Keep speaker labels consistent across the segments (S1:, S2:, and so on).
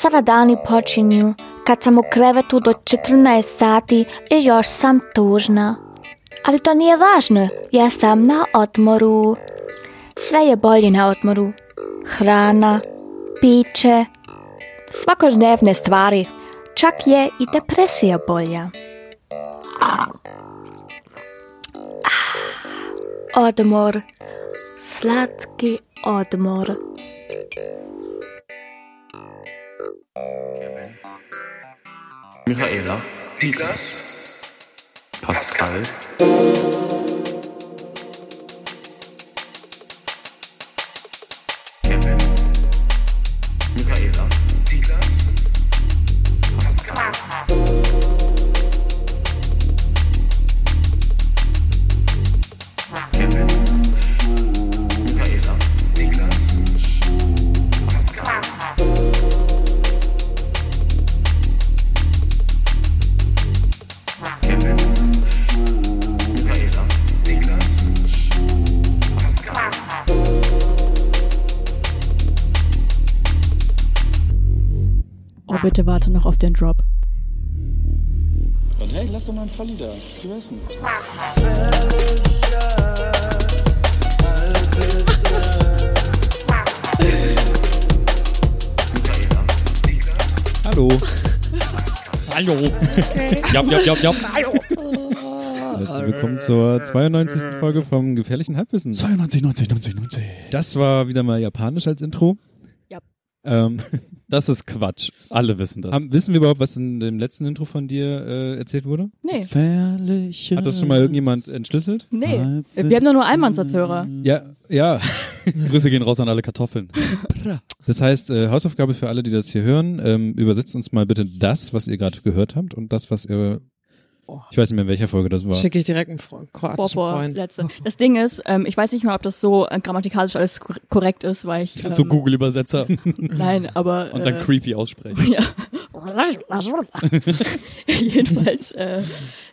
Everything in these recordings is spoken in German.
S1: Сара dan i počinju, kad sam u krevetu do 14 sati i još sam tužna. Ali to nije važno, ja sam na odmoru. Sve je bolje na odmoru. Hrana, piće, svakodnevne stvari. Čak je i depresija bolja. Ah, Odmor. Slatki odmor.
S2: Michaela, Niklas, Pascal. Kevin, Michaela, Niklas, Pascal. Kevin, Michaela, Niklas, Pascal. Kevin, Michaela, Niklas, Pascal.
S3: Oh, bitte warte noch auf den Drop.
S4: Dann, hey, lass doch mal einen Falli da. Wie wär's denn?
S2: Michaela, Niklas,
S5: Hallo. Hallo. Jop, jop, jop, jop. Hallo. Herzlich willkommen zur 92.
S6: Äh.
S5: Folge vom Gefährlichen Halbwissen.
S4: 92, 90, 90, 90.
S5: Das war wieder mal japanisch als Intro.
S3: Ja.
S5: Ähm,
S6: Das ist Quatsch. Alle wissen das.
S5: haben, wissen wir überhaupt, was in dem letzten Intro von dir äh, erzählt wurde?
S3: Nee,
S6: Fährliche.
S5: Hat das schon mal irgendjemand entschlüsselt?
S3: nee. Wir haben doch nur Einmannsatzhörer.
S5: Ja, ja.
S6: Grüße gehen raus an alle Kartoffeln.
S5: Das heißt, äh, Hausaufgabe für alle, die das hier hören, ähm, übersetzt uns mal bitte das, was ihr gerade gehört habt und das, was ihr... Ich weiß nicht mehr, in welcher Folge das war.
S7: Schicke ich direkt einen Fre- kroatischen
S3: Boah,
S7: Freund.
S3: letzte. Das Ding ist, ähm, ich weiß nicht mal, ob das so äh, grammatikalisch alles kor- korrekt ist, weil ich. Ähm,
S6: So Google-Übersetzer und
S3: Nein, aber.
S6: dann
S3: äh,
S6: creepy aussprechen.
S3: Jedenfalls, äh,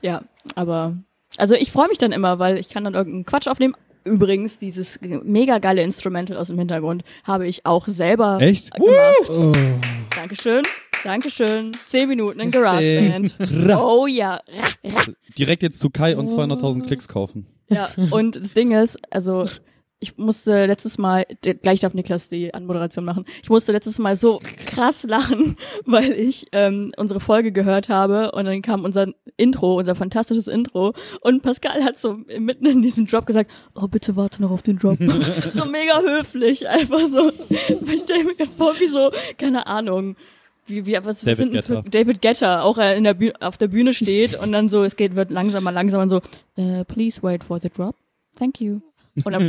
S3: ja, aber. Also ich freue mich dann immer, weil ich kann dann irgendeinen Quatsch aufnehmen. Übrigens, dieses mega geile Instrumental aus dem Hintergrund habe ich auch selber äh,
S5: Echt?
S3: gemacht. Dankeschön. Dankeschön. Zehn Minuten in GarageBand. Oh ja.
S6: Direkt jetzt zu Kai und 200.000 Klicks kaufen.
S3: Ja, und das Ding ist, also ich musste letztes Mal, d- gleich darf Niklas die Anmoderation machen, ich musste letztes Mal so krass lachen, weil ich ähm, unsere Folge gehört habe und dann kam unser Intro, unser fantastisches Intro und Pascal hat so mitten in diesem Drop gesagt, oh bitte warte noch auf den Drop. so mega höflich, einfach so. Ich stelle mir grad vor, wie so, keine Ahnung. Wie, wie, was,
S6: David
S3: was sind denn
S6: Guetta.
S3: für- David Getter auch äh, in der Bühne, auf der Bühne steht und dann so, es geht, wird langsamer, langsamer und so, äh, please wait for the drop. Thank you. Und dann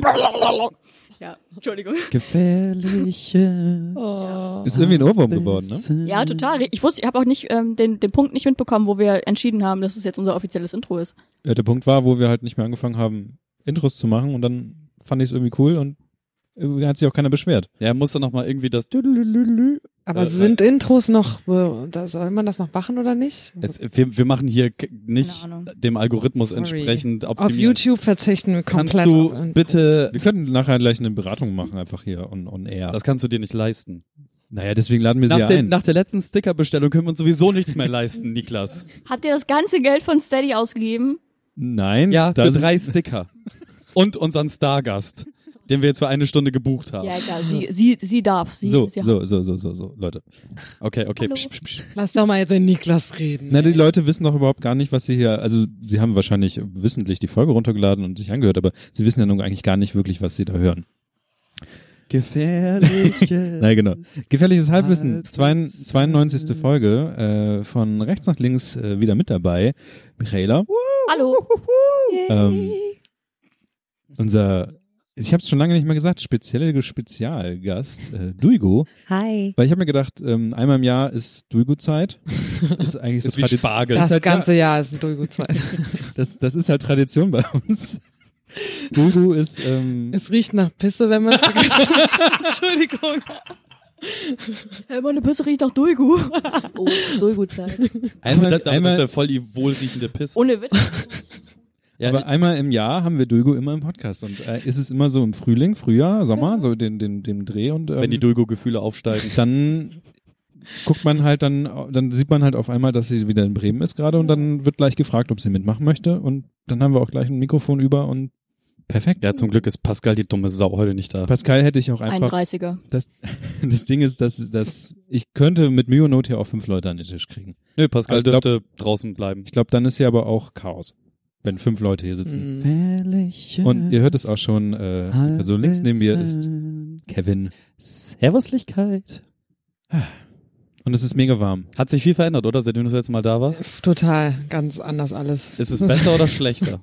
S3: Ja, Entschuldigung.
S6: Gefährliche. Oh.
S5: Ist irgendwie ein Ohrwurm geworden, ne?
S3: Ja, total. Ich wusste, ich habe auch nicht ähm, den, den Punkt nicht mitbekommen, wo wir entschieden haben, dass es jetzt unser offizielles Intro ist.
S5: Ja, äh, der Punkt war, wo wir halt nicht mehr angefangen haben, Intros zu machen und dann fand ich es irgendwie cool und irgendwie hat sich auch keiner beschwert.
S6: Ja, muss dann nochmal irgendwie das. Düdelülülü.
S7: Aber
S6: Äh,
S7: sind Intros noch so, da soll man das noch machen oder nicht?
S6: Es, wir, wir machen hier k- nicht
S3: Keine Ahnung.
S6: dem Algorithmus
S7: Sorry.
S6: entsprechend
S7: auf
S6: optimiert.
S7: YouTube verzichten wir
S6: Kannst
S7: komplett.
S6: du
S7: auf Intros.
S6: bitte.
S5: Wir könnten nachher gleich eine Beratung machen, einfach hier on, on air.
S6: Das kannst du dir nicht leisten.
S5: naja, deswegen laden wir sie
S6: Nach,
S5: ja
S6: der-
S5: ein.
S6: nach der letzten Stickerbestellung können wir uns sowieso nichts mehr leisten, Niklas.
S3: Habt ihr das ganze Geld von Steady ausgegeben?
S5: Nein,
S6: Ja,
S5: da
S6: für
S5: sind-
S6: drei Sticker. Und unseren Stargast, den wir jetzt für eine Stunde gebucht haben.
S3: Ja, egal. Sie, sie, sie darf. Sie,
S5: so,
S3: sie
S5: so, so, so, so, so, Leute.
S6: Okay, okay.
S3: Hallo.
S6: Psch, psch, psch.
S7: Lass doch mal jetzt den Niklas reden.
S5: Na, die Leute wissen doch überhaupt gar nicht, was sie hier, also sie haben wahrscheinlich wissentlich die Folge runtergeladen und sich angehört, aber sie wissen ja nun eigentlich gar nicht wirklich, was sie da hören.
S6: Gefährliche.
S5: Nein, genau. Gefährliches Halbwissen, 92. 92. Folge äh, von rechts nach links äh, wieder mit dabei. Michaela.
S3: Hallo.
S5: Ähm, unser, ich habe es schon lange nicht mehr gesagt, spezieller Spezialgast, äh, Duigo.
S7: Hi.
S5: Weil ich habe mir gedacht, ähm, einmal im Jahr ist Duigo-Zeit. Ist eigentlich so
S6: Ist wie
S5: Tradi-
S6: Spargel.
S7: Das
S5: halt-
S7: ganze Jahr ist ein Dolgo-Zeit.
S5: das, das ist halt Tradition bei uns. Duigo ist, ähm,
S7: es riecht nach Pisse, wenn man es vergisst. Entschuldigung.
S3: Hey, meine Pisse riecht nach Dulgu. Oh, Dulgu-Zeit.
S5: einmal,
S6: Da, da ist ja
S5: einmal,
S6: voll die wohlriechende Pisse.
S3: Ohne Witz.
S6: ja,
S5: aber einmal im Jahr haben wir Duigo immer im Podcast. Und äh, ist es immer so im Frühling, Frühjahr, Sommer, so den, den, dem Dreh und ähm,
S6: wenn die Dulgo-Gefühle aufsteigen.
S5: dann guckt man halt dann, dann sieht man halt auf einmal, dass sie wieder in Bremen ist gerade und dann wird gleich gefragt, ob sie mitmachen möchte und dann haben wir auch gleich ein Mikrofon über und perfekt.
S6: Ja, zum Glück ist Pascal die dumme Sau heute nicht da.
S5: Pascal hätte ich auch einfach,
S3: 31er.
S5: das, das Ding ist, dass, dass ich könnte mit Mio Note hier auch fünf Leute an den Tisch kriegen.
S6: Nö, Pascal
S5: Ich glaub-
S6: dürfte draußen bleiben.
S5: Ich glaube, dann ist hier aber auch Chaos, wenn fünf Leute hier sitzen.
S7: Mhm.
S5: Und ihr hört es auch schon, äh, die Person links neben mir ist Kevin
S6: Servuslichkeit.
S5: und es ist mega warm.
S6: Hat sich viel verändert, oder? Seitdem du das letzte Mal da warst?
S7: Pff, Total, ganz anders alles.
S6: Ist es besser oder schlechter?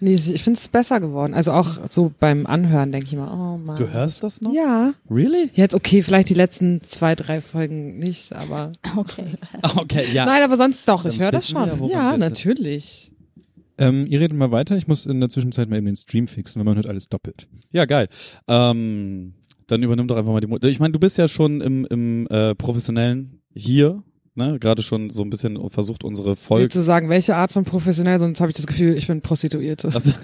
S7: Nee, ich finde es besser geworden. Also auch so beim Anhören denke ich immer, oh Mann.
S6: Du hörst das noch?
S7: Ja.
S6: Really?
S7: Jetzt okay, vielleicht die letzten zwei, drei Folgen nicht, aber.
S3: Okay.
S6: Okay, ja.
S7: Nein, aber sonst doch, ich
S6: Ah. Dann
S7: höre das
S6: wissen wir,
S7: schon.
S6: worum
S7: Ja,
S6: es geht.
S7: natürlich.
S5: Ähm, ihr redet mal weiter, ich muss in der Zwischenzeit mal eben den Stream fixen, weil man hört alles doppelt.
S6: Ja, geil. Ähm, dann übernimm doch einfach mal die Mutter. Ich meine, du bist ja schon im, im äh, Professionellen hier, ne? Gerade schon so ein bisschen versucht, unsere
S7: Willst
S6: Folge.
S7: du sagen, welche Art von professionell, sonst habe ich das Gefühl, ich bin Prostituierte.
S6: Das-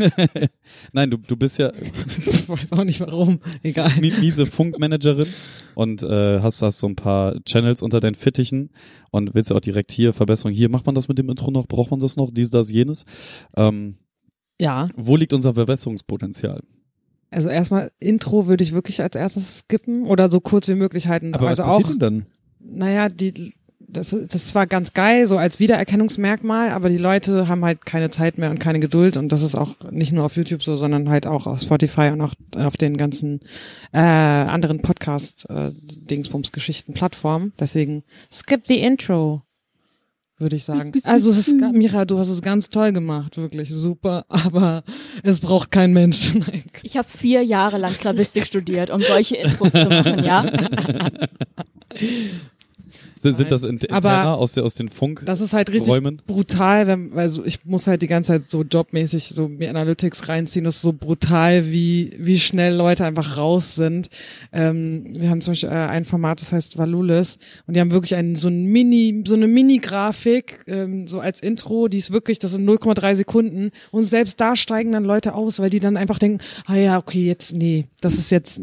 S6: Nein, du, du bist ja
S7: Ich weiß auch nicht warum. Egal.
S6: mi- miese Funkmanagerin und äh, hast, hast so ein paar Channels unter deinen Fittichen und willst ja auch direkt hier Verbesserung. Hier macht man das mit dem Intro noch, braucht man das noch, dies, das, jenes. Ähm,
S7: Ja.
S6: wo liegt unser Verbesserungspotenzial?
S7: Also erstmal Intro würde ich wirklich als erstes skippen oder so kurz wie möglich halten.
S5: Aber
S7: also
S5: was passiert
S7: auch,
S5: denn dann?
S7: naja, die, das, das war ganz geil, so als Wiedererkennungsmerkmal, aber die Leute haben halt keine Zeit mehr und keine Geduld und das ist auch nicht nur auf YouTube so, sondern halt auch auf Spotify und auch auf den ganzen äh, anderen Podcast-Dingsbums-Geschichten-Plattformen. Deswegen skip die Intro. Würde ich sagen. Also, es ist, ga- Mira, du hast es ganz toll gemacht, wirklich super, aber es braucht kein Mensch. Nein,
S3: Ich habe vier Jahre lang Slavistik studiert, um solche Infos zu machen, ja?
S6: Sind, sind das in, interner aus, der, aus den Funk?
S7: Das ist halt richtig
S6: Räumen.
S7: brutal, wenn, also ich muss halt die ganze Zeit so jobmäßig so mir Analytics reinziehen. Das ist so brutal, wie, wie schnell Leute einfach raus sind. Ähm, wir haben zum Beispiel äh, ein Format, das heißt Valulis und die haben wirklich einen, so ein Mini, so eine Mini-Grafik, ähm, so als Intro, die ist wirklich, das sind 0,3 Sekunden und selbst da steigen dann Leute aus, weil die dann einfach denken, ah ja, okay, jetzt, nee, das ist jetzt,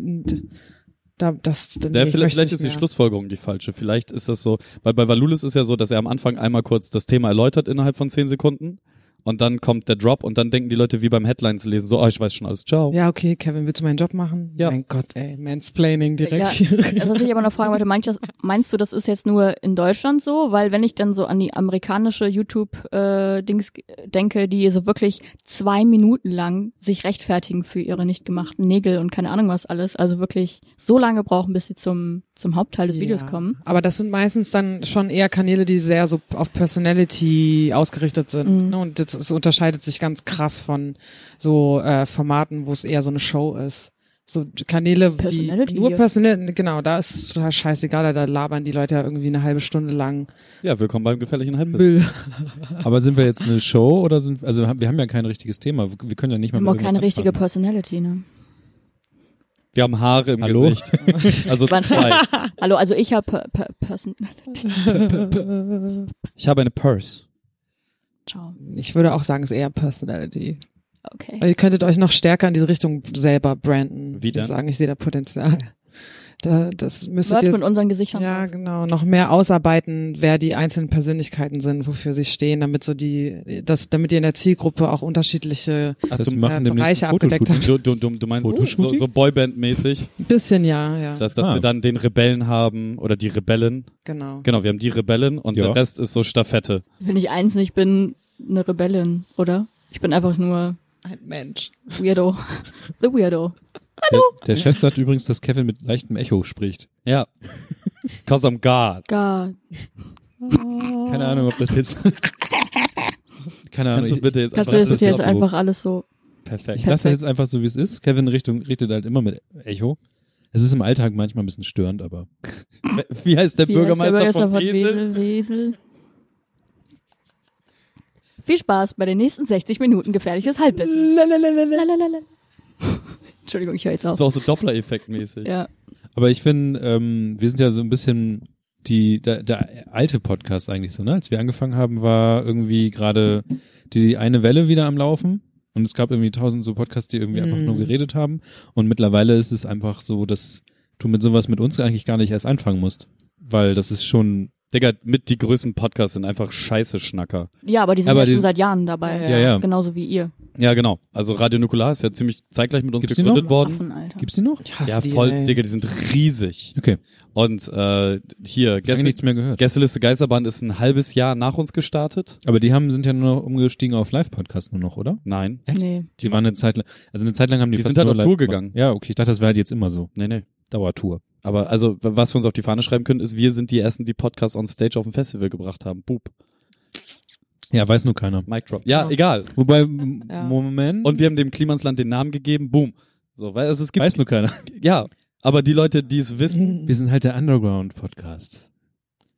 S7: da, das, nee,
S6: Ja,
S7: ich möchte
S6: vielleicht, vielleicht
S7: nicht
S6: ist die
S7: mehr.
S6: Schlussfolgerung die falsche. Vielleicht ist das so, weil bei Valulis ist ja so, dass er am Anfang einmal kurz das Thema erläutert innerhalb von zehn Sekunden und dann kommt der Drop und dann denken die Leute wie beim Headlines lesen so, oh, ich weiß schon alles, ciao.
S7: Ja, okay, Kevin, willst du meinen Job machen?
S6: Ja.
S7: Mein Gott, ey, Mansplaining direkt
S3: Ja.
S7: hier.
S3: Das, was ich aber noch fragen wollte, meinst, du- meinst du, das ist jetzt nur in Deutschland so? Weil wenn ich dann so an die amerikanische YouTube-Dings äh, denke, die so wirklich zwei Minuten lang sich rechtfertigen für ihre nicht gemachten Nägel und keine Ahnung was alles, also wirklich so lange brauchen, bis sie zum, zum Hauptteil des Videos
S7: Ja.
S3: kommen.
S7: Aber das sind meistens dann schon eher Kanäle, die sehr so auf Personality ausgerichtet sind.
S3: Mhm.
S7: Ne? Und das, das unterscheidet sich ganz krass von so äh, Formaten, wo es eher so eine Show ist. So Kanäle, die
S3: Personality.
S7: nur Personality, genau, da ist es total scheißegal, da labern die Leute ja irgendwie eine halbe Stunde lang
S6: Ja, willkommen beim gefährlichen Halbwissen.
S7: Müll.
S5: Aber sind wir jetzt eine Show oder sind, also haben- wir haben ja kein richtiges Thema, wir wir können ja nicht mal
S3: Wir
S5: mit
S3: haben auch keine
S5: irgendwas
S3: richtige
S5: anfangen.
S3: Personality, ne?
S6: Wir haben Haare im
S5: Hallo?
S6: Gesicht. Also
S3: Wann-
S6: zwei.
S3: Hallo, also ich habe per, per, Person.
S6: Ich habe eine Purse.
S3: Ciao.
S7: Ich würde auch sagen, es ist eher Personality.
S3: Okay.
S7: Aber ihr könntet euch noch stärker in diese Richtung selber branden.
S6: Wie
S7: Ich würde
S6: denn?
S7: sagen, ich sehe da Potenzial. Da, das müsstet
S3: Merch
S7: ihr
S3: mit unseren Gesichtern.
S7: ja,
S3: drauf.
S7: genau. Noch mehr ausarbeiten, wer die einzelnen Persönlichkeiten sind, wofür sie stehen, damit so die, das, damit ihr in der Zielgruppe auch unterschiedliche,
S5: Das heißt, wir
S6: Ach,
S5: machen
S7: äh,
S5: demnächst
S7: Bereiche
S5: ein Fotoshooting.
S7: abgedeckt haben.
S6: Du, du, du, du meinst so,
S5: Fotoshooting?
S6: so Boyband-mäßig,
S7: Ein bisschen ja, ja,
S6: dass, dass
S5: Ah.
S6: wir dann den Rebellen haben oder die Rebellen.
S7: genau.
S6: Genau, wir haben die Rebellen und
S5: Ja.
S6: der Rest ist so Staffette.
S3: Wenn ich eins nicht bin, eine Rebellin, oder? Ich bin einfach nur
S7: Ein Mensch.
S3: Weirdo. The Weirdo.
S5: Der, der Chef sagt übrigens, dass Kevin mit leichtem Echo spricht.
S6: Ja. Cause I'm God.
S3: God.
S7: Oh.
S5: Keine Ahnung, ob das jetzt. Keine Ahnung.
S6: Kannst du
S5: Ich,
S6: bitte jetzt
S3: Kannst
S6: einfach
S3: du das,
S6: das
S3: jetzt
S6: lassen?
S3: einfach alles so?
S6: Perfekt.
S5: ich lasse das jetzt einfach so, wie es ist. Kevin Richtung richtet halt immer mit Echo. Es ist im Alltag manchmal ein bisschen störend, aber.
S6: Wie heißt der
S3: Wie
S6: Bürgermeister,
S3: heißt der
S6: von Wesel?
S3: Wesel? Wesel. Viel Spaß bei den nächsten 60 Minuten gefährliches Halbwissen. Lalalala. Entschuldigung, ich höre jetzt auf.
S6: Das war auch so Doppler-Effekt-mäßig.
S3: Ja.
S5: Aber ich finde, ähm, wir sind ja so ein bisschen die, der, der alte Podcast eigentlich so, ne? Als wir angefangen haben, war irgendwie gerade die eine Welle wieder am Laufen. Und es gab irgendwie tausend so Podcasts, die irgendwie einfach
S7: Mm.
S5: nur geredet haben. Und mittlerweile ist es einfach so, dass du mit sowas mit uns eigentlich gar nicht erst anfangen musst. weil das ist schon,
S6: Digga, mit die größten Podcasts sind einfach scheiße Schnacker.
S3: Ja, aber die sind
S5: Aber
S3: ja
S5: die-
S3: schon seit Jahren dabei.
S5: ja, ja.
S3: Genauso wie ihr.
S6: Ja, genau. Also Radio Nukular ist ja ziemlich zeitgleich mit uns
S5: Gibt's die
S6: gegründet
S5: noch?
S6: worden.
S3: Affen, Alter.
S5: Gibt's die noch?
S7: Ich hasse
S6: Ja,
S7: die,
S6: voll,
S7: ey.
S6: Digga, die sind riesig.
S5: Okay,
S6: Und äh, hier,
S5: lange
S6: Gäste,
S5: nichts mehr gehört.
S6: Gästeliste Geisterbahn ist ein halbes Jahr nach uns gestartet.
S5: Aber die haben, sind ja nur noch umgestiegen auf Live-Podcast nur noch, oder?
S6: Nein.
S3: Nee.
S5: Die waren eine Zeit lang, also eine Zeit lang haben die,
S6: Die
S5: fast
S6: sind halt
S5: nur
S6: auf
S5: live
S6: Tour
S5: gemacht.
S6: gegangen.
S5: Ja, okay, ich dachte, das wäre halt jetzt immer so.
S6: Nee, nee.
S5: Dauertour.
S6: Aber also, w- was wir uns auf die Fahne schreiben können, ist, wir sind die Ersten, die Podcasts on Stage auf dem Festival gebracht haben. Boop.
S5: Ja, weiß nur keiner.
S6: Mic drop.
S3: Genau.
S6: Ja, egal.
S5: Wobei, m-
S7: Ja.
S5: Moment.
S6: Und wir haben dem Klimansland den Namen gegeben. Boom. So, weil es, es gibt,
S5: weiß nur keiner.
S6: ja. Aber die Leute, die es
S3: Mhm.
S6: wissen,
S5: Wir sind halt der Underground-Podcast.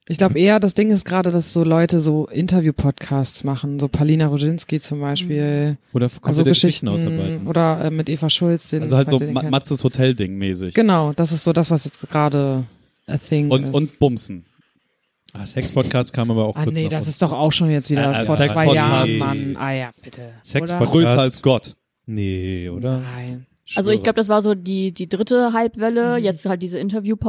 S7: Ich glaube eher, das Ding ist gerade, dass so Leute so Interview-Podcasts machen, so Palina Roginski zum Beispiel,
S5: Oder kannst
S7: also
S5: du dir
S7: Geschichten
S5: Geschichten ausarbeiten?
S7: oder äh, mit Eva Schulz. Den
S6: also halt so
S7: den
S6: Ma
S7: kennt.
S6: Matzes Hotel-Ding mäßig.
S7: Genau, das ist so das, was jetzt gerade a thing
S6: Und,
S7: ist.
S6: und Bumsen.
S5: ah, Sex-Podcast kam aber auch
S7: ah
S5: kurz
S7: nee,
S5: nach
S7: das
S5: uns.
S7: ist doch auch schon jetzt wieder
S6: Äh, äh,
S7: vor
S6: Sex
S7: zwei
S6: Podcast.
S7: Jahren, Mann. Ah ja, bitte.
S5: Sex
S7: Oder?
S5: Podcast.
S6: Größer als Gott.
S5: Nee, oder?
S7: Nein.
S3: Also ich
S6: Schwöre.
S3: glaube, das war so die, die dritte Hypewelle.
S7: Mhm.
S3: Jetzt halt diese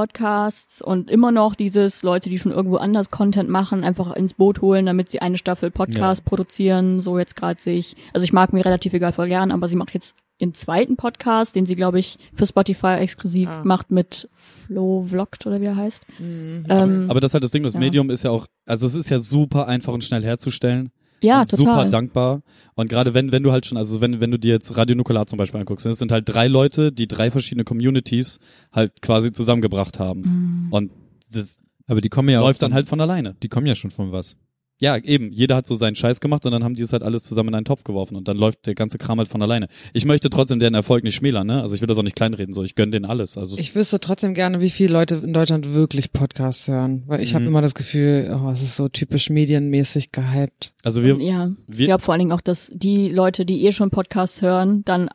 S3: Interview-Podcasts und immer noch dieses Leute, die schon irgendwo anders Content machen, einfach ins Boot holen, damit sie eine Staffel Podcast produzieren. So jetzt gerade sehe ich, also ich mag mir relativ egal vor Jahren, aber sie macht jetzt ihren zweiten Podcast, den sie, glaube ich, für Spotify exklusiv
S7: Ah.
S3: macht mit Flo Vlogged oder wie er heißt.
S7: Mhm.
S3: Ähm,
S6: Aber das ist halt das Ding, das
S3: Ja.
S6: Medium ist ja auch, also es ist ja super einfach und schnell herzustellen.
S3: ja,
S6: und
S3: total.
S6: super dankbar. Und gerade wenn, wenn du halt schon, also wenn, wenn du dir jetzt Radio Nukular zum Beispiel anguckst, das sind halt drei Leute, die drei verschiedene Communities halt quasi zusammengebracht haben.
S3: Mhm.
S6: Und das
S5: Aber die kommen ja
S6: läuft
S5: auch von,
S6: dann halt von alleine.
S5: die kommen ja schon von was.
S6: Ja, eben. Jeder hat so seinen Scheiß gemacht und dann haben die es halt alles zusammen in einen Topf geworfen und dann läuft der ganze Kram halt von alleine. Ich möchte trotzdem deren Erfolg nicht schmälern, ne? Also ich will das auch nicht kleinreden, so ich gönn denen alles. Also
S7: Ich wüsste trotzdem gerne, wie viele Leute in Deutschland wirklich Podcasts hören, weil ich habe
S5: Mhm.
S7: immer das Gefühl, oh, es ist so typisch medienmäßig gehypt.
S6: also wir,
S3: ja,
S6: wir-
S3: ich glaube vor allen Dingen auch, dass die Leute, die eh schon Podcasts hören, dann,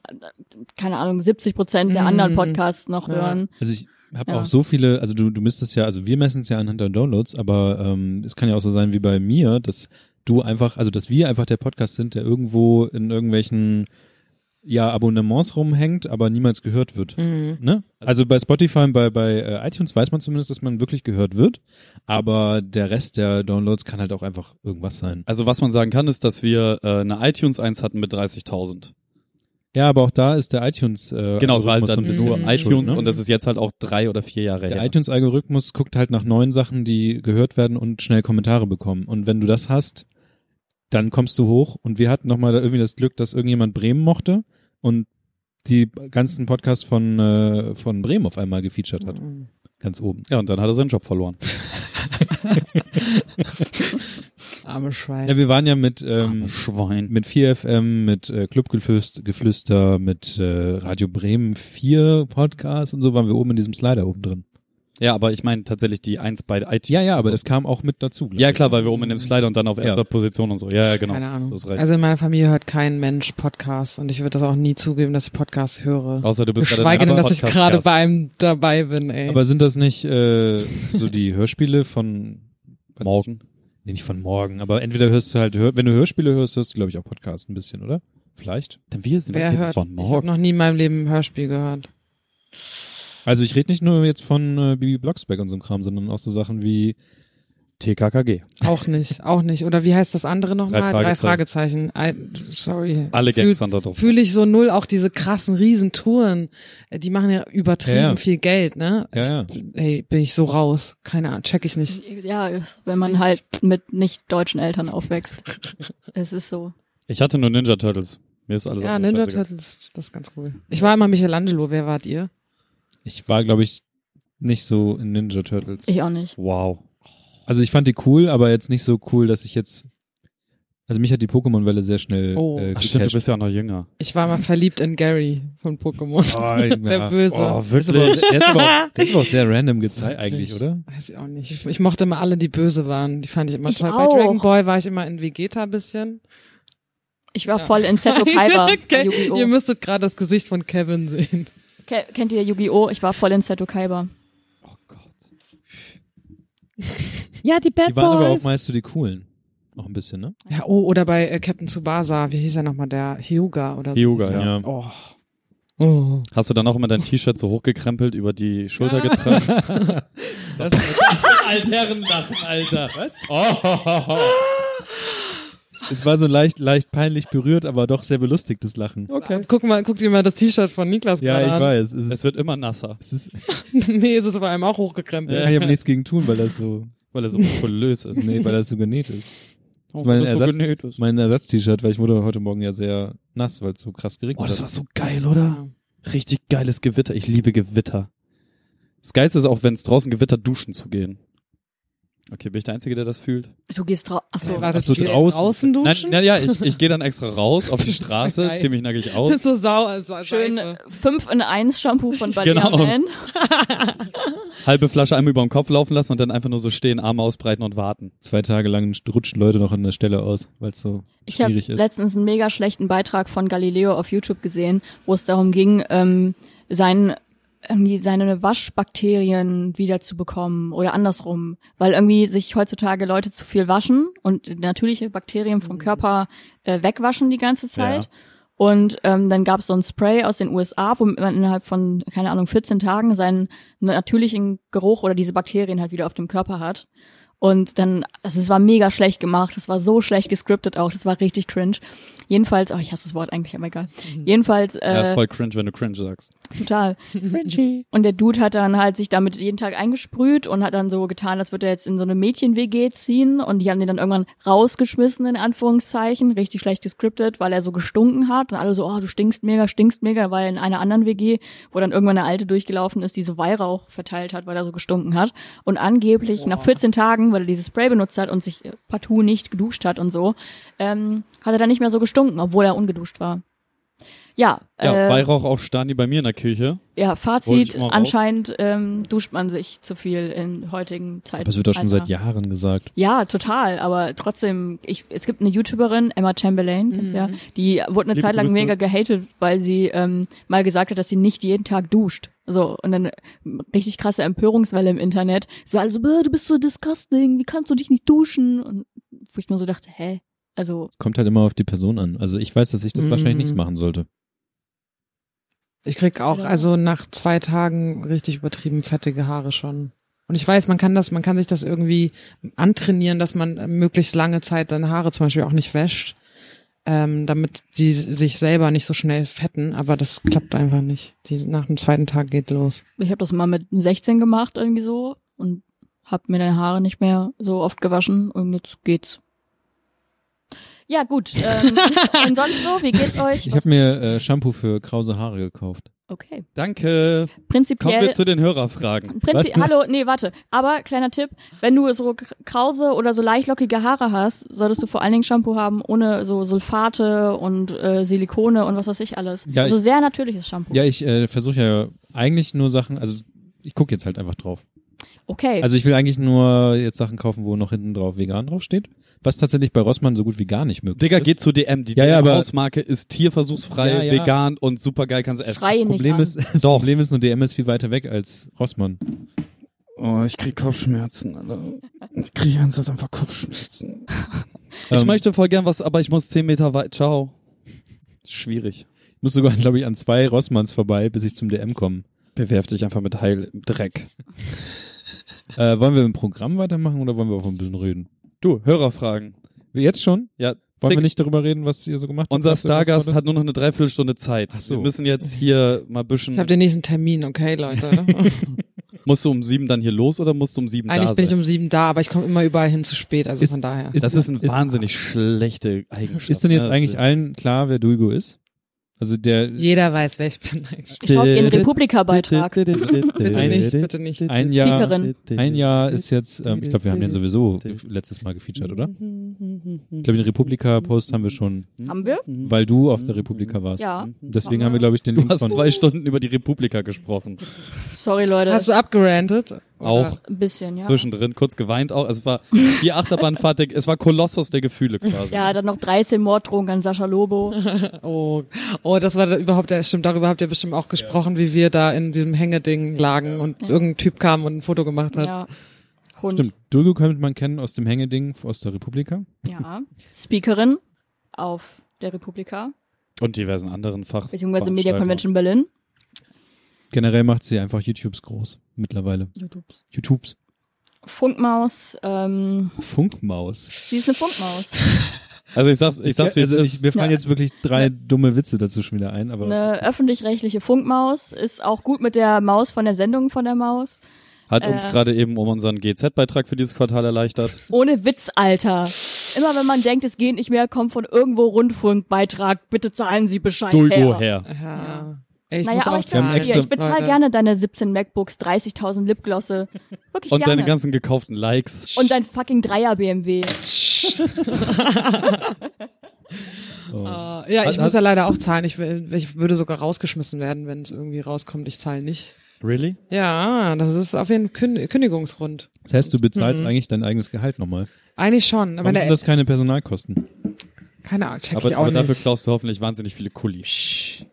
S3: keine Ahnung, 70 Prozent
S6: Mhm.
S3: der
S7: Mm.
S3: anderen Podcasts noch
S7: Ja.
S3: hören.
S5: Also ich habe
S3: Ja.
S5: auch so viele, also du, du misstest ja, also wir messen es ja anhand der Downloads, aber ähm, es kann ja auch so sein wie bei mir, dass du einfach, also dass wir einfach der Podcast sind, der irgendwo in irgendwelchen ja, Abonnements rumhängt, aber niemals gehört wird. Ne? Also bei Spotify und bei, bei äh, iTunes weiß man zumindest, dass man wirklich gehört wird, aber der Rest der Downloads kann halt auch einfach irgendwas sein.
S6: also was man sagen kann, ist, dass wir äh, eine iTunes 1 hatten mit 30.000.
S5: Ja, aber auch da ist der iTunes äh,
S6: Genau, es war
S5: Algorithmus
S6: halt
S5: so
S6: dann
S5: ein bisschen
S6: nur
S7: Mhm.
S5: schuld,
S6: iTunes
S5: ne?
S6: und das ist jetzt halt auch drei oder vier Jahre
S5: Der
S6: her.
S5: iTunes-Algorithmus guckt halt nach neuen Sachen, die gehört werden und schnell Kommentare bekommen. Und wenn du das hast, dann kommst du hoch. Und wir hatten nochmal irgendwie das Glück, dass irgendjemand Bremen mochte und die ganzen Podcasts von, äh, von Bremen auf einmal gefeatured hat.
S7: Mhm.
S5: Ganz oben.
S6: Ja, und dann hat er seinen Job verloren.
S7: Arme Schwein.
S5: Ja, wir waren ja mit, ähm,
S6: Armes Schwein.
S5: mit 4FM, mit äh, Clubgeflüster, mit äh, Radio Bremen 4 Podcast und so waren wir oben in diesem Slider oben drin.
S6: Ja, aber ich meine tatsächlich die eins bei iTunes.
S5: Ja, ja, aber
S6: Also-
S5: das kam auch mit dazu. glaub
S6: Ja,
S5: ich.
S6: klar, weil wir oben in dem Slider und dann auf erster
S5: Ja.
S6: Position und so. Ja, ja, genau.
S7: Keine Ahnung.
S6: Das ist recht.
S7: Also in meiner Familie hört kein Mensch Podcasts und ich würde das auch nie zugeben, dass ich Podcasts höre.
S6: Außer Oh, du bist
S7: Geschweige
S6: gerade
S7: denn,
S6: ein
S7: dass ich gerade bei einem dabei bin, ey.
S5: Aber sind das nicht äh, so die Hörspiele von
S6: Morgen.
S5: Nee, nicht von morgen, aber entweder hörst du halt, Hör- wenn du Hörspiele hörst, hörst du, glaube ich, auch Podcast ein bisschen, oder? Vielleicht.
S6: Denn wir sind
S7: Wer
S6: jetzt
S7: hört?
S6: von
S7: Ich habe
S6: morgen.
S7: noch nie in meinem Leben ein Hörspiel gehört.
S5: Also ich rede nicht nur jetzt von äh, Bibi Blocksberg und so einem Kram, sondern auch so Sachen wie
S6: TKKG.
S7: Auch nicht, auch nicht. Oder wie heißt das andere nochmal?
S6: Drei
S7: Drei Fragezeichen. Ein, sorry.
S6: Alle
S7: Fühl-
S6: Gangs sind da drauf.
S7: Fühle ich so null auch diese krassen Riesentouren. Äh, Die machen ja übertrieben
S5: Ja, ja.
S7: viel Geld, ne?
S5: Ja, ja.
S7: Ich, hey, bin ich so raus. Keine Ahnung, check ich nicht.
S3: Ja, ist,
S7: Ist
S3: wenn man
S7: richtig.
S3: halt mit nicht deutschen Eltern aufwächst. es ist so.
S6: Ich hatte nur Ninja Turtles. Mir ist alles
S7: ja,
S6: andere
S7: Ninja
S6: scheißegal.
S7: Turtles, das ist ganz cool. Ich war immer Michelangelo, wer wart ihr?
S5: ich war, glaube ich, nicht so in Ninja Turtles.
S3: Ich auch nicht.
S6: Wow.
S5: also ich fand die cool, aber jetzt nicht so cool, dass ich jetzt. Also mich hat die Pokémon-Welle sehr schnell.
S7: Oh.
S5: äh,
S6: Ach, stimmt, du
S5: gecatcht.
S6: bist ja auch noch jünger.
S7: Ich war mal verliebt in Gary von Pokémon.
S5: Oh,
S7: Der
S5: ja.
S7: Böse.
S5: Oh, wirklich. Der ist aber auch, der ist aber auch sehr random gezeigt eigentlich, oder?
S7: Weiß ich auch nicht. Ich, ich mochte immer alle, die böse waren. Die fand ich immer
S3: Ich
S7: toll.
S3: auch.
S7: Bei Dragon Ball war ich immer in Vegeta ein bisschen.
S3: Ich war voll in Seto Kaiba. bei Yu-Gi-Oh!
S7: Ihr müsstet gerade das Gesicht von Kevin sehen.
S3: Ke- Kennt ihr Yu-Gi-Oh! Ich war voll in Seto Kaiba.
S6: Oh Gott.
S7: Ja, die Bad
S5: Die waren aber auch meist so die coolen. Auch ein bisschen, ne?
S7: Ja, oh, oder bei äh, Captain Tsubasa, wie hieß er nochmal, der Hyuga oder so.
S6: Hyuga,
S7: hieß er.
S5: ja.
S7: Oh, Oh.
S6: Hast du dann auch immer dein T-Shirt so hochgekrempelt über die Schulter getragen?
S5: Das, das für Altherrenlachen, Alter. Was?
S6: Oh, ho, ho, ho.
S5: Es war so leicht, leicht peinlich berührt, aber doch sehr belustigtes Lachen.
S7: Okay. Guck mal, guck dir mal das T-Shirt von Niklas
S5: Ja,
S7: gerade
S5: ich
S7: an.
S5: weiß. Es
S6: Es
S5: ist,
S6: wird immer nasser,
S5: es ist,
S7: nee, es ist bei einem auch hochgekrempelt.
S5: ja, ich habe nichts gegen tun, weil das so,
S6: weil er so muskulös ist.
S5: nee, weil das so genäht ist.
S6: Oh,
S5: ist mein
S6: das so
S5: Ersatz-
S6: genäht ist.
S5: Mein Ersatz-T-Shirt, weil ich wurde heute Morgen ja sehr nass, weil es so krass geregnet
S6: Oh, das war
S5: hat.
S6: so geil, oder? Richtig geiles Gewitter. Ich liebe Gewitter. Das Geilste ist auch, wenn es draußen gewittert, duschen zu gehen. Okay, bin ich der Einzige, der das fühlt?
S3: Du gehst drauf. Achso,
S7: War das
S5: Ach so,
S7: direkt
S5: draußen.
S7: draußen
S6: Nein,
S7: duschen?
S6: naja, ich, ich gehe dann extra raus auf die
S7: Das war
S6: Straße,
S7: geil.
S6: zieh mich nackig
S7: Das ist
S6: aus.
S7: so sauer. Sau
S3: schön 5 in 1 Shampoo von Body
S6: Genau.
S3: Man.
S6: Halbe Flasche einmal über den Kopf laufen lassen und dann einfach nur so stehen, Arme ausbreiten und warten.
S5: Zwei Tage lang rutschen Leute noch an der Stelle aus, weil es so
S3: Ich habe
S5: schwierig ist.
S3: letztens einen mega schlechten Beitrag von Galileo auf YouTube gesehen, wo es darum ging, ähm, sein, irgendwie seine Waschbakterien wiederzubekommen oder andersrum. Weil irgendwie sich heutzutage Leute zu viel waschen und natürliche Bakterien
S5: Mhm.
S3: vom Körper äh, wegwaschen die ganze Zeit.
S6: Ja.
S3: Und ähm, dann gab es so ein Spray aus den USA, womit man innerhalb von, keine Ahnung, 14 Tagen seinen natürlichen Geruch oder diese Bakterien halt wieder auf dem Körper hat. Und dann, also es war mega schlecht gemacht, es war so schlecht gescriptet auch, das war richtig cringe. Jedenfalls, oh, ich hasse das Wort eigentlich, aber egal. Jedenfalls,
S6: Mhm. Ja, ist
S3: äh,
S6: voll cringe, wenn du cringe sagst.
S3: total.
S7: Cringy.
S3: Und der Dude hat dann halt sich damit jeden Tag eingesprüht und hat dann so getan, als würde er jetzt in so eine Mädchen-WG ziehen. Und die haben den dann irgendwann rausgeschmissen, in Anführungszeichen. Richtig schlecht gescriptet, weil er so gestunken hat. Und alle so, oh, du stinkst mega, stinkst mega, weil in einer anderen WG, wo dann irgendwann eine Alte durchgelaufen ist, die so Weihrauch verteilt hat, weil er so gestunken hat. Und angeblich nach 14 Tagen, weil er dieses Spray benutzt hat und sich äh, partout nicht geduscht hat und so, ähm, hat er dann nicht mehr so gestunken, obwohl er ungeduscht war. Ja,
S6: Ja,
S3: äh,
S6: Weihrauch auch Stani bei mir in der Küche.
S3: ja,
S6: Hol ich
S3: Fazit,
S6: immer raus.
S3: anscheinend ähm, duscht man sich zu viel in heutigen Zeiten.
S5: Aber es wird doch schon
S3: Alter.
S5: seit Jahren gesagt.
S3: Ja, total, aber trotzdem, ich, es gibt eine YouTuberin, Emma Chamberlain, kennst du ja, die wurde eine
S6: Liebe
S3: Zeit lang
S6: Grüße.
S3: mega gehatet, weil sie ähm, mal gesagt hat, dass sie nicht jeden Tag duscht. So, und dann äh, richtig krasse Empörungswelle im Internet. So, also, du bist so disgusting, wie kannst du dich nicht duschen? Und wo ich mir so dachte, hä? Also,
S5: Kommt halt immer auf die Person an. Also ich weiß, dass ich das
S7: Mhm.
S5: wahrscheinlich nicht machen sollte.
S7: Ich krieg auch, also nach zwei Tagen richtig übertrieben fettige Haare schon. Und ich weiß, man kann das, man kann sich das irgendwie antrainieren, dass man möglichst lange Zeit seine Haare zum Beispiel auch nicht wäscht, ähm, damit die sich selber nicht so schnell fetten. Aber das klappt einfach nicht. Die, nach dem zweiten Tag geht los.
S3: ich habe das mal mit 16 gemacht irgendwie so und hab mir deine Haare nicht mehr so oft gewaschen und jetzt geht's. Ja, gut. Ähm, und sonst so, wie geht's euch?
S5: Ich habe mir äh, Shampoo für krause Haare gekauft.
S3: okay.
S6: Danke. Kommen
S3: Prinzipiell.
S6: wir zu den Hörerfragen.
S3: Prinzi
S5: Was?
S3: Hallo, nee, warte. Aber kleiner Tipp, wenn du so k- krause oder so leichtlockige Haare hast, solltest du vor allen Dingen Shampoo haben ohne so Sulfate und äh, Silikone und was weiß ich alles.
S5: Ja,
S3: also
S5: ich-
S3: sehr natürliches Shampoo.
S5: Ja, ich äh, versuche ja eigentlich nur Sachen, also ich gucke jetzt halt einfach drauf.
S3: okay.
S5: Also ich will eigentlich nur jetzt Sachen kaufen, wo noch hinten drauf vegan draufsteht, was tatsächlich bei Rossmann so gut wie gar nicht möglich
S6: Digga,
S5: ist.
S6: geht zu DM. Die
S5: Ja, ja, aber-
S6: DM-Hausmarke ist tierversuchsfrei,
S5: Ja, ja.
S6: vegan und supergeil kannst du essen.
S3: Schrei ihn
S5: Problem
S3: nicht
S5: ist, das Problem ist, nur DM ist viel weiter weg als Rossmann.
S6: Oh, ich krieg Kopfschmerzen, Alter. Ich krieg ernsthaft einfach Kopfschmerzen. Ich
S5: Ähm,
S6: möchte voll gern was, aber ich muss 10 Meter weit. Ciao. Schwierig.
S5: Ich muss sogar, glaube ich, an zwei Rossmanns vorbei, bis ich zum DM komme.
S6: Bewerf dich einfach mit Heil im Dreck.
S5: Äh, wollen wir im Programm weitermachen oder wollen wir auch ein bisschen reden?
S6: Du, Hörerfragen.
S5: Jetzt schon?
S6: Ja,
S5: Wollen
S6: Zick,
S5: wir nicht darüber reden, was ihr so gemacht habt?
S6: unser
S5: Was ihr gemacht
S6: Stargast
S5: habt?
S6: hat nur noch eine Dreiviertelstunde Zeit.
S5: Ach so.
S6: Wir müssen jetzt hier mal ein bisschen.
S7: Ich habe den nächsten Termin, okay, Leute.
S6: musst du um sieben dann hier los oder musst du um sieben da
S7: Eigentlich bin
S6: sein?
S7: ich um sieben da, aber ich komme immer überall hin zu spät, also
S5: Ist-
S7: von daher.
S5: ist-
S6: das ist eine
S5: ist-
S6: wahnsinnig schlechte Eigenschaft.
S5: Ist denn jetzt
S6: ne?
S5: eigentlich allen klar, wer Duigo ist? Also der
S7: Jeder weiß, wer ich bin eigentlich.
S3: Ich schaue ihren Republika-Beitrag.
S7: Bitte
S5: Bitte
S7: nicht, bitte nicht.
S5: ein Jahr,
S3: Speakerin.
S5: ein Jahr ist jetzt, ähm, ich glaube, wir haben den sowieso letztes Mal gefeatured,
S6: Also-
S5: oder? Ich glaube, den Republika-Post haben wir schon,
S3: Haben wir?
S5: weil du auf der Republika warst.
S3: Ja.
S5: Deswegen haben wir, glaube ich, den
S6: Du
S5: Link
S6: hast
S5: von.
S6: zwei Stunden über die Republika gesprochen.
S3: Sorry, Leute.
S7: Hast du abgerantet? Oder?
S6: Auch
S3: Ein bisschen, ja.
S6: zwischendrin, kurz geweint auch. Also es war die Achterbahnfahrt, der, es war Kolossos der Gefühle quasi.
S3: Ja, dann noch 13 Morddrohungen an Sascha Lobo.
S7: Oh, oh, das war da überhaupt, ja, stimmt, darüber habt ihr bestimmt auch gesprochen, wie wir da in diesem Hängeding lagen und irgendein Typ kam und ein Foto gemacht hat.
S3: Ja. Hund.
S5: Stimmt, Duigo könnte man kennen aus dem Hängeding aus der Republika.
S3: Ja. Speakerin auf der Republika.
S6: Und diversen anderen Fach.
S3: Beziehungsweise Media Convention Berlin.
S5: Generell macht sie einfach YouTubes groß mittlerweile.
S3: YouTubes.
S5: YouTubes.
S3: Funkmaus. Ähm,
S5: Funkmaus.
S3: sie ist eine Funkmaus.
S6: Also ich sag's, ich sag's, wie es
S5: also
S6: ist.
S5: ich, mir fallen
S3: Ja.
S5: jetzt wirklich drei dumme Witze dazu schon wieder ein, aber
S3: Eine öffentlich-rechtliche Funkmaus. Ist auch gut mit der Maus von der Sendung von der Maus.
S6: Hat uns
S3: Äh.
S6: gerade eben um unseren GZ-Beitrag für dieses Quartal erleichtert.
S3: Ohne Witz, Alter. Immer wenn man denkt, es geht nicht mehr, kommt von irgendwo Rundfunkbeitrag. Bitte zahlen Sie Bescheid
S6: Dulgo
S3: her.
S6: her.
S7: Ja. Ey, ich
S3: Naja,
S7: muss
S3: aber
S7: auch
S3: ich sag's
S5: haben
S7: zahlen.
S3: dir, ich
S5: extra-
S3: bezahle
S7: Leute.
S3: gerne deine 17 MacBooks, 30.000 Lipglosse. Wirklich
S6: Und
S3: gerne.
S6: deine ganzen gekauften Likes.
S3: Und dein fucking Dreier BMW.
S7: Äh, Ja, ich
S6: Hat-
S7: muss
S6: hat-
S7: ja leider auch zahlen. Ich, will, ich würde sogar rausgeschmissen werden, wenn es irgendwie rauskommt. Ich zahle nicht.
S6: Really?
S7: Ja, das ist auf jeden Fall Kün Kündigungsgrund.
S5: das heißt, du bezahlst eigentlich dein eigenes Gehalt nochmal.
S7: Eigentlich schon, aber
S5: Warum
S7: der,
S5: sind das keine Personalkosten?
S7: keine Ahnung, check
S6: Aber,
S7: ich auch
S6: aber dafür
S7: nicht.
S6: klaust du hoffentlich wahnsinnig viele Kulis.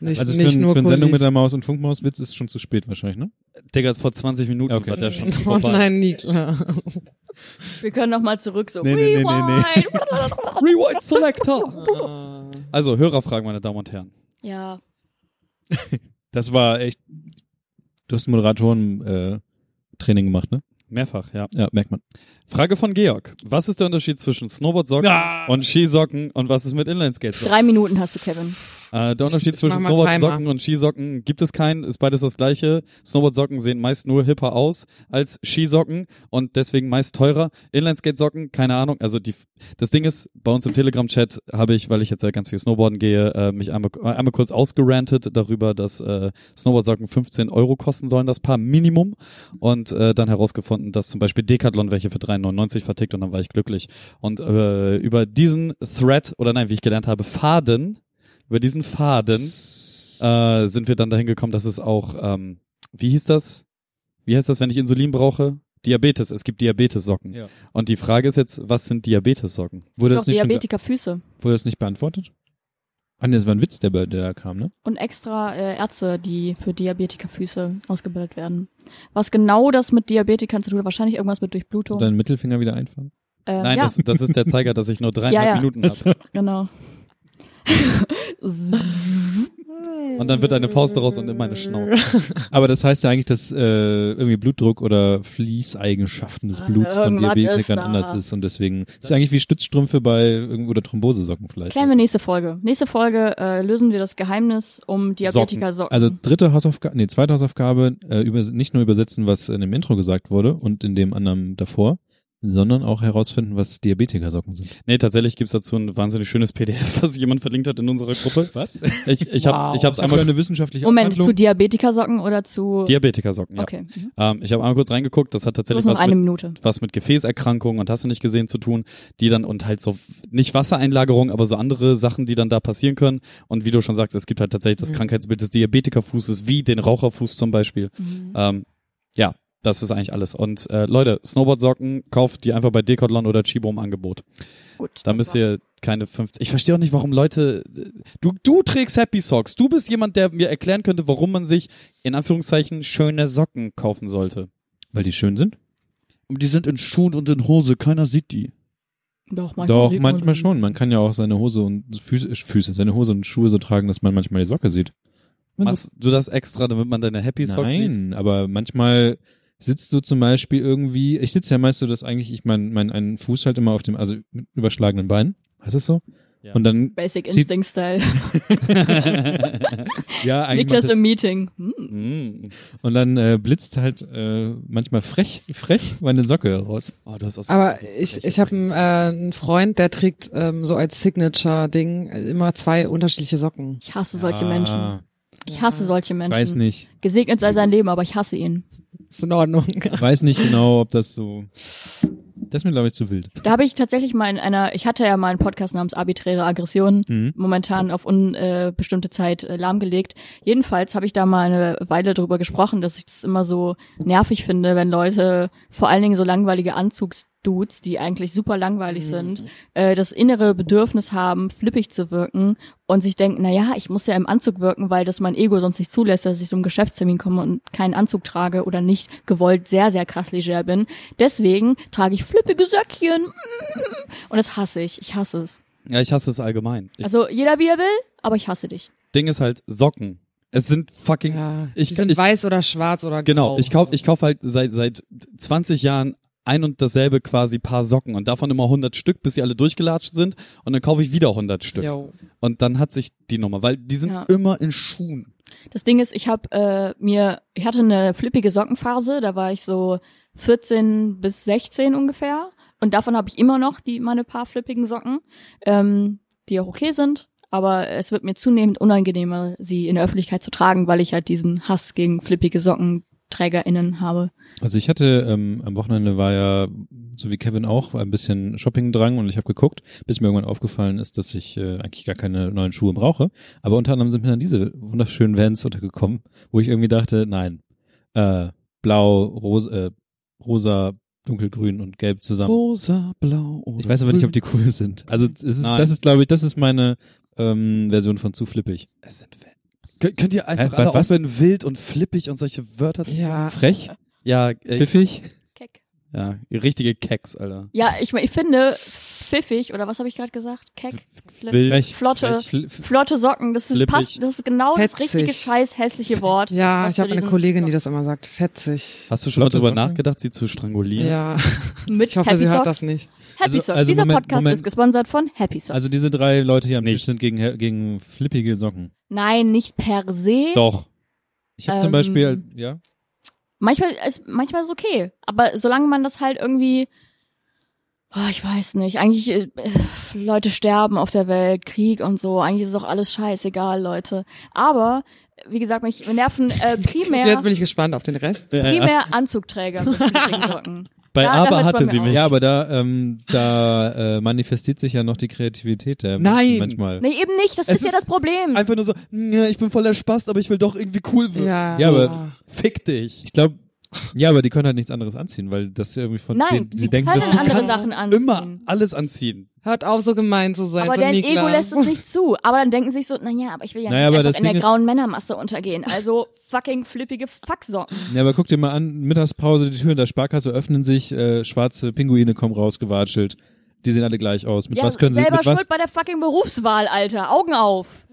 S7: Nicht,
S5: Also
S7: nicht
S5: für, ein-
S7: nur
S5: für eine Sendung
S7: Kulis.
S5: mit der Maus und Funkmauswitz ist schon zu spät wahrscheinlich, ne?
S6: Digga, vor 20 Minuten
S5: Okay.
S6: war der schon
S7: Oh
S6: vorbei.
S7: nein, Nikla.
S3: Wir können noch mal zurück so.
S5: Nee, nee, nee, nee,
S3: Rewind.
S6: Rewind Selector! also, Hörerfragen, meine Damen und Herren.
S3: Ja,
S5: Das war echt. Du hast Moderatoren äh, Training gemacht, ne?
S6: Mehrfach, ja.
S5: Ja, merkt man.
S6: Frage von Georg. Was ist der Unterschied zwischen Snowboardsocken und Skisocken und was ist mit Inlineskates?
S3: drei Minuten hast du, Kevin.
S6: Äh, der Unterschied
S7: Ich
S6: zwischen
S7: mach mal Timer.
S6: Snowboardsocken und Skisocken gibt es keinen, ist beides das gleiche. Snowboardsocken sehen meist nur hipper aus als Skisocken und deswegen meist teurer. Inlineskate-Socken, keine Ahnung. Also die, das Ding ist, bei uns im Telegram-Chat habe ich, weil ich jetzt ja ganz viel Snowboarden gehe, äh, mich einmal, einmal kurz ausgerantet darüber, dass äh, Snowboardsocken 15 Euro kosten sollen, das Paar Minimum. Und äh, dann herausgefunden, dass zum Beispiel Decathlon welche für 3,99 vertickt und dann war ich glücklich. Und äh, über diesen Thread, oder nein, wie ich gelernt habe, Faden, über diesen Faden äh, sind wir dann dahin gekommen, dass es auch, ähm, wie hieß das? Wie heißt das, wenn ich Insulin brauche? Diabetes, es gibt Diabetes-Socken.
S5: Ja.
S6: Und die Frage ist jetzt, was sind Diabetes-Socken?
S5: Wurde
S3: Noch
S5: das, nicht schon, ge-
S3: Diabetiker Füße
S5: wurde das nicht beantwortet? Ah, nee, das war ein Witz, der, bei- der da kam, ne?
S3: und extra äh, Ärzte, die für Diabetiker Füße ausgebildet werden. Was genau das mit Diabetikern zu tun hat, wahrscheinlich irgendwas
S5: So
S3: mit Durchblutung.
S5: deinen Mittelfinger wieder einfahren?
S3: äh,
S6: Nein,
S3: ja,
S6: das, das ist der Zeiger, dass ich nur dreieinhalb
S3: Ja, ja.
S6: Minuten habe.
S3: genau.
S6: Und dann wird eine Faust raus und in meine Schnauze.
S5: Aber das heißt ja eigentlich, dass äh, irgendwie Blutdruck oder Fließeigenschaften des Bluts von
S3: Ah, Irgendwas ist
S5: Diabetikern
S3: da.
S5: anders ist und deswegen das ist eigentlich wie Stützstrümpfe bei irgendwo oder Thrombosesocken vielleicht.
S3: Klären wir nächste Folge. Nächste Folge äh, lösen wir das Geheimnis um Diabetiker Socken.
S5: Also dritte Hausaufgabe, nee, zweite Hausaufgabe, äh, über, nicht nur übersetzen, was in dem Intro gesagt wurde und in dem anderen davor, sondern auch herausfinden, was Diabetikersocken sind.
S6: Nee, tatsächlich gibt's dazu ein wahnsinnig schönes PDF, was jemand verlinkt hat in unserer Gruppe.
S5: Was?
S6: Ich, ich habe
S7: Wow.
S6: ich hab's einmal...
S5: eine wissenschaftliche
S3: Moment, zu Diabetiker Socken oder zu
S6: Diabetiker-Socken, ja.
S3: Okay. Mhm.
S6: Ähm, ich habe einmal kurz reingeguckt, das hat
S3: Du
S6: tatsächlich
S3: hast
S6: was
S3: noch eine
S6: mit
S3: Minute.
S6: was mit Gefäßerkrankungen und hast du nicht gesehen zu tun, die dann und halt so nicht Wassereinlagerung, aber so andere Sachen, die dann da passieren können. Und wie du schon sagst, es gibt halt tatsächlich das Krankheitsbild des Diabetikerfußes, wie den Raucherfuß zum Beispiel. Ähm, ja, das ist eigentlich alles. Und äh, Leute, Snowboardsocken kauft die einfach bei Decathlon oder Chibo im Angebot.
S3: Gut.
S6: Da
S3: das
S6: müsst
S3: war's.
S6: ihr keine 50. Ich verstehe auch nicht, warum Leute. Du, du trägst Happy Socks. Du bist jemand, der mir erklären könnte, warum man sich in Anführungszeichen schöne Socken kaufen sollte.
S5: Weil die schön sind?
S6: Die sind in Schuhen und in Hose. Keiner sieht die.
S3: Doch, manchmal
S5: Doch,
S3: sieht man-
S5: manchmal schon. Man kann ja auch seine Hose und Füße, äh, Füße, seine Hose und Schuhe so tragen, dass man manchmal die Socke sieht. Man so-
S6: Machst du das extra, damit man deine Happy Socks sieht?
S5: Nein, aber manchmal sitzt du zum Beispiel irgendwie, ich sitze ja meist so, dass eigentlich ich meinen mein, einen Fuß halt immer auf dem, also mit überschlagenen Bein, heißt das so?
S6: Ja.
S5: Und dann,
S3: Basic
S5: Zieht-
S3: Instinct Style.
S5: ja, eigentlich
S3: Niklas
S5: macht-
S3: im Meeting. Hm.
S6: Mm.
S5: Und dann äh, blitzt halt äh, manchmal frech, frech meine Socke raus.
S6: Oh, du hast auch so
S7: Aber
S6: eine
S7: ich,
S6: freche
S7: ich habe einen, äh,
S6: Frise.
S7: einen Freund, der trägt ähm, so als Signature-Ding äh, immer zwei unterschiedliche Socken.
S3: Ich hasse solche
S5: Ah,
S3: Menschen. Ich hasse solche
S5: Ich
S3: Menschen.
S5: weiß nicht.
S3: Gesegnet sei sein Leben, aber ich hasse ihn.
S7: Ist in Ordnung.
S5: Ich weiß nicht genau, ob das so. Das ist mir, glaube ich, zu wild.
S3: Da habe ich tatsächlich mal in einer, ich hatte ja mal einen Podcast namens Arbiträre Aggression,
S5: Mhm.
S3: momentan auf unbestimmte äh, bestimmte Zeit äh, lahmgelegt. Jedenfalls habe ich da mal eine Weile drüber gesprochen, dass ich das immer so nervig finde, wenn Leute, vor allen Dingen so langweilige Anzugsdudes, die eigentlich super langweilig sind, äh, das innere Bedürfnis haben, flippig zu wirken und sich denken, na ja, ich muss ja im Anzug wirken, weil das mein Ego sonst nicht zulässt, dass ich zum Geschäftstermin komme und keinen Anzug trage oder nicht gewollt sehr, sehr krass leger bin. Deswegen trage ich flippige Söckchen. Und das hasse ich. Ich hasse es.
S6: Ja, ich hasse es allgemein. Ich,
S3: Also jeder wie er will, aber ich hasse dich.
S6: Ding ist halt Socken. Es sind fucking
S7: Ja,
S6: Ich-
S7: die sind
S6: ich-
S7: weiß oder schwarz oder grau.
S6: Genau, ich kauf, ich kauf halt seit, seit 20 Jahren ein und dasselbe quasi Paar Socken und davon immer 100 Stück, bis sie alle durchgelatscht sind und dann kaufe ich wieder 100 Stück.
S7: Jo.
S6: Und dann hat sich die Nummer, weil die sind
S3: Ja.
S6: immer in Schuhen.
S3: Das Ding ist, ich habe äh, mir, ich hatte eine flippige Sockenphase, da war ich so 14 bis 16 ungefähr. Und davon habe ich immer noch die meine paar flippigen Socken, ähm, die auch okay sind. Aber es wird mir zunehmend unangenehmer, sie in der Öffentlichkeit zu tragen, weil ich halt diesen Hass gegen flippige SockenträgerInnen habe.
S5: Also ich hatte ähm, am Wochenende war ja so wie Kevin auch ein bisschen Shoppingdrang und ich habe geguckt, bis mir irgendwann aufgefallen ist, dass ich äh, eigentlich gar keine neuen Schuhe brauche. Aber unter anderem sind mir dann diese wunderschönen Vans untergekommen, wo ich irgendwie dachte, nein, äh, blau, rosa, äh, rosa, dunkelgrün und gelb zusammen.
S6: Rosa, blau oder
S5: Ich weiß aber nicht, ob
S6: grün.
S5: die cool sind. Also es ist,
S6: Nein.
S5: das ist, glaube ich, das ist meine ähm, Version von zu flippig.
S6: Es sind Van- Kön- Könnt ihr einfach
S5: Hä,
S6: alle
S5: was?
S6: aufhören, wild und flippig und solche Wörter zu
S7: Ja.
S5: Frech,
S6: Ja, äh,
S5: pfiffig.
S3: Keck.
S6: ja, richtige Keks, Alter.
S3: Ja, ich, mein, ich finde pfiffig, oder was habe ich gerade gesagt? Keck? Flipp-
S6: Wild,
S5: Frech,
S3: Flotte.
S5: frech, fl-
S3: Flotte Socken, das ist,
S6: Flippig.
S3: passt, das ist genau das
S7: Fetzig.
S3: richtige scheiß hässliche Wort.
S7: Ja,
S3: was
S7: ich
S3: zu
S7: habe eine
S3: diesen
S7: Kollegin, die
S3: Socken-
S7: das immer sagt. Fetzig.
S6: Hast du schon mal
S5: Flotte
S6: drüber
S5: Socken?
S6: nachgedacht, sie zu strangulieren?
S7: Ja.
S3: mit
S7: Ich hoffe,
S3: Happy
S7: sie hört
S3: Socks.
S7: das nicht.
S3: Happy
S5: Also-
S3: Socks.
S5: also
S3: Dieser
S5: Moment,
S3: Podcast
S5: Moment.
S3: ist gesponsert von Happy Socks.
S5: Also diese drei Leute hier am
S6: Nicht.
S5: Tisch sind gegen, gegen flippige Socken.
S3: Nein, nicht per se.
S5: Doch. Ich habe zum
S3: Ähm,
S5: Beispiel, ja.
S3: Manchmal ist manchmal ist okay, aber solange man das halt irgendwie oh, ich weiß nicht, eigentlich äh, Leute sterben auf der Welt, Krieg und so, eigentlich ist doch alles scheißegal, Leute. Aber wie gesagt, mich nerven äh, primär
S7: Jetzt bin ich gespannt auf den Rest.
S3: primär Anzugträger mit flipperigen Socken.
S6: Bei
S3: Ja, da
S6: Aber
S3: hört's
S6: hatte
S3: bei mir
S6: sie
S3: auf.
S6: mich.
S5: Ja, aber da, ähm, da äh, manifestiert sich ja noch die Kreativität der
S6: Nein!
S5: Menschen manchmal.
S3: Nee, eben nicht, das
S6: Es
S3: ist ja
S6: ist
S3: das Problem.
S6: Einfach nur so, "Ja, ich bin voller Spaß, aber ich will doch irgendwie cool wirken.
S7: Ja.
S5: Ja, aber-
S6: Fick dich.
S5: Ich glaube, ja, aber die können halt nichts anderes anziehen, weil das irgendwie von denen,
S3: Nein, sie
S5: sie denken,
S3: können
S5: dass
S3: andere
S6: kannst
S3: Sachen anziehen.
S6: Immer alles anziehen.
S7: Hört auf, so gemein zu sein.
S3: Aber
S7: so
S3: deren
S7: Niklas.
S3: Ego lässt es nicht zu. Aber dann denken sie sich so, naja, aber ich will ja
S5: Naja,
S3: nicht
S5: aber
S3: einfach
S5: das
S3: in
S5: Ding
S3: der
S5: ist-
S3: grauen Männermasse untergehen. Also fucking flippige Facksocken.
S5: Ja, aber guck dir mal an, Mittagspause, die Türen der Sparkasse öffnen sich, äh, schwarze Pinguine kommen rausgewatschelt. Die sehen alle gleich aus. Mit
S3: Ja,
S5: was können sie,
S3: selber
S5: mit was?
S3: schuld bei der fucking Berufswahl, Alter. Augen auf.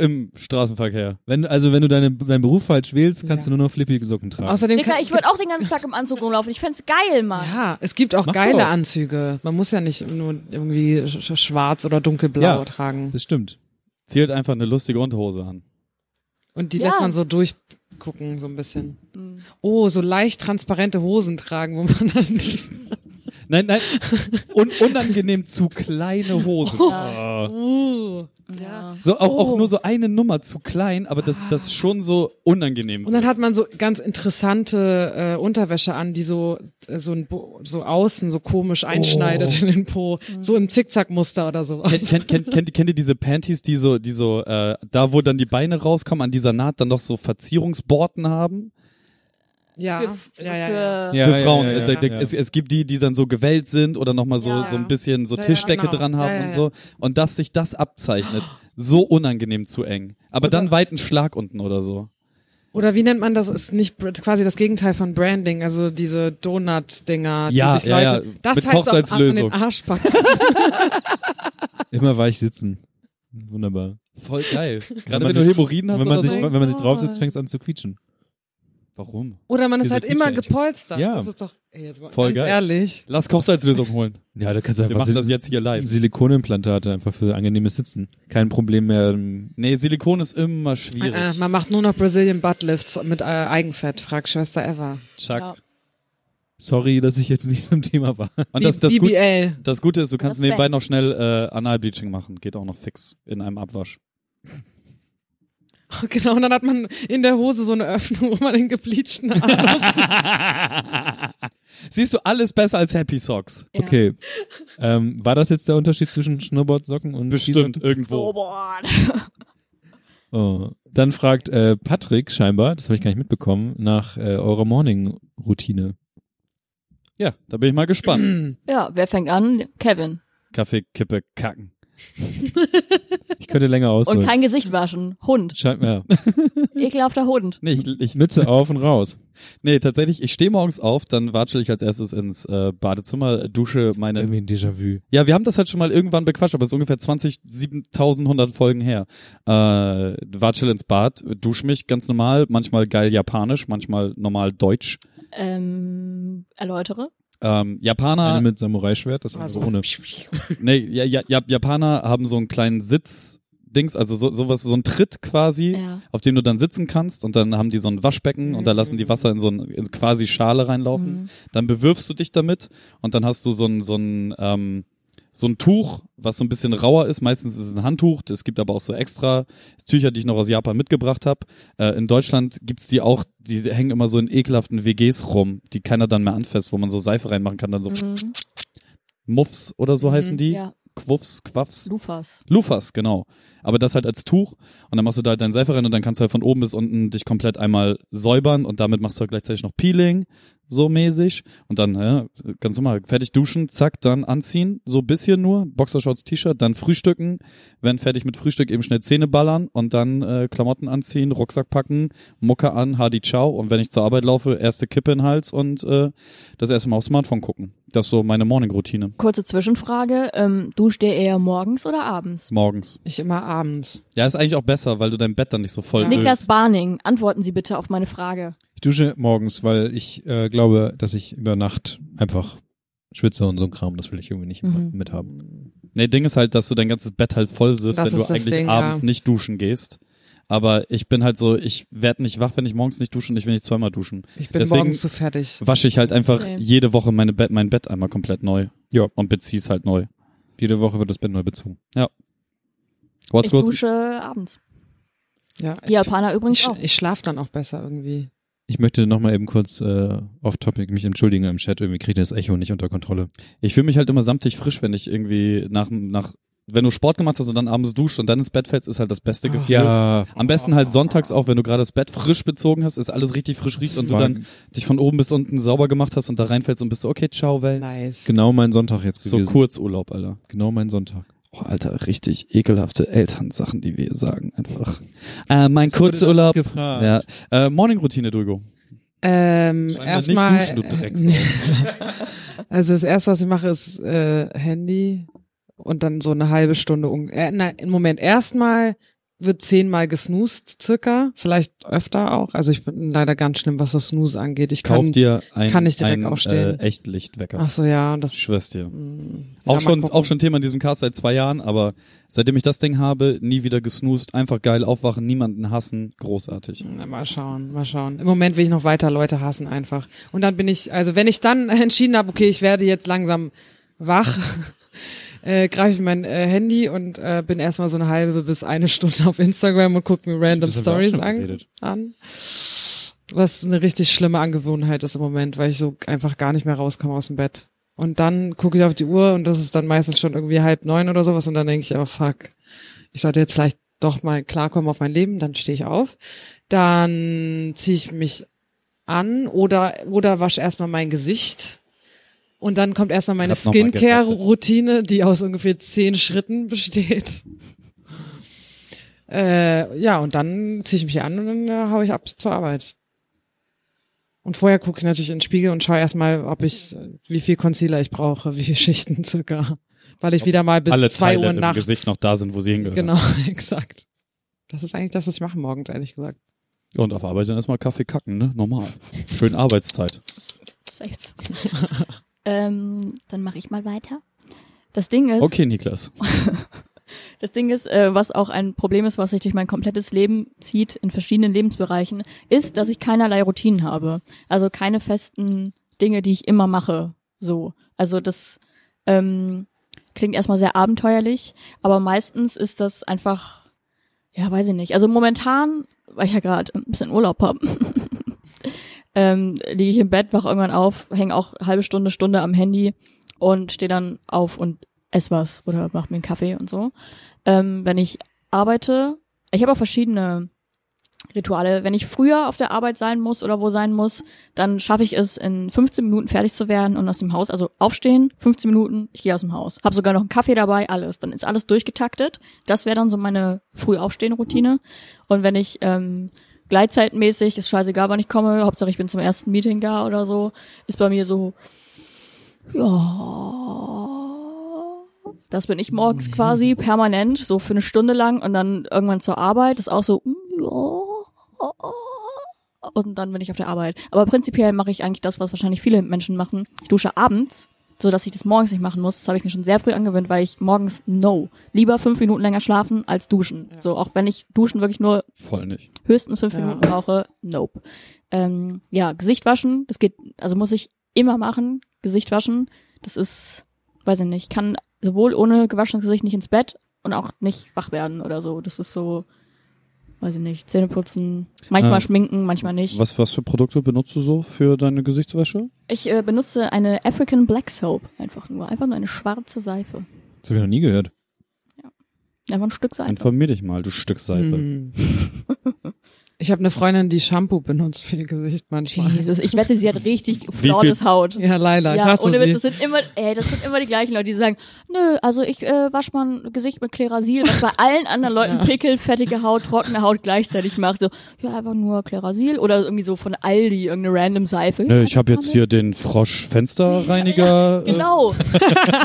S6: Im Straßenverkehr.
S5: Wenn, also wenn du deine, deinen Beruf falsch wählst, kannst
S7: Ja.
S5: du nur noch flippige Socken tragen.
S7: Außerdem
S3: Dicker,
S7: kann-
S3: ich würde auch den ganzen Tag im Anzug rumlaufen. Ich fänd's geil, Mann.
S7: Ja, es gibt auch
S5: Mach
S7: geile
S5: doch.
S7: Anzüge. Man muss ja nicht nur irgendwie sch sch- schwarz oder dunkelblau
S5: Ja.
S7: tragen.
S5: das stimmt.
S6: Zieh halt einfach eine lustige Unterhose an.
S7: Und die
S3: Ja. Mhm.
S7: lässt man so durchgucken, so ein bisschen. Oh, so leicht transparente Hosen tragen, wo man dann nicht.
S6: Nein, nein. Un unangenehm zu kleine Hosen.
S3: Oh.
S7: Uh.
S6: So, auch, auch nur so eine Nummer zu klein, aber das, das ist schon so unangenehm.
S7: Und dann hat man so ganz interessante äh, Unterwäsche an, die so äh, so, ein Bo so außen so komisch
S6: Oh.
S7: einschneidet in den Po,
S3: Mhm.
S7: so im Zickzackmuster oder so.
S6: kennt, kennt, kennt, kennt, kennt ihr diese Panties, die so, die so, äh, da wo dann die Beine rauskommen, an dieser Naht dann noch so Verzierungsborten haben?
S7: Ja,
S3: Für,
S7: ja, ja, ja.
S3: für,
S5: Ja,
S6: Für Frauen.
S5: ja, ja,
S6: äh, da- da-
S5: ja.
S6: Es, es gibt die, die dann so gewellt sind oder nochmal so,
S3: Ja.
S6: so ein bisschen so
S7: Ja, ja,
S6: Tischdecke
S7: genau.
S6: dran haben
S7: Ja, ja,
S6: und
S7: ja.
S6: so. Und dass sich das abzeichnet. So unangenehm zu eng. Aber dann weit einen Schlag unten oder so.
S7: Oder wie nennt man das? Ist nicht br- quasi das Gegenteil von Branding, also diese Donut-Dinger,
S6: Ja,
S7: die sich
S6: ja,
S7: Leute
S6: ja.
S7: das
S6: Mit
S7: halt so am- an
S6: Kochsalzlösung.
S7: den Arsch packen.
S5: Immer weich sitzen. Wunderbar.
S6: Voll geil. Gerade
S5: man
S6: wenn du Ah.
S5: sich-
S6: Hämorrhoiden hast
S5: wenn man
S6: oder
S5: sich,
S6: so.
S5: wenn man sich draufsetzt, fängst du an zu quietschen.
S6: Warum?
S7: Oder man ist
S5: Diese
S7: halt immer
S5: Quietsch-Action.
S7: gepolstert.
S5: Ja.
S7: Das ist doch ey, jetzt mal
S6: Voll
S7: ganz
S6: geil.
S7: ehrlich.
S6: Lass Kochsalzlösung holen.
S5: Ja, da kannst du
S6: Wir
S5: einfach
S6: machen das jetzt hier live.
S5: Silikonimplantate einfach für angenehmes Sitzen. Kein Problem mehr. ähm,
S6: Nee, Silikon ist immer schwierig.
S7: Äh, man macht nur noch Brazilian Buttlifts mit äh, Eigenfett, frag Schwester Eva.
S6: Chuck.
S3: Ja.
S5: Sorry, dass ich jetzt nicht im Thema war.
S6: Und das, das, Gut,
S7: BBL.
S6: das Gute ist, du kannst
S3: Das
S6: nebenbei
S3: Best.
S6: noch schnell äh, Analbleaching machen. Geht auch noch fix in einem Abwasch.
S7: Genau, und dann hat man in der Hose so eine Öffnung, wo man den gebleachten Arsch.
S6: Siehst du, alles besser als Happy Socks.
S3: Ja.
S5: Okay. Ähm, war das jetzt der Unterschied zwischen Snowboardsocken und
S6: Bestimmt irgendwo.
S3: Oh, boah.
S5: Skisocken? Oh. Dann fragt äh, Patrick scheinbar, das habe ich gar nicht mitbekommen, nach äh, eurer Morning-Routine.
S6: Ja, da bin ich mal gespannt.
S3: Ja, wer fängt an? Kevin.
S6: Kaffee, Kippe, Kacken.
S5: Ich Ich könnte länger
S3: Und
S5: ausholen.
S3: kein Gesicht waschen. Hund.
S5: Scheint, ja.
S3: Ekelhafter Hund.
S6: Nee, ich, ich,
S5: Mütze auf und raus.
S6: nee, tatsächlich, ich stehe morgens auf, dann watschel ich als erstes ins äh, Badezimmer, äh, dusche meine
S5: Irgendwie ein Déjà-vu.
S6: Ja, wir haben das halt schon mal irgendwann bequatscht, aber es ist ungefähr 20, 7100 Folgen her. Äh, watschel ins Bad, dusch mich ganz normal, manchmal geil japanisch, manchmal normal deutsch.
S3: Ähm, erläutere.
S6: Ähm,
S5: Eine
S6: Japaner,
S5: mit Samurai-Schwert,
S6: Ah,
S5: das
S6: Also
S5: andere ohne.
S6: nee, ja, ja, ja, Japaner haben so einen kleinen Sitz. Dings, also so, sowas, so ein Tritt quasi,
S3: Ja.
S6: auf dem du dann sitzen kannst und dann haben die so ein Waschbecken und da lassen die Wasser in so ein, in quasi Schale reinlaufen. Dann bewirfst du dich damit und dann hast du so ein, so ein, ähm, so ein Tuch, was so ein bisschen rauer ist. Meistens ist es ein Handtuch. Es gibt aber auch so extra Tücher, die ich noch aus Japan mitgebracht habe. Äh, in Deutschland gibt's die auch, die hängen immer so in ekelhaften WGs rum, die keiner dann mehr anfasst, wo man so Seife reinmachen kann, dann
S5: Also,
S6: so
S3: Mhm.
S6: Muffs oder so heißen die.
S3: Ja.
S6: Quuffs, Quaffs.
S3: Lufas.
S6: Lufas, genau. Aber das halt als Tuch und dann machst du da halt deinen Seife rein und dann kannst du halt von oben bis unten dich komplett einmal säubern und damit machst du halt gleichzeitig noch Peeling, so mäßig. Und dann, ja, ganz normal, fertig duschen, zack, dann anziehen, so bis hier nur, Boxershorts, T-Shirt, dann frühstücken, wenn fertig mit Frühstück eben schnell Zähne ballern und dann äh, Klamotten anziehen, Rucksack packen, Mucke an, Hardy Ciao und wenn ich zur Arbeit laufe, erste Kippe in den Hals und äh, das erste Mal aufs Smartphone gucken. Das ist so meine Morning-Routine.
S3: Kurze Zwischenfrage. Ähm, duscht ihr eher morgens oder abends?
S6: Morgens.
S7: Ich immer abends.
S6: Ja, ist eigentlich auch besser, weil du dein Bett dann nicht so voll
S7: Ja.
S3: Niklas
S6: ölst.
S3: Barning, antworten Sie bitte auf meine Frage.
S5: Ich dusche morgens, weil ich äh, glaube, dass ich über Nacht einfach schwitze und so ein Kram. Das will ich irgendwie nicht
S3: Mhm.
S5: mithaben.
S6: Nee, Ding ist halt, dass du dein ganzes Bett halt voll sitzt,
S7: Das
S6: wenn du
S7: ist das
S6: eigentlich
S7: Ding,
S6: abends
S7: ja.
S6: nicht duschen gehst. Aber ich bin halt so, ich werd nicht wach, wenn ich morgens nicht dusche und ich will nicht zweimal duschen.
S7: Ich bin
S6: Deswegen-
S7: morgens zu fertig.
S6: Wasche ich halt einfach
S3: Okay.
S6: jede Woche meine Bett, mein Bett einmal komplett neu.
S5: Ja.
S6: Und bezieh's halt neu.
S5: Jede Woche wird das Bett neu bezogen.
S6: What's
S3: Ich
S6: goes?
S3: dusche abends.
S7: Ja,
S3: Die Japaner übrigens
S7: ich,
S3: auch.
S7: ich, ich schlaf dann auch besser irgendwie.
S5: Ich möchte nochmal eben kurz äh, off-topic mich entschuldigen im Chat. Irgendwie kriege ich das Echo nicht unter Kontrolle.
S6: Ich fühle mich halt immer samtig frisch, wenn ich irgendwie nach, nach, wenn du Sport gemacht hast und dann abends duscht und dann ins Bett fällst, ist halt das beste Gefühl.
S5: Ja,
S6: Am besten halt sonntags auch, wenn du gerade das Bett frisch bezogen hast, ist alles richtig frisch riecht und du
S5: war
S6: dann dich von oben bis unten sauber gemacht hast und da reinfällst und bist so, okay, ciao, Welt.
S7: Nice.
S5: genau mein Sonntag jetzt
S6: So
S5: gewesen.
S6: Kurzurlaub, Alter.
S5: Genau mein Sonntag.
S6: Oh, Alter, richtig ekelhafte Elternsachen, die wir sagen einfach. Äh,
S5: wurde
S6: mein
S5: das
S6: Kurzurlaub.
S5: gefragt.
S6: Ja. Äh, Morning-Routine, Dugo.
S7: Ähm,
S6: Scheinbar
S7: erstmal.
S6: nicht duschen, du Drecks.
S7: also das erste, was ich mache, ist äh, Handy und dann so eine halbe Stunde. un- Äh, nein, im Moment erstmal wird zehnmal gesnoost circa, vielleicht öfter auch. Also ich bin leider ganz schlimm, was das Snooze angeht. Ich
S6: Kauf
S7: kann.
S6: dir ein,
S7: kann ich direkt
S6: ein
S7: aufstehen.
S6: Äh, Echtlichtwecker.
S7: Ach so ja, und das. Hm.
S6: Ich schwör's dir.
S7: mh, ja,
S6: Auch
S7: mal
S6: schon,
S7: gucken.
S6: auch schon Thema in diesem Cast seit zwei Jahren, aber seitdem ich das Ding habe, nie wieder gesnoost, einfach geil aufwachen, niemanden hassen, großartig.
S7: Na, mal schauen, mal schauen. Im Moment will ich noch weiter Leute hassen einfach. Und dann bin ich, also wenn ich dann entschieden habe, okay, ich werde jetzt langsam wach, äh, greife ich mein äh, Handy und äh, bin erstmal so eine halbe bis eine Stunde auf Instagram und gucke mir random
S5: Das haben wir auch
S7: Stories
S5: schon
S7: an,
S5: geredet.
S7: an. Was eine richtig schlimme Angewohnheit ist im Moment, weil ich so einfach gar nicht mehr rauskomme aus dem Bett. Und dann gucke ich auf die Uhr und das ist dann meistens schon irgendwie halb neun oder sowas und dann denke ich, oh fuck, ich sollte jetzt vielleicht doch mal klarkommen auf mein Leben, dann stehe ich auf, dann ziehe ich mich an oder, oder wasche erstmal mein Gesicht und dann kommt erstmal meine
S6: Hab noch mal gerettet.
S7: Skincare-Routine, die aus ungefähr zehn Schritten besteht. Äh, ja, und dann ziehe ich mich an und dann äh, hau ich ab zur Arbeit. Und vorher gucke ich natürlich in den Spiegel und schaue erstmal, ob ich, äh, wie viel Concealer ich brauche, wie viele Schichten circa. Weil ich wieder mal bis
S6: Alle
S7: zwei
S6: Teile
S7: Uhr
S6: im
S7: nachts.
S6: Gesicht noch da sind, wo sie hingehören.
S7: Genau, exakt. Das ist eigentlich das, was ich mache morgens, ehrlich gesagt.
S6: Und auf Arbeit dann erstmal Kaffee kacken, ne? Normal. Schön Arbeitszeit.
S3: Safe. ähm, dann mache ich mal weiter. Das Ding ist,
S6: Okay, Niklas.
S3: das Ding ist, äh, was auch ein Problem ist, was sich durch mein komplettes Leben zieht in verschiedenen Lebensbereichen, ist, dass ich keinerlei Routinen habe. Also keine festen Dinge, die ich immer mache. So, also das ähm, klingt erstmal sehr abenteuerlich, aber meistens ist das einfach, ja, weiß ich nicht. Also momentan, weil ich ja gerade ein bisschen Urlaub habe, ähm, liege ich im Bett, wach irgendwann auf, hänge auch halbe Stunde, Stunde am Handy und stehe dann auf und esse was oder mach mir einen Kaffee und so. Ähm, wenn ich arbeite, ich habe auch verschiedene Rituale. Wenn ich früher auf der Arbeit sein muss oder wo sein muss, dann schaffe ich es, in 15 Minuten fertig zu werden und aus dem Haus, also aufstehen, 15 Minuten, ich gehe aus dem Haus. Habe sogar noch einen Kaffee dabei, alles. Dann ist alles durchgetaktet. Das wäre dann so meine Frühaufstehen-Routine. Und wenn ich ähm, gleitzeitmäßig, ist scheißegal, wann ich komme, Hauptsache ich bin zum ersten Meeting da oder so, ist bei mir so, ja, das bin ich morgens quasi permanent, so für eine Stunde lang und dann irgendwann zur Arbeit, ist auch so, mm, ja, und dann bin ich auf der Arbeit. Aber prinzipiell mache ich eigentlich das, was wahrscheinlich viele Menschen machen. Ich dusche abends, so dass ich das morgens nicht machen muss. Das habe ich mir schon sehr früh angewöhnt, weil ich morgens no. Lieber fünf Minuten länger schlafen als duschen. So, auch wenn ich duschen wirklich nur
S6: Voll nicht.
S3: höchstens fünf
S7: Ja.
S3: Minuten brauche, nope. Ähm, ja, Gesicht waschen, das geht, also muss ich immer machen, Gesicht waschen. Das ist, weiß ich nicht, ich kann sowohl ohne gewaschenes Gesicht nicht ins Bett und auch nicht wach werden oder so. Das ist so, weiß ich nicht, Zähne putzen, manchmal
S6: Ah.
S3: schminken, manchmal nicht.
S6: Was, was für Produkte benutzt du so für deine Gesichtswäsche?
S3: Ich äh, benutze eine African Black Soap einfach nur, einfach nur eine schwarze Seife.
S5: Das habe ich noch nie gehört.
S3: Einfach ein Stück Seife.
S6: Informier dich mal, du Stück Seife.
S5: Mhm.
S7: Hm. Ich habe eine Freundin, die Shampoo benutzt für ihr Gesicht manchmal.
S3: Jesus, ich wette, sie hat richtig
S6: viel-
S3: flawless Haut.
S7: Ja, leider. ich
S3: Ja,
S7: hasse
S3: ohne Witz,
S7: sie.
S3: das sind immer, ey, das sind immer die gleichen Leute, die sagen, nö, also ich äh, wasche mein Gesicht mit Klerasil, was bei allen anderen Leuten Pickel, fettige Haut, trockene Haut gleichzeitig macht. So, ja, einfach nur Klerasil oder irgendwie so von Aldi, irgendeine random Seife.
S6: Nö, ich habe jetzt hier äh, den Frosch-Fensterreiniger. äh,
S3: Genau.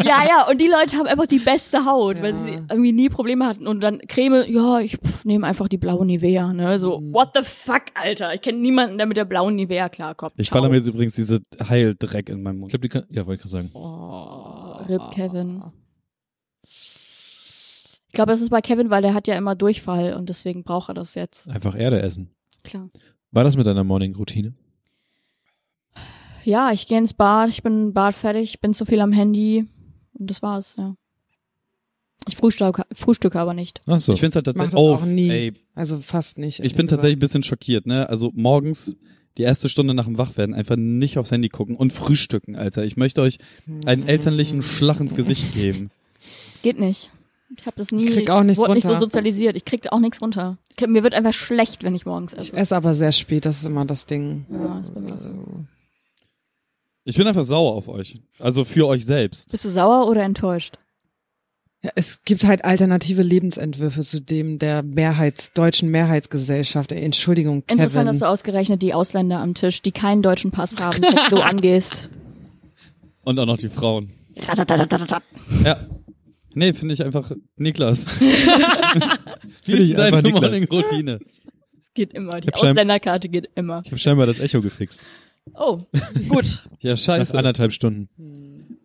S3: ja, ja, und die Leute haben einfach die beste Haut, weil
S7: Ja.
S3: sie irgendwie nie Probleme hatten. Und dann Creme, ja, ich pff, nehme einfach die blaue Nivea, ne? So, what the fuck, Alter? Ich kenne niemanden, der mit der blauen Nivea klarkommt.
S6: Ich
S3: Ciao.
S6: baller mir jetzt übrigens diese Heildreck in meinen
S5: Ich
S6: Mund.
S5: glaube, die kann, ja, wollte ich gerade sagen.
S7: Ah.
S3: Rip Kevin. Ich glaube, das ist bei Kevin, weil der hat ja immer Durchfall und deswegen braucht er das jetzt.
S5: Einfach Erde essen.
S3: Klar.
S5: War das mit deiner Morning-Routine?
S3: Ja, ich gehe ins Bad, ich bin Bad fertig, bin zu viel am Handy und das war's, ja. Ich frühstücke, frühstücke aber nicht.
S5: Ach so.
S6: Ich finde halt
S7: Mach das
S6: tatsächlich
S7: auch
S6: Oh,
S7: nie.
S6: Ey,
S7: Also fast nicht.
S6: ich bin
S7: ehrlich
S6: tatsächlich ein bisschen schockiert, ne? Also morgens die erste Stunde nach dem Wachwerden einfach nicht aufs Handy gucken und frühstücken, Alter. Ich möchte euch
S7: Mhm.
S6: einen elterlichen Schlag ins Gesicht geben.
S3: Das geht nicht. Ich habe das nie.
S7: Ich krieg auch nichts
S3: wurde nicht so
S7: runter.
S3: sozialisiert. Ich krieg auch nichts runter. Ich krieg, mir wird einfach schlecht, wenn ich morgens
S7: gesagt. Ich
S3: esse.
S7: esse aber sehr spät, das ist immer das Ding.
S3: Ja, ist bei mir auch
S7: Äh.
S3: so.
S6: Ich bin einfach sauer auf euch. Also für euch selbst.
S3: Bist du sauer oder enttäuscht?
S7: Ja, es gibt halt alternative Lebensentwürfe zu dem der Mehrheits, deutschen Mehrheitsgesellschaft. Ey, Entschuldigung, Kevin.
S3: Interessant, dass du ausgerechnet die Ausländer am Tisch, die keinen deutschen Pass haben, direkt so angehst.
S6: Und auch noch die Frauen. Ja. Nee, finde ich einfach Niklas. finde
S5: ich einfach Niklas.
S6: Routine.
S3: Geht immer. Die
S5: hab schon-
S3: Ausländerkarte geht immer.
S5: Ich habe scheinbar das Echo gefixt.
S3: Oh, gut.
S5: Nach
S6: Ja,
S7: Also.
S6: scheiße.
S5: anderthalb Stunden.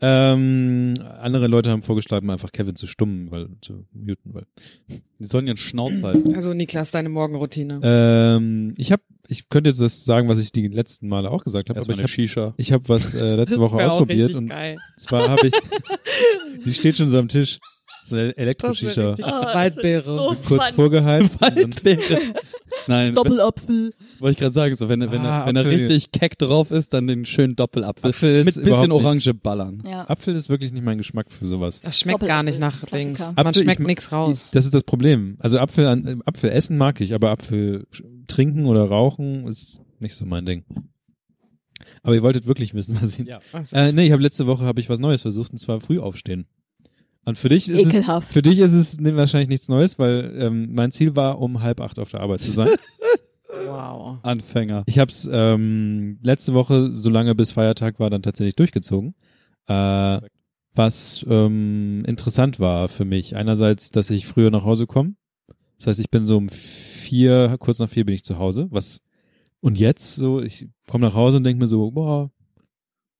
S5: Ähm, andere Leute haben vorgeschlagen, einfach Kevin zu stummen, weil zu muten, weil.
S6: Die sollen ihren Schnauz halten.
S7: also Niklas, deine Morgenroutine.
S5: Ähm, ich habe, ich könnte jetzt das sagen, was ich die letzten Male auch gesagt habe, aber
S6: Erstmal
S5: ich
S6: eine
S5: habe
S6: Shisha.
S5: ich hab was äh, letzte Woche
S7: wär auch
S5: ausprobiert
S7: richtig
S5: und
S7: geil.
S5: zwar habe ich, die steht schon so am Tisch, so eine
S7: Ah, Das wär
S5: Elektroshisha,
S7: richtig geil. Waldbeere.
S5: kurz vorgeheizt. und dann-
S6: Waldbeere. Nein, wenn-
S3: Doppelapfel.
S6: wollte ich gerade sagen, so wenn, er- wenn,
S5: Ah,
S6: er, wenn er
S5: Apfel.
S6: richtig keck drauf ist, dann den schönen Doppelapfel
S5: Apfel ist
S6: mit
S5: überhaupt
S6: bisschen
S5: nicht-
S6: Orange ballern.
S3: Ja.
S5: Apfel ist wirklich nicht mein Geschmack für sowas.
S7: Das schmeckt
S3: Doppelapfel.
S7: gar nicht nach
S3: Klassiker.
S7: links. Man
S5: Apfel,
S7: schmeckt
S5: ich-
S7: nichts raus.
S5: Das ist das Problem. Also Apfel an, äh, Apfel essen mag ich, aber Apfel sch- trinken oder rauchen ist nicht so mein Ding. Aber ihr wolltet wirklich wissen, was ich.
S6: Ja.
S7: Also,
S5: Äh, nee, ich habe letzte Woche habe ich was Neues versucht und zwar früh aufstehen. Und für dich ist es,
S3: Ekelhaft.
S5: für dich ist es ne, wahrscheinlich nichts Neues, weil ähm, mein Ziel war, um halb acht auf der Arbeit zu sein.
S7: wow.
S6: Anfänger.
S5: Ich habe es ähm, letzte Woche, solange bis Feiertag war, dann tatsächlich durchgezogen. Äh, was ähm, interessant war für mich. Einerseits, dass ich früher nach Hause komme. Das heißt, ich bin so um vier, kurz nach vier bin ich zu Hause. Was und jetzt so, ich komme nach Hause und denke mir so, boah,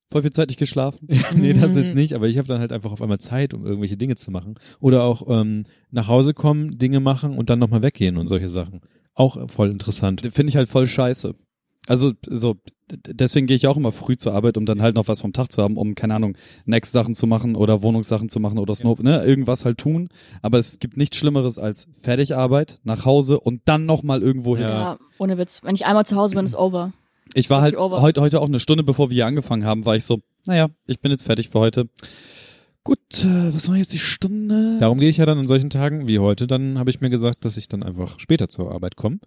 S6: Voll viel Zeit nicht geschlafen.
S5: nee, das jetzt nicht, aber ich habe dann halt einfach auf einmal Zeit, um irgendwelche Dinge zu machen. Oder auch ähm, nach Hause kommen, Dinge machen und dann nochmal weggehen und solche Sachen. Auch voll interessant.
S6: Finde ich halt voll scheiße. Also so, d- deswegen gehe ich auch immer früh zur Arbeit, um dann halt noch was vom Tag zu haben, um, keine Ahnung, Next-Sachen zu machen oder Wohnungssachen zu machen oder Snow, ne, irgendwas halt tun. Aber es gibt nichts Schlimmeres als Fertigarbeit, nach Hause und dann nochmal irgendwo hin.
S5: Ja.
S3: Ja. ohne Witz. Wenn ich einmal zu Hause bin, ist over.
S6: Ich war halt
S3: Happy over.
S6: heute, heute auch eine Stunde, bevor wir hier angefangen haben, war ich so, naja, ich bin jetzt fertig für heute. Gut, äh, was war jetzt die Stunde?
S5: Darum gehe ich ja dann an solchen Tagen wie heute. Dann habe ich mir gesagt, dass ich dann einfach später zur Arbeit komme.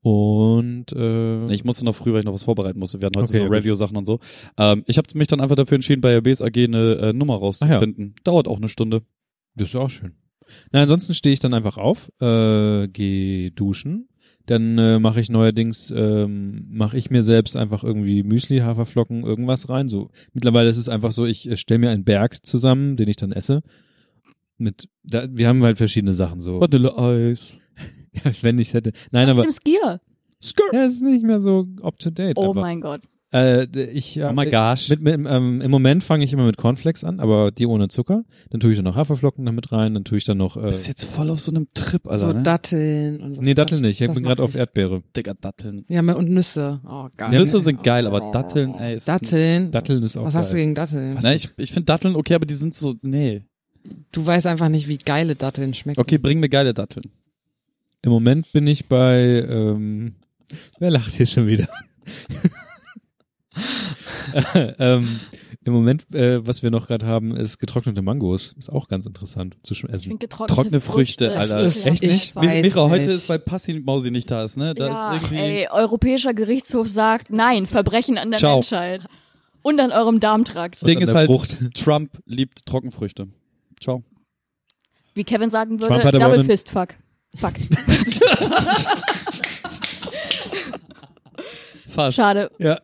S5: Und äh,
S6: Ich musste noch früh, weil ich noch was vorbereiten musste. Wir hatten heute
S5: Okay,
S6: so
S5: gut.
S6: Review-Sachen und so. Ähm, ich habe mich dann einfach dafür entschieden, bei der BSAG eine äh, Nummer rauszufinden. Dauert auch eine Stunde.
S5: das ist auch schön. Na, ansonsten stehe ich dann einfach auf, äh, gehe duschen. Dann äh, mache ich neuerdings, ähm, mache ich mir selbst einfach irgendwie Müsli, Haferflocken, irgendwas rein. So mittlerweile ist es einfach so, ich äh, stelle mir einen Berg zusammen, den ich dann esse. Mit, da, wir haben halt verschiedene Sachen so.
S6: Vanilleeis.
S5: Wenn ich hätte. Nein,
S3: Was
S5: aber
S3: im Skier?
S5: ja, es ist nicht mehr so up to date.
S3: Oh
S5: einfach.
S3: mein Gott.
S5: Äh, d- ich,
S6: Oh
S5: äh,
S6: my gosh.
S5: Mit, mit, ähm, Im Moment fange ich immer mit Cornflakes an, aber die ohne Zucker. Dann tue ich dann noch Haferflocken damit rein, dann tue ich dann noch. Äh,
S6: Bist jetzt voll auf so einem Trip, Alter.
S7: so
S6: ne?
S7: Datteln und so.
S5: Also, nee, Datteln
S7: Das-
S5: nicht. Ich
S7: das
S5: bin
S7: mach
S5: gerade auf
S7: ich.
S5: Erdbeere.
S6: Digga, Datteln.
S7: Ja, me- und Nüsse. Oh, geil.
S6: Nüsse sind geil, aber Datteln, ey. Ist
S7: Oh. Datteln.
S5: Datteln ist auch.
S7: Was hast du
S5: geil.
S7: gegen Datteln?
S6: Nein, ich, ich finde Datteln okay, aber die sind so, nee.
S7: Du weißt einfach nicht, wie geile Datteln schmecken.
S6: Okay, bring mir geile Datteln.
S5: Im Moment bin ich bei. Ähm, wer lacht hier schon wieder? Äh, ähm, Im Moment, äh, was wir noch gerade haben, ist getrocknete Mangos. Ist auch ganz interessant zu sch-
S3: Ich
S5: essen.
S3: bin getrocknete
S6: Trockene Früchte, Alter.
S3: Das ist
S7: Echt
S3: ja
S7: nicht?
S3: einfach.
S7: Weiß
S6: Mira, heute
S7: nicht.
S6: ist, weil Passi Mausi nicht da ist, ne? Da
S3: ja,
S6: ist irgendwie.
S3: ey, Europäischer Gerichtshof sagt, nein, Verbrechen an der
S6: Ciao.
S3: Menschheit. Und an eurem Darmtrakt.
S6: Ding
S5: an
S6: ist
S5: der
S6: halt,
S5: Frucht.
S6: Trump liebt Trockenfrüchte. Ciao.
S3: Wie Kevin sagen
S5: Trump
S3: würde,
S5: hat aber
S3: Double
S5: einen-
S3: Fist Fuck. Fuck.
S6: Fast.
S3: Schade.
S5: Ja.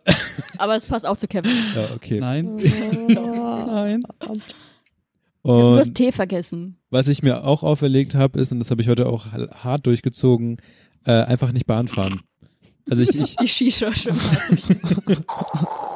S3: Aber es passt auch zu Kevin.
S5: Ja, okay.
S6: Nein.
S3: Oh,
S6: Nein.
S3: Du
S5: Und
S3: hast Tee vergessen.
S5: Was ich mir auch auferlegt habe, ist, und das habe ich heute auch h- hart durchgezogen, äh, einfach nicht Bahn fahren. Also ich, ich
S3: Die Shisha schon.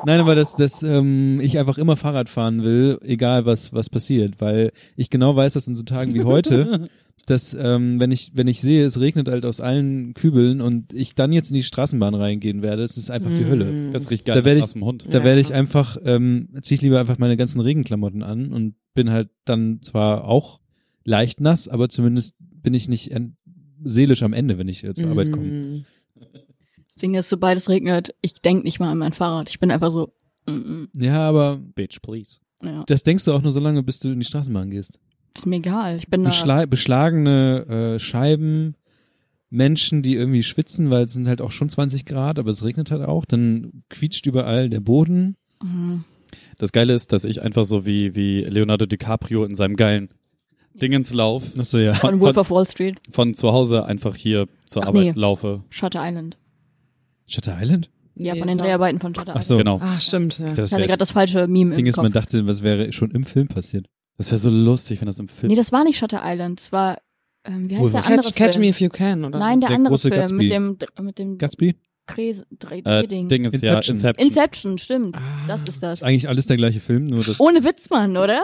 S5: nein, aber dass dass ähm, ich einfach immer Fahrrad fahren will, egal was, was passiert, weil ich genau weiß, dass in so Tagen wie heute, dass ähm, wenn ich, wenn ich sehe, es regnet halt aus allen Kübeln und ich dann jetzt in die Straßenbahn reingehen werde, es ist einfach die Hölle.
S6: Das riecht geil.
S5: Da werd ich-
S6: nach nassem Hund.
S5: Da
S7: Mm. Ja.
S5: werde ich einfach, ähm, ziehe ich lieber einfach meine ganzen Regenklamotten an und bin halt dann zwar auch leicht nass, aber zumindest bin ich nicht en- seelisch am Ende, wenn ich äh, zur Arbeit komme.
S7: Mm.
S3: Das Ding ist, sobald es regnet, ich denk nicht mal an mein Fahrrad. Ich bin einfach so, mm,
S5: Ja, aber
S6: Bitch, please.
S3: mm, ja.
S5: das denkst du auch nur so lange, bis du in die Straßenbahn gehst.
S3: ist mir egal. Ich bin da.
S5: Beschla beschlagene äh, Scheiben, Menschen, die irgendwie schwitzen, weil es sind halt auch schon 20 Grad, aber es regnet halt auch, dann quietscht überall der Boden.
S3: Mm.
S6: Das Geile ist, dass ich einfach so wie, wie Leonardo DiCaprio in seinem geilen Dingenslauf
S5: Achso, ja.
S3: Von Wolf of Wall Street,
S6: von zu Hause einfach hier zur
S3: Ach,
S6: Arbeit
S3: nee.
S6: laufe.
S3: Shutter Island.
S5: Shutter Island?
S3: Ja,
S7: Nee,
S3: von den
S7: so.
S3: Dreharbeiten von Shutter Island.
S5: Achso,
S6: Genau.
S7: Ah, stimmt. Ja.
S5: das
S3: Ich hatte
S5: wär,
S3: gerade das falsche Meme
S5: das Ding
S3: im
S5: ist,
S3: Kopf.
S5: man dachte, was wäre schon im Film passiert.
S6: Das wäre so lustig, wenn das im Film.
S3: nee, das war nicht Shutter Island. Das war, ähm, wie heißt der andere
S7: Catch, catch
S3: Film?
S7: me if you can, oder?
S3: Nein, der,
S5: Der
S3: andere
S5: große
S3: Film
S5: Gatsby.
S3: mit dem, mit dem
S5: Gatsby?
S3: Kres, Dre,
S6: äh,
S3: Ding.
S6: Ding ist ja
S5: Inception.
S6: Inception.
S3: Inception, stimmt. das ist das.
S5: Ist eigentlich alles der gleiche Film, nur das.
S3: Ohne Witz, Mann, oder?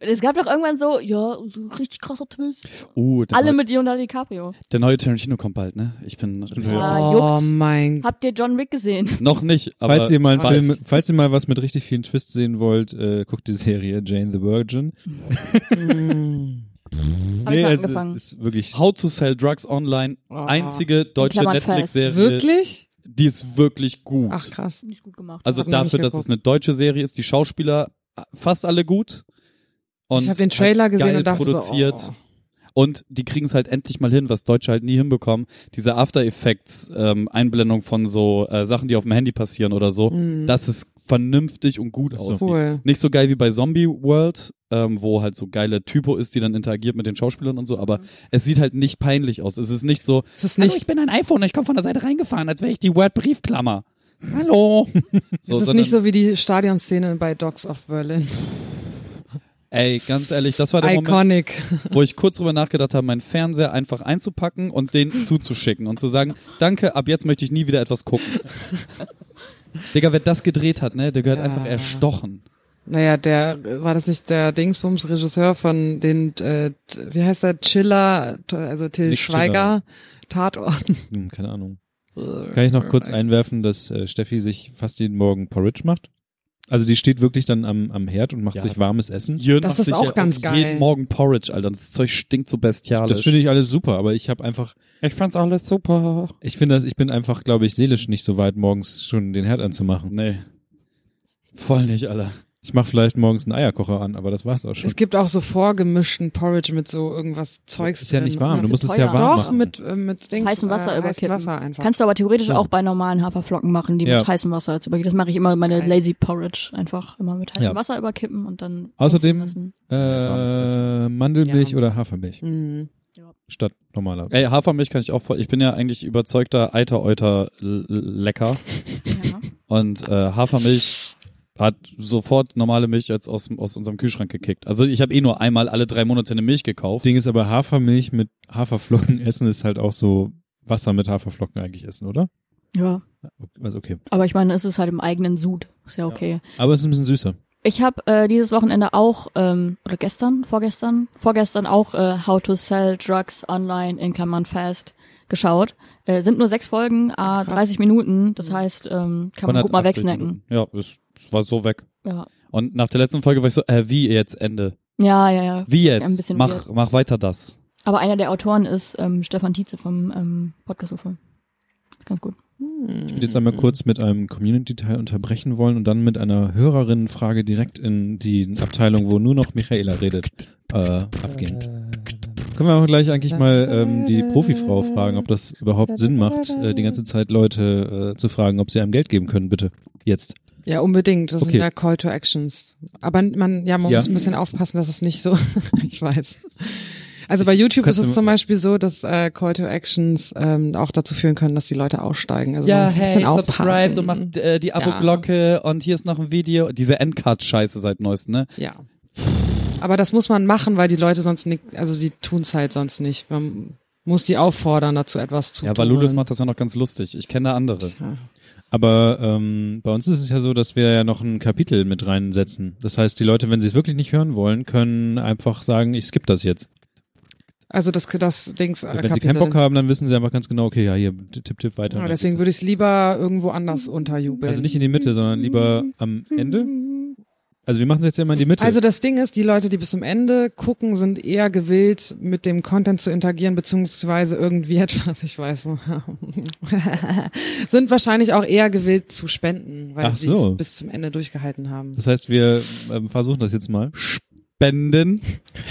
S3: Es gab doch irgendwann so, ja, so ein richtig krasser Twist.
S6: Uh, der,
S3: Alle
S6: neue,
S3: mit Leonardo DiCaprio. Ah,
S6: der neue Tarantino kommt bald, ne? Ich bin
S3: äh,
S5: Ja.
S7: Oh
S3: juckt.
S7: mein Gott.
S3: Habt ihr John Wick gesehen?
S6: noch nicht, aber
S5: Falls ihr, mal einen
S6: bald.
S5: Film, falls ihr mal was mit richtig vielen Twists sehen wollt, äh, guckt die Serie Jane the Virgin.
S3: Hab ich mal
S5: es
S3: angefangen.
S5: ist, ist wirklich.
S6: How to Sell Drugs Online,
S7: Oh.
S6: einzige deutsche
S3: Klammern
S6: Netflix-Serie.
S7: Wirklich?
S6: Die ist wirklich gut.
S7: Ach krass.
S3: Nicht gut gemacht.
S6: also
S7: hab ich noch
S6: dafür,
S7: nicht
S6: dass es eine deutsche Serie ist, die Schauspieler äh, fast alle gut. Und
S7: Ich habe den Trailer
S6: halt
S7: gesehen
S6: geil
S7: und dachte
S6: produziert.
S7: so. oh.
S6: Und die kriegen es halt endlich mal hin, was Deutsche halt nie hinbekommen. Diese After Effects ähm, Einblendung von so äh, Sachen, die auf dem Handy passieren oder so,
S7: Oh. Mm.
S6: dass es vernünftig und gut
S5: Ach so.
S6: aussieht.
S7: cool.
S6: Nicht so geil wie bei Zombie World, ähm, wo halt so geile Typo ist, die dann interagiert mit den Schauspielern und so, aber es sieht halt nicht peinlich aus. Es ist nicht so,
S7: Es ist
S6: Hallo,
S7: nicht,
S6: ich bin ein iPhone, ich komme von der Seite reingefahren, als wäre ich die Word-Briefklammer. Hallo.
S7: es ist
S6: sondern-
S7: nicht so wie die Stadionszene bei Dogs of Berlin.
S6: Ey, ganz ehrlich, das war der Moment,
S7: Iconic.
S6: wo ich kurz drüber nachgedacht habe, meinen Fernseher einfach einzupacken und den zuzuschicken und zu sagen, danke, ab jetzt möchte ich nie wieder etwas gucken. Digga, wer das gedreht hat, ne, der gehört
S7: Ja.
S6: einfach erstochen.
S7: Naja, der war das nicht der Dingsbums Regisseur von den äh, t- wie heißt der Chiller, t- also Till
S5: Nick
S7: Schweiger Tatorten.
S5: Hm, keine Ahnung. Kann ich noch kurz einwerfen, dass äh, Steffi sich fast jeden Morgen Porridge macht? Also die steht wirklich dann am, am Herd und macht
S6: Ja.
S5: sich warmes Essen.
S6: Jürgen
S7: Das
S6: macht
S7: ist
S6: sich
S7: auch
S6: ja
S7: ganz geil.
S6: Jeden Morgen Porridge, Alter. Das Zeug stinkt so bestialisch.
S5: Das finde ich alles super, aber ich habe einfach,
S6: ich fand's alles super.
S5: ich finde das, ich bin einfach, glaube ich, seelisch nicht so weit, morgens schon den Herd anzumachen.
S6: Nee. Voll nicht, Alter.
S5: Ich mache vielleicht morgens einen Eierkocher an, aber das war's auch schon.
S7: Es gibt auch so vorgemischten Porridge mit so irgendwas Zeugs
S5: Ist ja
S7: drin.
S5: nicht warm, du
S3: zu
S5: musst es
S3: teuer.
S5: ja warm
S7: Doch,
S5: machen.
S7: mit, äh, mit Dings,
S3: Heißem Wasser
S7: äh, heißem
S3: überkippen.
S7: Wasser einfach.
S3: Kannst du aber theoretisch
S5: Ja.
S3: auch bei normalen Haferflocken machen, die
S5: Ja.
S3: mit heißem Wasser jetzt überkippen. Das mache ich immer meine
S7: Geil.
S3: Lazy Porridge einfach immer mit heißem
S5: Ja.
S3: Wasser überkippen und
S7: Mhm.
S3: dann
S5: Außerdem-
S3: lassen.
S6: warmes
S5: äh, Mandelmilch
S7: Ja.
S5: oder Hafermilch
S7: Mhm.
S5: statt normaler.
S6: Ey, Hafermilch kann ich auch voll. Ich bin ja eigentlich überzeugter Eiter-Euter-Lecker.
S7: ne?
S3: Ja.
S6: Und äh, Hafermilch hat sofort normale Milch jetzt aus, aus unserem Kühlschrank gekickt. Also ich habe eh nur einmal alle drei Monate eine Milch gekauft.
S5: Ding ist aber, Hafermilch mit Haferflocken essen ist halt auch so Wasser mit Haferflocken eigentlich essen, oder?
S3: ja,
S5: Also okay.
S3: aber ich meine, es ist halt im eigenen Sud. Ist ja okay.
S5: Aber es ist ein bisschen süßer.
S3: Ich habe äh, dieses Wochenende auch, ähm, oder gestern, vorgestern, vorgestern auch äh, How to Sell Drugs Online in Klammern Fast geschaut. Äh, sind nur sechs Folgen, ah, 30 Minuten,
S7: Mhm.
S3: das heißt, ähm, kann man gut mal
S6: 180
S3: wegsnacken.
S6: Minuten. Ja, es, es war so weg.
S3: Ja.
S6: Und nach der letzten Folge war ich so, äh, wie jetzt Ende?
S3: ja, ja, ja.
S6: Wie
S3: ein
S6: jetzt?
S3: bisschen
S6: mach, mach weiter das.
S3: Aber einer der Autoren ist ähm, Stefan Tietze vom ähm, Podcast UFO. Ist ganz gut.
S5: Ich würde jetzt einmal
S3: Mhm.
S5: kurz mit einem Community-Teil unterbrechen wollen und dann mit einer Hörerinnenfrage direkt in die Abteilung, wo nur noch Michaela redet, äh, abgehen. Können wir auch gleich eigentlich mal ähm, die Profifrau fragen, ob das überhaupt Sinn macht, äh, die ganze Zeit Leute äh, zu fragen, ob sie einem Geld geben können, bitte. Jetzt.
S7: Ja, unbedingt. Das
S5: Okay.
S7: sind ja Call to Actions. Aber man, ja, man
S5: Ja.
S7: muss ein bisschen aufpassen, dass es nicht so, ich weiß. Also bei YouTube ist
S5: Kannst du-
S7: es zum Beispiel so, dass äh, Call to Actions ähm, auch dazu führen können, dass die Leute aussteigen. Also man muss ein bisschen aufpassen.
S6: äh, die
S7: Abo-Glocke
S6: und hier ist noch ein Video. Diese Endcard-Scheiße seit neuestem, ne?
S7: Ja. Aber das muss man machen, weil die Leute sonst nicht, also die tun's halt sonst nicht. Man muss die auffordern, dazu etwas zu
S6: Ja,
S7: tun.
S6: Valulis macht das ja noch ganz lustig. Ich kenne da andere.
S7: Tja.
S5: Aber ähm, bei uns ist es ja so, dass wir ja noch ein Kapitel mit reinsetzen. Das heißt, die Leute, wenn sie es wirklich nicht hören wollen, können einfach sagen, ich skippe das jetzt.
S7: Also das, das Dings. äh,
S5: Wenn sie
S7: Kapitel.
S5: keinen Bock haben, dann wissen sie einfach ganz genau, okay, ja, hier, tipp, tipp, weiter.
S7: Ja, deswegen würde ich es lieber irgendwo anders unterjubeln.
S5: Also nicht in die Mitte, sondern lieber am Ende. Also wir machen es jetzt ja immer in die Mitte.
S7: Also das Ding ist, die Leute, die bis zum Ende gucken, sind eher gewillt, mit dem Content zu interagieren, beziehungsweise irgendwie etwas, ich weiß noch, sind wahrscheinlich auch eher gewillt zu spenden, weil
S5: Ach
S7: sie es
S5: so.
S7: bis zum Ende durchgehalten haben.
S5: das heißt, wir ähm, versuchen das jetzt mal.
S6: Spenden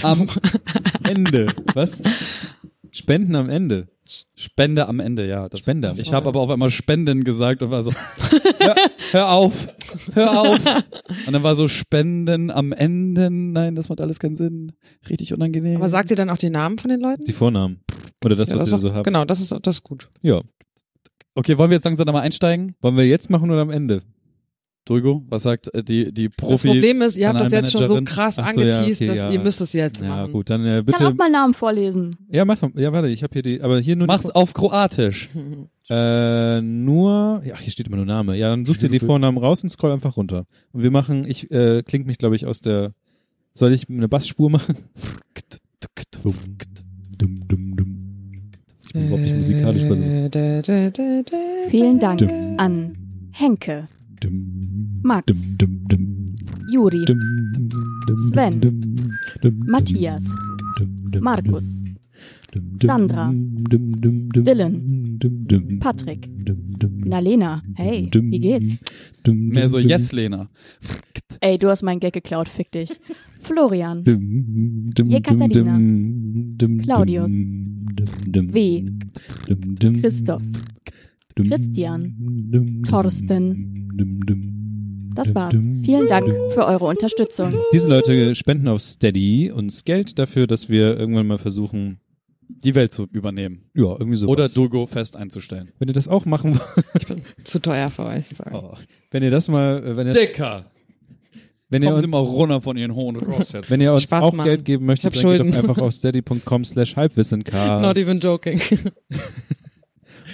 S6: am
S5: Ende. Was? Spenden am Ende.
S6: Spende am Ende, ja. Das
S5: Spende am
S6: Ich
S5: Ende.
S6: habe aber auf einmal Spenden gesagt und war so, hör, hör auf, hör auf. Und dann war so Spenden am Ende. Nein, das macht alles keinen Sinn. Richtig unangenehm.
S7: Aber sagt ihr dann auch die Namen von den Leuten?
S5: Die Vornamen. Oder das,
S7: Ja,
S5: was
S7: das
S5: wir
S7: ist
S5: so
S7: auch-
S5: haben.
S7: Genau, das ist das ist gut.
S5: Ja.
S6: Okay, wollen wir jetzt langsam da mal einsteigen?
S5: Wollen wir jetzt machen oder am Ende?
S6: Duigo, was sagt äh, die, die
S7: Das
S6: Profi?
S7: Problem ist, ihr habt das
S6: Kanalmanagerin.
S7: jetzt schon so krass
S5: Ach so, ja,
S7: angeteased,
S5: okay,
S7: dass
S5: ja.
S7: ihr müsst es jetzt
S5: Ja,
S7: machen.
S5: gut, dann äh,
S3: Ich kann auch
S5: bitte.
S3: meinen Namen vorlesen.
S5: Ja, mach doch. Ja, warte, ich habe hier die, aber hier nur
S6: Mach's auf Kroatisch.
S5: die, äh, nur, ja, hier steht immer nur Name. Ja, dann such dir die Vornamen raus und scroll einfach runter. Und wir machen, ich äh, klingt mich, glaube ich, aus der, soll ich eine Bassspur machen? Ich bin überhaupt nicht musikalisch bei sowas.
S3: Vielen Dank an Henke, Max, Juri, Sven, Matthias, Markus, Sandra, Dylan, Patrick, Nalena. Hey, wie geht's?
S6: Mehr so, yes, Lena.
S3: Ey, du hast meinen Gag geklaut, fick dich. Florian, Jekaterina, Claudius, W, Christoph, Christian, Thorsten. Das war's. Vielen Dank für eure Unterstützung.
S5: Diese Leute spenden auf Steady uns Geld dafür, dass wir irgendwann mal versuchen,
S6: Die Welt zu übernehmen.
S5: ja, irgendwie so.
S6: Oder Duigo fest einzustellen.
S5: wenn ihr das auch machen wollt,
S7: Zu teuer für euch. Sorry.
S5: Oh. Wenn ihr das mal, äh, wenn ihr,
S6: Dicker!
S5: wenn ihr
S6: Kommen Sie
S5: uns,
S6: mal runter von Ihren hohen Ross jetzt.
S5: wenn ihr uns
S7: Spaß
S5: auch
S7: machen.
S5: Geld geben möchtet,
S7: Ich
S5: dann
S7: hab
S5: geht doch
S7: Schulden.
S5: einfach auf steady.com slash
S7: Not
S5: halbwissencast
S7: even joking.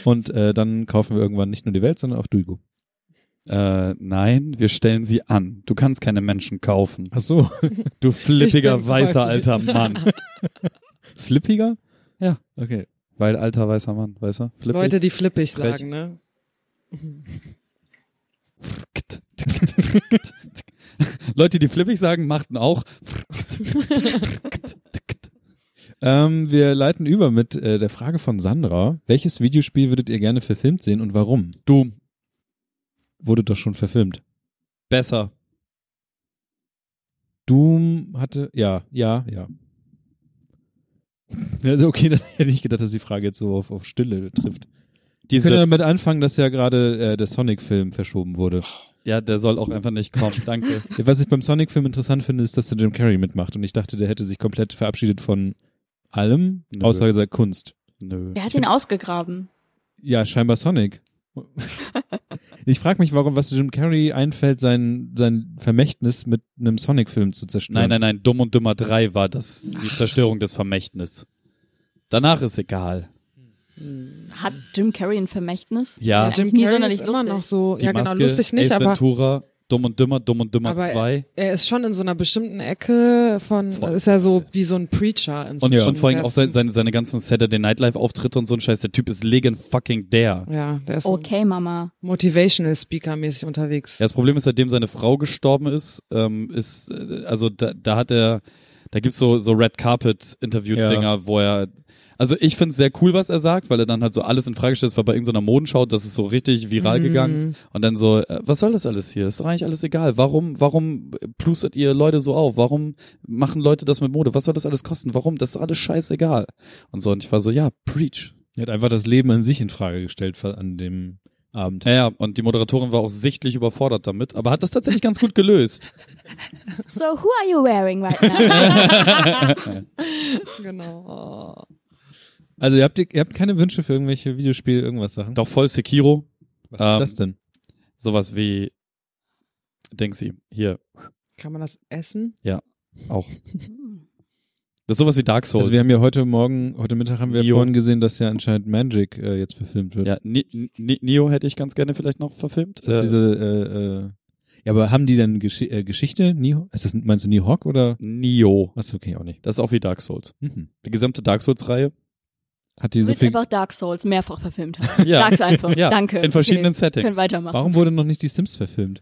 S5: und äh, dann kaufen wir irgendwann nicht nur die Welt, sondern auch Duigo.
S6: Äh, nein, wir stellen sie an. Du kannst keine Menschen kaufen.
S5: Ach so,
S6: Du
S7: Ich
S6: flippiger,
S7: bin
S6: weißer,
S7: käuflich.
S6: alter Mann.
S5: flippiger?
S6: Ja.
S5: Okay.
S6: Weil alter, weißer Mann, weißt du? Flippig.
S7: Leute, die flippig
S6: Frech.
S7: sagen, ne?
S6: Leute, die flippig sagen, machten auch.
S5: Ähm, wir leiten über mit äh, der Frage von Sandra. Welches Videospiel würdet ihr gerne verfilmt sehen und warum?
S6: Du,
S5: Wurde doch schon verfilmt.
S6: besser.
S5: Album hatte. Ja, ja, ja. Also okay, das hätte ich gedacht, dass die Frage jetzt so auf, auf Stille trifft.
S6: Die
S5: Ich könnte
S6: Slips.
S5: damit anfangen, dass ja gerade äh, der Sonic-Film verschoben wurde.
S6: Ja, der soll auch einfach nicht kommen. Danke.
S5: Was ich beim Sonic-Film interessant finde, ist, dass der Jim Carrey mitmacht. Und ich dachte, der hätte sich komplett verabschiedet von allem,
S6: Nö.
S5: außer seiner Kunst.
S6: Nö.
S3: Wer hat ihn ausgegraben?
S5: Ja, scheinbar Sonic. ich frage mich, warum, was Jim Carrey einfällt, sein, sein Vermächtnis mit einem Sonic-Film zu zerstören.
S6: Nein, nein, nein. Dumm und Dümmer 3 war das, die Zerstörung des Vermächtnisses. Danach ist egal.
S3: Hat Jim Carrey ein Vermächtnis?
S6: Ja.
S3: Eigentlich
S7: Jim
S3: nie
S7: Carrey
S3: sonderlich
S7: ist immer
S3: lustig.
S7: noch so,
S6: Die
S7: ja genau,
S6: Maske,
S7: lustig nicht,
S6: Ace
S7: aber
S6: Ventura, Dumm und Dümmer, Dumm und Dümmer
S7: Aber
S6: 2.
S7: er ist schon in so einer bestimmten Ecke von,
S6: Voll.
S7: ist ja so wie so ein Preacher.
S6: Und,
S7: inzwischen.
S6: und vor allem
S7: Der
S6: auch
S7: ist-
S6: sein, seine, seine ganzen Saturday Night Live Auftritte und so ein Scheiß. Der Typ ist legend fucking der.
S7: Ja, der ist so
S3: Okay, Mama.
S7: Motivational Speaker mäßig unterwegs.
S6: Ja, das Problem ist, seitdem seine Frau gestorben ist, ähm, ist, äh, also da, da hat er, da gibt's so, so Red Carpet Interview-Dinger, wo er, also ich find's sehr cool, was er sagt, weil er dann halt so alles in Frage stellt. Es war bei irgendeiner Modenschau, das ist so richtig viral
S5: Mhm.
S6: gegangen. Und dann so, äh, was soll das alles hier? Ist doch eigentlich alles egal. Warum, warum plustert ihr Leute so auf? Warum machen Leute das mit Mode? Was soll das alles kosten? Warum? Das ist alles scheißegal. Und so, und ich war so, ja, preach.
S5: Er hat einfach das Leben an sich in Frage gestellt ver- an dem Abend.
S6: Ja, ja, und die Moderatorin war auch sichtlich überfordert damit, aber hat das tatsächlich ganz gut gelöst.
S1: So, who are you wearing right now?
S7: Genau. Oh.
S5: Also ihr habt, ihr habt keine Wünsche für irgendwelche Videospiele, irgendwas Sachen.
S6: Doch voll Sekiro.
S5: Was
S6: ähm,
S5: ist das denn?
S6: Sowas wie, denk sie, hier
S7: Kann man das essen?
S6: auch. Das ist sowas wie Dark Souls.
S5: Also wir haben ja heute Morgen, heute Mittag haben wir
S6: Neo.
S5: vorhin gesehen, dass ja anscheinend Magic äh, jetzt verfilmt wird.
S6: ja, Ni- Ni- Neo hätte ich ganz gerne vielleicht noch verfilmt.
S5: Ist das
S6: äh,
S5: diese, äh, äh, ja, aber haben die dann Gesch äh, Geschichte? Neo? Ist das, meinst du Neo Hawk oder?
S6: Neo.
S5: Achso, okay, auch nicht.
S6: Das ist auch wie Dark Souls.
S5: Mhm.
S6: Die gesamte Dark Souls-Reihe.
S5: Hat die so
S3: Wird
S5: viel,
S3: einfach Dark Souls mehrfach verfilmt haben.
S6: Ja.
S3: Sag's einfach.
S6: Ja,
S3: Danke.
S6: in verschiedenen
S3: Okay,
S6: Settings.
S3: Können weitermachen.
S5: warum wurde noch nicht die Sims verfilmt?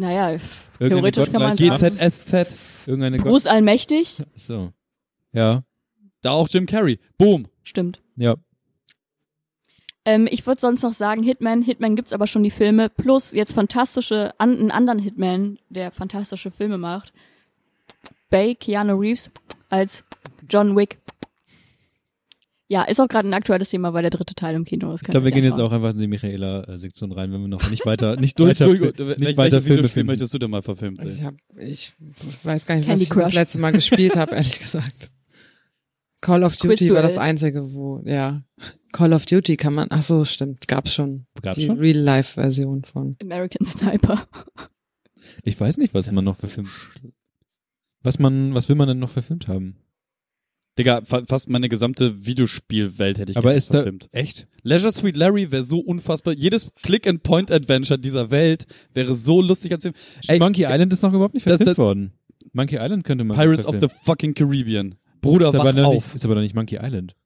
S3: Naja, pff,
S5: Irgendeine
S3: theoretisch kann man
S5: gottgleiche
S3: sagen.
S6: GZSZ.
S5: Irgendeine
S3: Bruce Allmächtig?
S5: Gott. So. Ja,
S6: Da auch Jim Carrey. Boom.
S3: Stimmt.
S5: ja.
S3: Ähm, ich würde sonst noch sagen, Hitman, Hitman gibt's aber schon die Filme, plus jetzt fantastische, an, einen anderen Hitman, der fantastische Filme macht. Bay, Keanu Reeves als John Wick. Ja, ist auch gerade ein aktuelles Thema, weil der dritte Teil im Kino ist.
S5: Ich glaube, wir gehen jetzt auch einfach in die Michaela-Sektion rein, wenn wir noch nicht weiter, nicht weiter,
S6: Welches
S5: nicht weiter Filme
S6: Videospiel
S5: finden.
S6: möchtest du denn mal verfilmt sehen?
S7: Ich, hab, ich weiß gar nicht,
S3: Candy
S7: was ich
S3: Crush.
S7: das letzte Mal gespielt habe, ehrlich gesagt. Call of
S3: Quiz
S7: Duty war das
S3: Duell.
S7: einzige, wo, ja. Call of Duty kann man, ach so, stimmt, gab's schon.
S5: Gab's
S7: die
S5: schon?
S7: Real-Life-Version von.
S3: American Sniper.
S5: Ich weiß nicht, was man noch verfilmt. Was man, was will man denn noch verfilmt haben?
S6: Digga, fa fast meine gesamte Videospielwelt hätte ich
S5: Aber
S6: gerne
S5: ist da
S6: verfilmt.
S5: echt?
S6: Leisure Suite Larry wäre so unfassbar. Jedes Click-and-Point-Adventure dieser Welt wäre so lustig als Film. Ey,
S5: Monkey Island ist noch überhaupt nicht
S6: das-
S5: verfilmt
S6: das-
S5: worden. Monkey Island könnte man
S6: Pirates of
S5: verfilmen.
S6: the fucking Caribbean. Bruder,
S5: ist aber,
S6: wach
S5: noch
S6: auf.
S5: Nicht, ist aber noch nicht Monkey Island.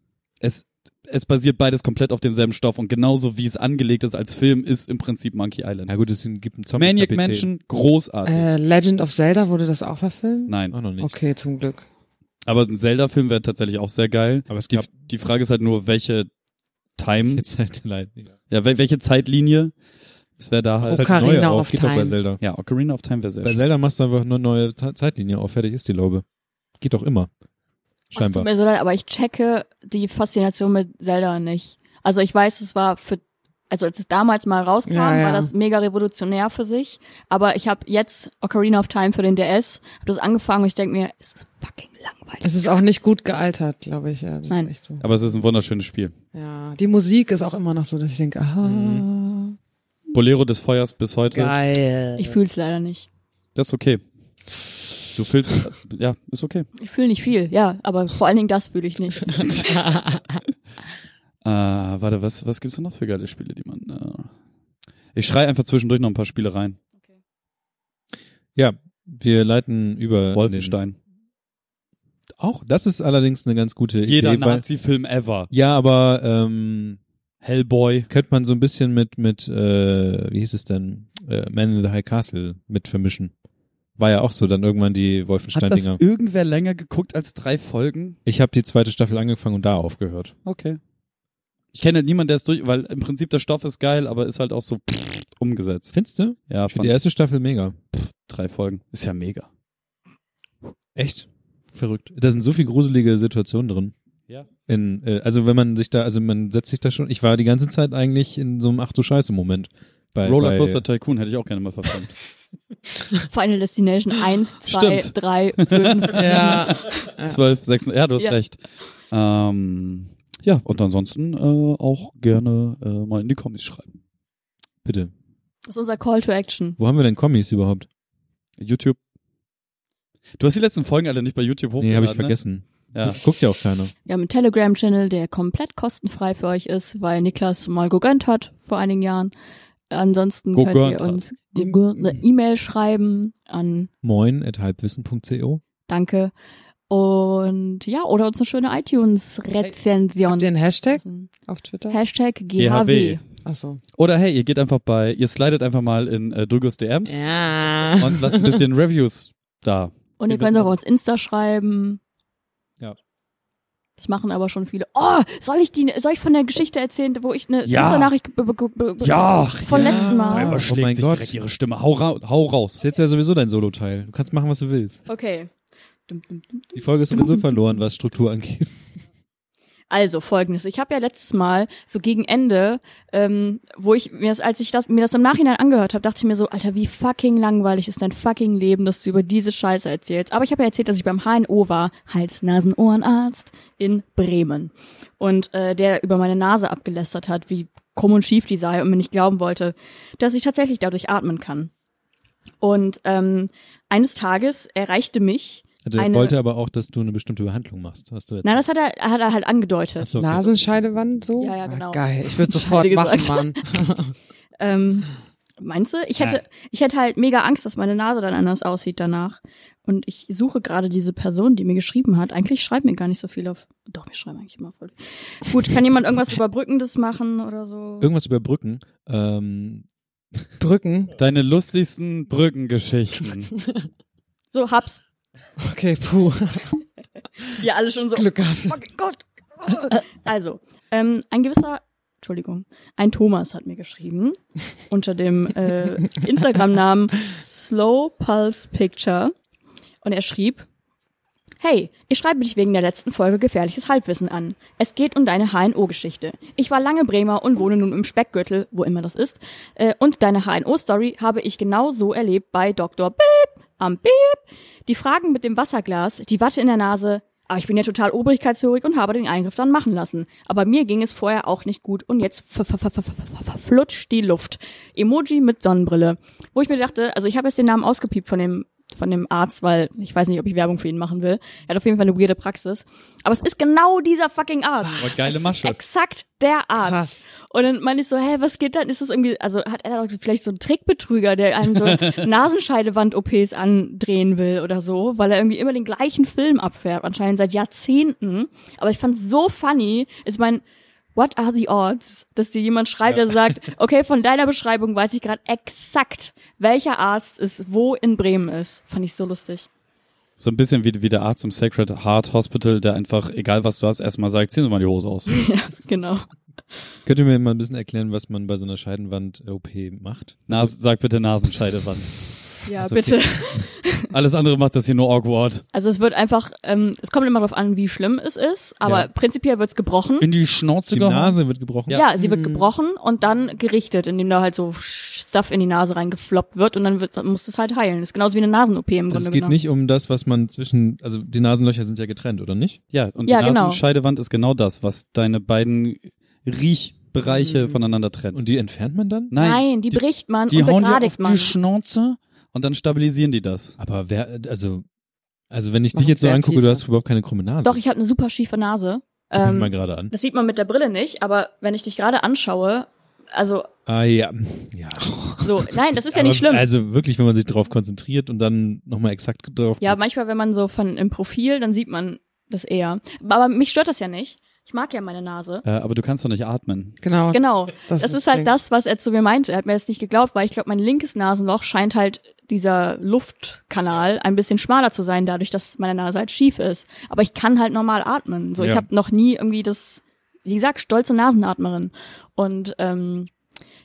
S6: Es, es basiert beides komplett auf demselben Stoff und genauso wie es angelegt ist als Film, ist im Prinzip Monkey
S5: Na
S6: Island.
S5: gut, es gibt einen Zombie.
S6: Maniac Mansion, großartig.
S7: Äh, Legend of Zelda wurde das auch verfilmt?
S5: Auch
S6: Nein.
S5: noch nicht.
S7: Okay, zum Glück.
S6: Aber ein Zelda-Film wäre tatsächlich auch sehr geil.
S5: Aber es
S6: Die,
S5: gibt
S6: die Frage ist halt nur, welche Time,
S5: jetzt halt leid.
S6: ja, wel- welche Zeitlinie? Es wäre da halt.
S7: Okay. Ocarina of
S5: Geht doch bei
S7: Time.
S5: Zelda.
S6: Ja, Ocarina of Time wäre sehr
S5: Bei
S6: schön.
S5: Zelda machst du einfach nur neue Ta- Zeitlinie auf. Fertig ist die Laube. Geht doch immer.
S3: Ach, Es tut
S5: Scheinbar.
S3: mir so leid, aber ich checke die Faszination mit Zelda nicht. Also ich weiß, es war für, also als es damals mal rauskam,
S7: Ja, ja.
S3: war das mega revolutionär für sich. Aber ich habe jetzt Ocarina of Time für den DS, hab das angefangen und ich denke mir, es ist fucking langweilig.
S7: Es ist auch nicht gut gealtert, glaube ich. Ja, das
S3: Nein.
S7: Ist echt so.
S6: Aber es ist ein wunderschönes Spiel.
S7: Ja, die Musik ist auch immer noch so, dass ich denke, ah. aha, Mhm.
S6: Bolero des Feuers bis heute.
S7: geil.
S3: Ich fühle es leider nicht.
S6: Das ist okay. Du fühlst, ja, ist okay.
S3: Ich fühle nicht viel, ja, aber vor allen Dingen das fühle ich nicht.
S6: Äh, warte, was, was gibt's denn noch für geile Spiele, die man, äh Ich schreie einfach zwischendurch noch ein paar Spiele rein.
S5: Ja, wir leiten über.
S6: Wolfenstein.
S5: den- Auch, das ist allerdings eine ganz gute
S6: Jeder
S5: Idee. weil-
S6: Nazi-Film ever.
S5: Ja, aber ähm,
S6: Hellboy.
S5: könnte man so ein bisschen mit, mit äh, wie hieß es denn, äh, Man in the High Castle mit vermischen. War ja auch so, dann irgendwann die Wolfenstein-Dinger.
S6: irgendwer länger geguckt als drei Folgen?
S5: Ich habe die zweite Staffel angefangen und da aufgehört.
S6: Okay. Ich kenne halt niemanden, der es durch, weil im Prinzip der Stoff ist geil, aber ist halt auch so umgesetzt.
S5: Findest du?
S6: Ja,
S5: Ich finde die
S6: von
S5: erste Staffel mega.
S6: drei Folgen. Ist ja mega.
S5: Echt? Verrückt. Da sind so viel gruselige Situationen drin.
S6: Ja.
S5: In, äh, also wenn man sich da, also man setzt sich da schon, ich war die ganze Zeit eigentlich in so einem Ach du Scheiße Moment. Bei,
S6: Rollercoaster Tycoon hätte ich auch gerne mal verfilmt.
S3: Final Destination 1, 2,
S6: Stimmt.
S3: 3, 5.
S7: Ja.
S6: Zwölf, sechs, ja, du hast
S3: Ja.
S6: recht. Ähm, ja, und ansonsten äh, auch gerne äh, mal in die Comics schreiben.
S5: bei, bitte.
S3: Das ist unser Call to Action.
S5: Wo haben wir denn Kommis überhaupt?
S6: YouTube. Du hast die letzten Folgen alle nicht bei YouTube hochgeladen.
S5: Nee, habe ich
S6: ne?
S5: vergessen.
S6: Ja.
S5: Guckt ja auch keiner.
S3: Wir haben einen Telegram-Channel, der komplett kostenfrei für euch ist, weil Niklas mal gegönnt hat vor einigen Jahren. Ansonsten
S6: Gegönnt
S3: könnt ihr
S6: hat. Mhm.
S3: uns eine E-Mail schreiben an
S5: Moin at halbwissen.co.
S3: Danke. Und ja, oder uns eine schöne iTunes-Rezension.
S7: Den Hashtag auf Twitter?
S3: Hashtag GHW.
S6: GHW.
S7: Achso.
S6: Oder hey, ihr geht einfach bei, ihr slidet einfach mal in äh, Drügos DMs
S7: Ja.
S6: und lasst ein bisschen Reviews da.
S3: Und
S6: Wir
S3: ihr könnt
S6: wissen
S3: auch
S6: auch.
S3: auf uns Insta schreiben.
S5: Ja.
S3: Das machen aber schon viele. Oh, soll ich die, soll ich von der Geschichte erzählen, wo ich eine
S6: Ja.
S3: Insta-Nachricht be- be- be- be-
S6: Ja,
S3: von letzten Mal.
S6: Oh
S5: Einmal schlägt sich direkt
S6: ihre Stimme. Hau, hau
S5: Ist
S6: raus.
S5: jetzt ja sowieso dein Solo-Teil. Du kannst machen, was du willst.
S3: Okay. Dum, dum, dum.
S5: Die Folge ist sowieso verloren, was Struktur angeht.
S3: Also folgendes, ich habe ja letztes Mal so gegen Ende, ähm, wo ich mir das, als ich das, mir das im Nachhinein angehört habe, dachte ich mir so, Alter, wie fucking langweilig ist dein fucking Leben, dass du über diese Scheiße erzählst. Aber ich habe ja erzählt, dass ich beim HNO war, Hals-Nasen-Ohrenarzt in Bremen und äh, der über meine Nase abgelästert hat, wie krumm und schief die sei und mir nicht glauben wollte, dass ich tatsächlich dadurch atmen kann. Und ähm, eines Tages erreichte mich
S5: Der
S3: Eine-
S5: Also wollte aber auch, dass du eine bestimmte Behandlung machst. Hast du jetzt
S3: Nein, das hat er, hat er halt angedeutet.
S5: Ach so, okay.
S7: Nasenscheidewand so?
S3: Ja, ja, genau.
S7: Ah, geil, ich würde sofort
S3: Scheide
S7: machen,
S3: gesagt.
S7: Mann.
S3: Ähm, meinst du? Ich hätte, ich hätte halt mega Angst, dass meine Nase dann anders aussieht danach. Und ich suche gerade diese Person, die mir geschrieben hat. Eigentlich schreiben mir gar nicht so viel auf. Doch, wir schreiben eigentlich immer voll. viel. Gut, kann jemand irgendwas Überbrückendes machen oder so?
S5: Irgendwas überbrücken. Ähm,
S7: Brücken.
S6: Deine lustigsten Brückengeschichten.
S3: So, hab's.
S7: Okay, puh.
S3: Wir alle schon so.
S7: Glück gehabt.
S3: Oh Gott. Also, ähm, ein gewisser, Entschuldigung, ein Thomas hat mir geschrieben unter dem äh, Instagram-Namen Slow Pulse Picture und er schrieb, Hey, ich schreibe dich wegen der letzten Folge Gefährliches Halbwissen an. Es geht um deine HNO-Geschichte. Ich war lange Bremer und wohne nun im Speckgürtel, wo immer das ist. Äh, und deine HNO-Story habe ich genau so erlebt bei Dr. Beep am Beep. Die Fragen mit dem Wasserglas, die Watte in der Nase. Aber ich bin ja total obrigkeitshörig und habe den Eingriff dann machen lassen. Aber mir ging es vorher auch nicht gut und jetzt ver- ver- ver- ver- ver- ver- verflutscht die Luft. Emoji mit Sonnenbrille. Wo ich mir dachte, also ich habe jetzt den Namen ausgepiept von dem von dem Arzt, weil ich weiß nicht, ob ich Werbung für ihn machen will. Er hat auf jeden Fall eine weirde Praxis. Aber es ist genau dieser fucking Arzt.
S6: Aber geile Masche.
S3: Exakt der Arzt.
S7: Krass.
S3: Und dann meine ich so, hä, was geht dann? Ist das irgendwie, also hat er doch vielleicht so einen Trickbetrüger, der einem so Nasenscheidewand-OPs andrehen will oder so, weil er irgendwie immer den gleichen Film abfährt, anscheinend seit Jahrzehnten. Aber ich fand's so funny. Ich mein, what are the odds, dass dir jemand schreibt, der sagt, okay, von deiner Beschreibung weiß ich gerade exakt, welcher Arzt es wo in Bremen ist. Fand ich so lustig.
S6: so ein bisschen wie, wie der Arzt im Sacred Heart Hospital, der einfach, egal was du hast, erstmal sagt, ziehen Sie mal die Hose aus.
S3: Genau.
S5: könnt ihr mir mal ein bisschen erklären, was man bei so einer Scheidenwand-OP macht?
S6: Nas sag bitte Nasenscheidewand.
S3: Ja,
S5: Also,
S3: bitte.
S6: Alles andere macht das hier nur awkward.
S3: Also es wird einfach, ähm, es kommt immer darauf an, wie schlimm es ist, aber
S5: Ja.
S3: prinzipiell wird's gebrochen.
S6: In die Schnauze
S5: Die Nase wird gebrochen.
S3: Ja, sie wird gebrochen und dann gerichtet, indem da halt so Stuff in die Nase reingefloppt wird und dann, wird, dann muss es halt heilen. Das ist genauso wie eine Nasen-OP
S5: Also
S3: im Grunde
S5: es geht
S3: genommen.
S5: nicht um das, was man zwischen, also die Nasenlöcher sind ja getrennt, oder nicht?
S6: Ja, und
S3: Ja,
S6: die
S3: genau.
S6: Nasenscheidewand ist genau das, was deine beiden Riechbereiche voneinander trennt.
S5: Und die entfernt man dann?
S6: nein,
S3: die, bricht man
S6: die
S3: und
S6: hauen dir auf
S3: begradigt man.
S6: die Schnauze und dann stabilisieren die das.
S5: Aber wer, also, also wenn ich dich
S7: Machen
S5: jetzt so
S7: sehr
S5: angucke,
S7: viele.
S5: du hast überhaupt keine krumme Nase.
S3: Doch, ich habe eine super schiefe Nase.
S5: Guck mich mal
S3: Ähm,
S5: gerade an.
S3: das sieht man mit der Brille nicht, aber wenn ich dich gerade anschaue, also
S5: Ah ja, ja.
S3: so, nein, das ist ja
S5: Aber
S3: nicht schlimm.
S5: Also wirklich, wenn man sich drauf konzentriert und dann nochmal exakt drauf.
S3: Ja, manchmal, wenn man so von im Profil, dann sieht man das eher. Aber mich stört das ja nicht. Ich mag ja meine Nase.
S6: Äh, aber du kannst doch nicht atmen.
S7: Genau.
S3: Genau.
S7: Das
S3: Das,
S7: ist
S3: ist, halt
S7: streng.
S3: das, was er zu mir meinte. Er hat mir das nicht geglaubt, weil ich glaube, mein linkes Nasenloch scheint halt dieser Luftkanal ein bisschen schmaler zu sein, dadurch, dass meine Nase halt schief ist. Aber ich kann halt normal atmen. So, ich
S5: Ja.
S3: habe noch nie irgendwie das, wie gesagt, stolze Nasenatmerin. Und ähm,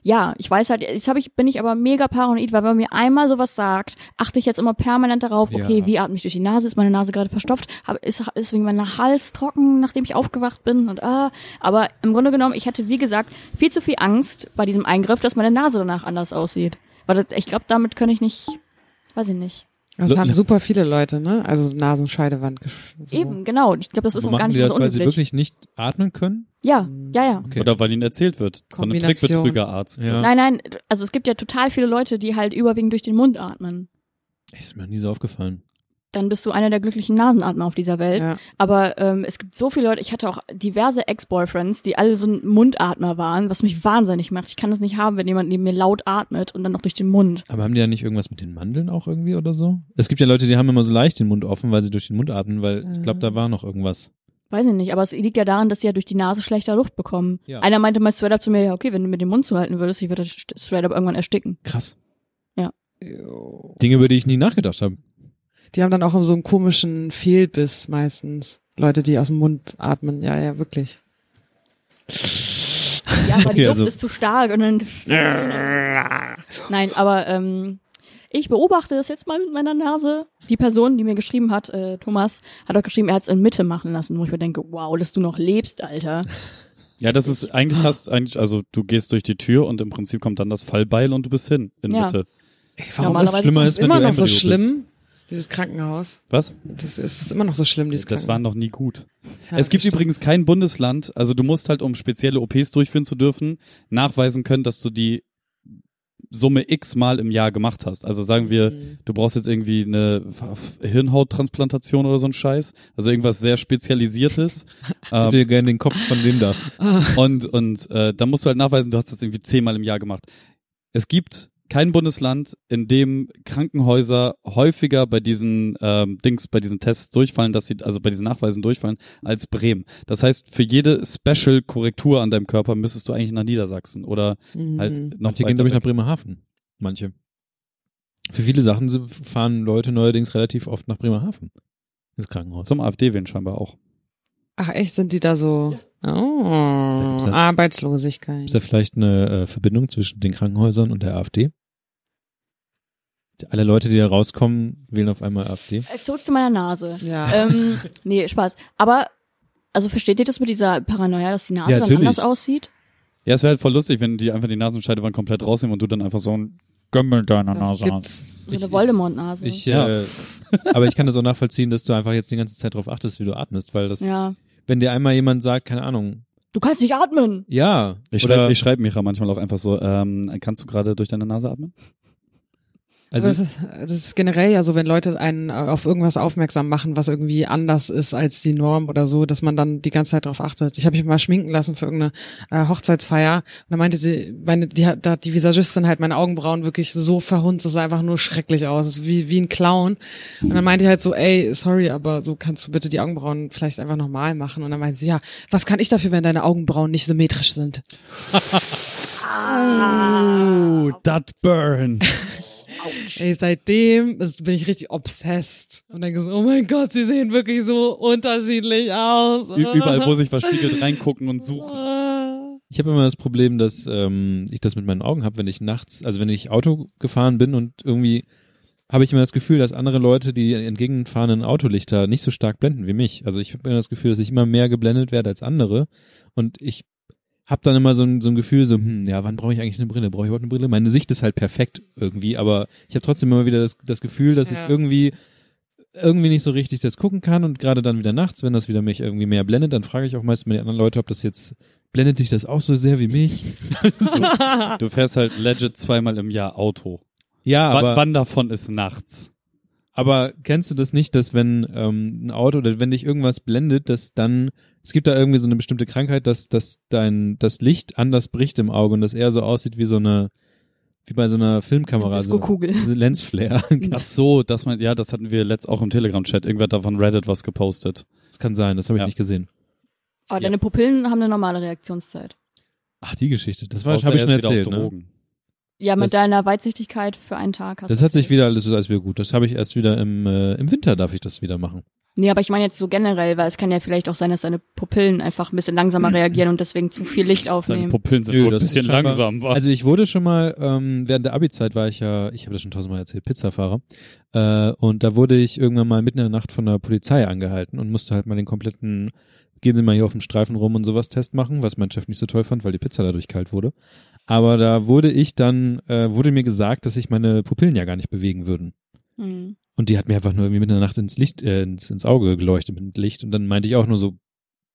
S3: ja, ich weiß halt, jetzt hab ich, bin ich aber mega paranoid, weil wenn man mir einmal sowas sagt, achte ich jetzt immer permanent darauf, okay,
S5: Ja.
S3: wie atme ich durch die Nase, ist meine Nase gerade verstopft, hab, ist, ist wegen meinem Hals trocken, nachdem ich aufgewacht bin und ah. Aber im Grunde genommen, ich hätte, wie gesagt, viel zu viel Angst bei diesem Eingriff, dass meine Nase danach anders aussieht. Weil das, ich glaube, damit kann ich nicht, weiß ich nicht.
S7: Das
S5: Le-
S7: haben
S5: le-
S7: super viele Leute, ne? Also Nasenscheidewand. gesch- So.
S3: Eben, genau. Ich glaube, das ist
S5: Aber
S3: auch gar
S5: machen
S3: nicht
S5: die
S3: mehr
S5: das,
S3: so
S5: weil sie
S3: unüblich.
S5: wirklich nicht atmen können?
S3: ja, ja, ja.
S5: Okay.
S6: Oder weil ihnen erzählt wird von einem
S7: Kombination.
S6: Trickbetrügerarzt.
S5: Ja.
S6: dass-
S3: Nein, nein, also es gibt ja total viele Leute, die halt überwiegend durch den Mund atmen.
S5: Ey, ist mir noch nie so aufgefallen.
S3: Dann bist du einer der glücklichen Nasenatmer auf dieser Welt.
S7: Ja.
S3: Aber ähm, es gibt so viele Leute, ich hatte auch diverse Ex-Boyfriends, die alle so ein Mundatmer waren, was mich wahnsinnig macht. Ich kann das nicht haben, wenn jemand neben mir laut atmet und dann noch durch den Mund.
S5: Aber haben die da nicht irgendwas mit den Mandeln auch irgendwie oder so? Es gibt ja Leute, die haben immer so leicht den Mund offen, weil sie durch den Mund atmen, weil ich glaube, da war noch irgendwas.
S3: Weiß ich nicht, aber es liegt ja daran, dass sie ja durch die Nase schlechter Luft bekommen.
S5: Ja.
S3: Einer meinte mal straight up zu mir, ja, okay, wenn du mir den Mund zuhalten würdest, ich würde straight up irgendwann ersticken.
S5: Krass.
S7: Jo.
S5: Dinge, über die ich nie nachgedacht
S6: Ähm.
S5: habe.
S7: Die haben dann auch so einen komischen Fehlbiss meistens. Leute, die aus dem Mund atmen. Ja, ja, wirklich.
S3: Ja, aber die
S5: Okay,
S3: Luft
S5: also-
S3: ist zu stark und dann. Nein, aber ähm, ich beobachte das jetzt mal mit meiner Nase. Die Person, die mir geschrieben hat, äh, Thomas, hat auch geschrieben, er hat es in Mitte machen lassen, wo ich mir denke, wow, dass du noch lebst, Alter.
S6: Ja, das ist eigentlich hast eigentlich, also du gehst durch die Tür und im Prinzip kommt dann das Fallbeil und du bist hin in
S3: Ja.
S6: Mitte.
S7: Ey, warum ist,
S3: Normalerweise
S5: schlimmer
S7: ist
S5: ist,
S7: es
S5: wenn
S7: immer
S5: du
S7: noch so
S5: Embryo bist.
S7: schlimm? Dieses Krankenhaus.
S6: Was?
S7: Das ist, es immer noch so schlimm, dieses
S6: Das war
S7: Krankenhaus.
S6: noch nie gut.
S7: Ja,
S6: es gibt
S7: das stimmt.
S6: übrigens kein Bundesland, also du musst halt, um spezielle OPs durchführen zu dürfen, nachweisen können, dass du die Summe x Mal im Jahr gemacht hast. Also sagen wir,
S7: Mhm.
S6: du brauchst jetzt irgendwie eine Hirnhauttransplantation oder so ein Scheiß, also irgendwas sehr Spezialisiertes. ähm,
S5: Hätte gerne den Kopf von dem da.
S6: und und äh, dann musst du halt nachweisen, du hast das irgendwie zehnmal im Jahr gemacht. Es gibt kein Bundesland, in dem Krankenhäuser häufiger bei diesen ähm, Dings, bei diesen Tests durchfallen, dass sie, also bei diesen Nachweisen durchfallen, als Bremen. Das heißt, für jede Special-Korrektur an deinem Körper müsstest du eigentlich nach Niedersachsen oder halt
S7: Mhm.
S6: noch
S5: Manche gehen,
S6: weiter
S5: glaube ich, nach
S6: weg.
S5: Bremerhaven. Manche. Für viele Sachen sind- fahren Leute neuerdings relativ oft nach Bremerhaven. Ins Krankenhaus.
S6: Zum AfD-Wählen scheinbar auch.
S7: Ach, echt? Sind die da so?
S5: Da
S7: Oh,
S5: gibt's ja-
S7: Arbeitslosigkeit.
S5: Ist da vielleicht eine äh, Verbindung zwischen den Krankenhäusern und der AfD? Alle Leute, die da rauskommen, wählen auf einmal AfD.
S3: Äh, Zurück zu meiner Nase.
S7: Ja.
S3: ähm, nee, Spaß. Aber, also versteht ihr das mit dieser Paranoia, dass die Nase
S5: Ja,
S3: dann
S5: natürlich.
S3: anders aussieht?
S6: Ja, es wäre halt voll lustig, wenn die einfach die Nasenscheidewand komplett rausnehmen und du dann einfach so ein Gömmel deiner
S7: das
S6: Nase hast.
S7: gibt's.
S3: So
S5: Ich-
S3: eine Voldemort-Nase.
S5: Ich,
S6: Ja.
S5: äh, aber ich kann das auch nachvollziehen, dass du einfach jetzt die ganze Zeit drauf achtest, wie du atmest, weil das,
S3: ja.
S5: wenn dir einmal jemand sagt, keine Ahnung,
S3: Du kannst nicht atmen.
S5: ja,
S6: Ich
S5: oder,
S6: schreibe schreib Micha manchmal auch einfach so, ähm, kannst du gerade durch deine Nase atmen?
S5: also
S7: das, ist- das ist generell ja so, wenn Leute einen äh, auf irgendwas aufmerksam machen, was irgendwie anders ist als die Norm oder so, dass man dann die ganze Zeit drauf achtet. Ich habe mich mal schminken lassen für irgendeine äh, Hochzeitsfeier und da meinte die, meine, die, hat- da hat die Visagistin halt meine Augenbrauen wirklich so verhunzt, das sah einfach nur schrecklich aus, das ist wie, wie ein Clown. Und dann meinte ich halt so, ey, sorry, aber so kannst du bitte die Augenbrauen vielleicht einfach normal machen. Und dann meinte sie, ja, was kann ich dafür, wenn deine Augenbrauen nicht symmetrisch sind?
S6: Oh, that burn.
S7: Ey, seitdem ist, bin ich richtig obsessed. Und denke so, oh mein Gott, sie sehen wirklich so unterschiedlich aus.
S6: Ü
S5: äh,
S6: überall, wo sich verspiegelt, reingucken und suchen.
S7: Ah.
S5: ich habe immer das Problem, dass ähm, ich das mit meinen Augen habe, wenn ich nachts, also wenn ich Auto gefahren bin und irgendwie habe ich immer das Gefühl, dass andere Leute die entgegenfahrenden Autolichter nicht so stark blenden wie mich. Also ich habe immer das Gefühl, dass ich immer mehr geblendet werde als andere und ich habe dann immer so ein, so ein Gefühl, so, hm, ja, wann brauche ich eigentlich eine Brille? Brauche ich überhaupt eine Brille? Meine Sicht ist halt perfekt irgendwie, aber ich habe trotzdem immer wieder das, das Gefühl, dass
S7: Ja.
S5: ich irgendwie irgendwie nicht so richtig das gucken kann und gerade dann wieder nachts, wenn das wieder mich irgendwie mehr blendet, dann frage ich auch meistens mal die anderen Leute, ob das jetzt blendet dich das auch so sehr wie mich?
S6: Du fährst halt legit zweimal im Jahr Auto.
S5: Ja,
S6: Aber
S5: aber
S6: wann davon ist nachts?
S5: Aber kennst du das nicht, dass wenn ähm, ein Auto oder wenn dich irgendwas blendet, dass dann es gibt da irgendwie so eine bestimmte Krankheit, dass, dass dein das Licht anders bricht im Auge und das eher so aussieht wie so eine wie bei so einer Filmkamera so
S3: Disco-Kugel.
S5: so Lensflare.
S6: Ach so, dass man, ja, das hatten wir letzt auch im Telegram-Chat. Irgendwer hat da von Reddit was gepostet.
S5: Das kann sein, das habe ich
S6: Ja.
S5: nicht gesehen.
S3: Aber
S6: Ja.
S3: deine Pupillen haben eine normale Reaktionszeit.
S5: Ach, die Geschichte, das war
S6: Außer
S5: habe ich
S6: er
S5: schon
S6: ist wieder auf
S5: erzählt, ne?
S6: Drogen.
S3: Ja, mit
S5: Das-
S3: deiner Weitsichtigkeit für einen Tag hast
S5: Das
S3: du
S5: hat sich
S3: erzählt.
S5: wieder alles so als wir gut. Das habe ich erst wieder im äh, im Winter darf ich das wieder machen.
S3: Nee, aber ich meine jetzt so generell, weil es kann ja vielleicht auch sein, dass deine Pupillen einfach ein bisschen langsamer reagieren und deswegen zu viel Licht
S6: Seine
S3: aufnehmen.
S6: Pupillen sind
S5: Nö,
S6: wohl ein
S5: das ist
S6: bisschen
S5: scheinbar-
S6: langsam. War.
S5: Also ich wurde schon mal, ähm, während der Abi-Zeit war ich ja, ich habe das schon tausendmal erzählt, Pizzafahrer. Äh, und da wurde ich irgendwann mal mitten in der Nacht von der Polizei angehalten und musste halt mal den kompletten, gehen Sie mal hier auf dem Streifen rum und sowas Test machen, was mein Chef nicht so toll fand, weil die Pizza dadurch kalt wurde. Aber da wurde ich dann, äh, wurde mir gesagt, dass sich meine Pupillen ja gar nicht bewegen würden.
S3: Mhm.
S5: Und die hat mir einfach nur irgendwie mitten in der Nacht ins Licht, äh, ins, ins Auge geleuchtet mit Licht. Und dann meinte ich auch nur so,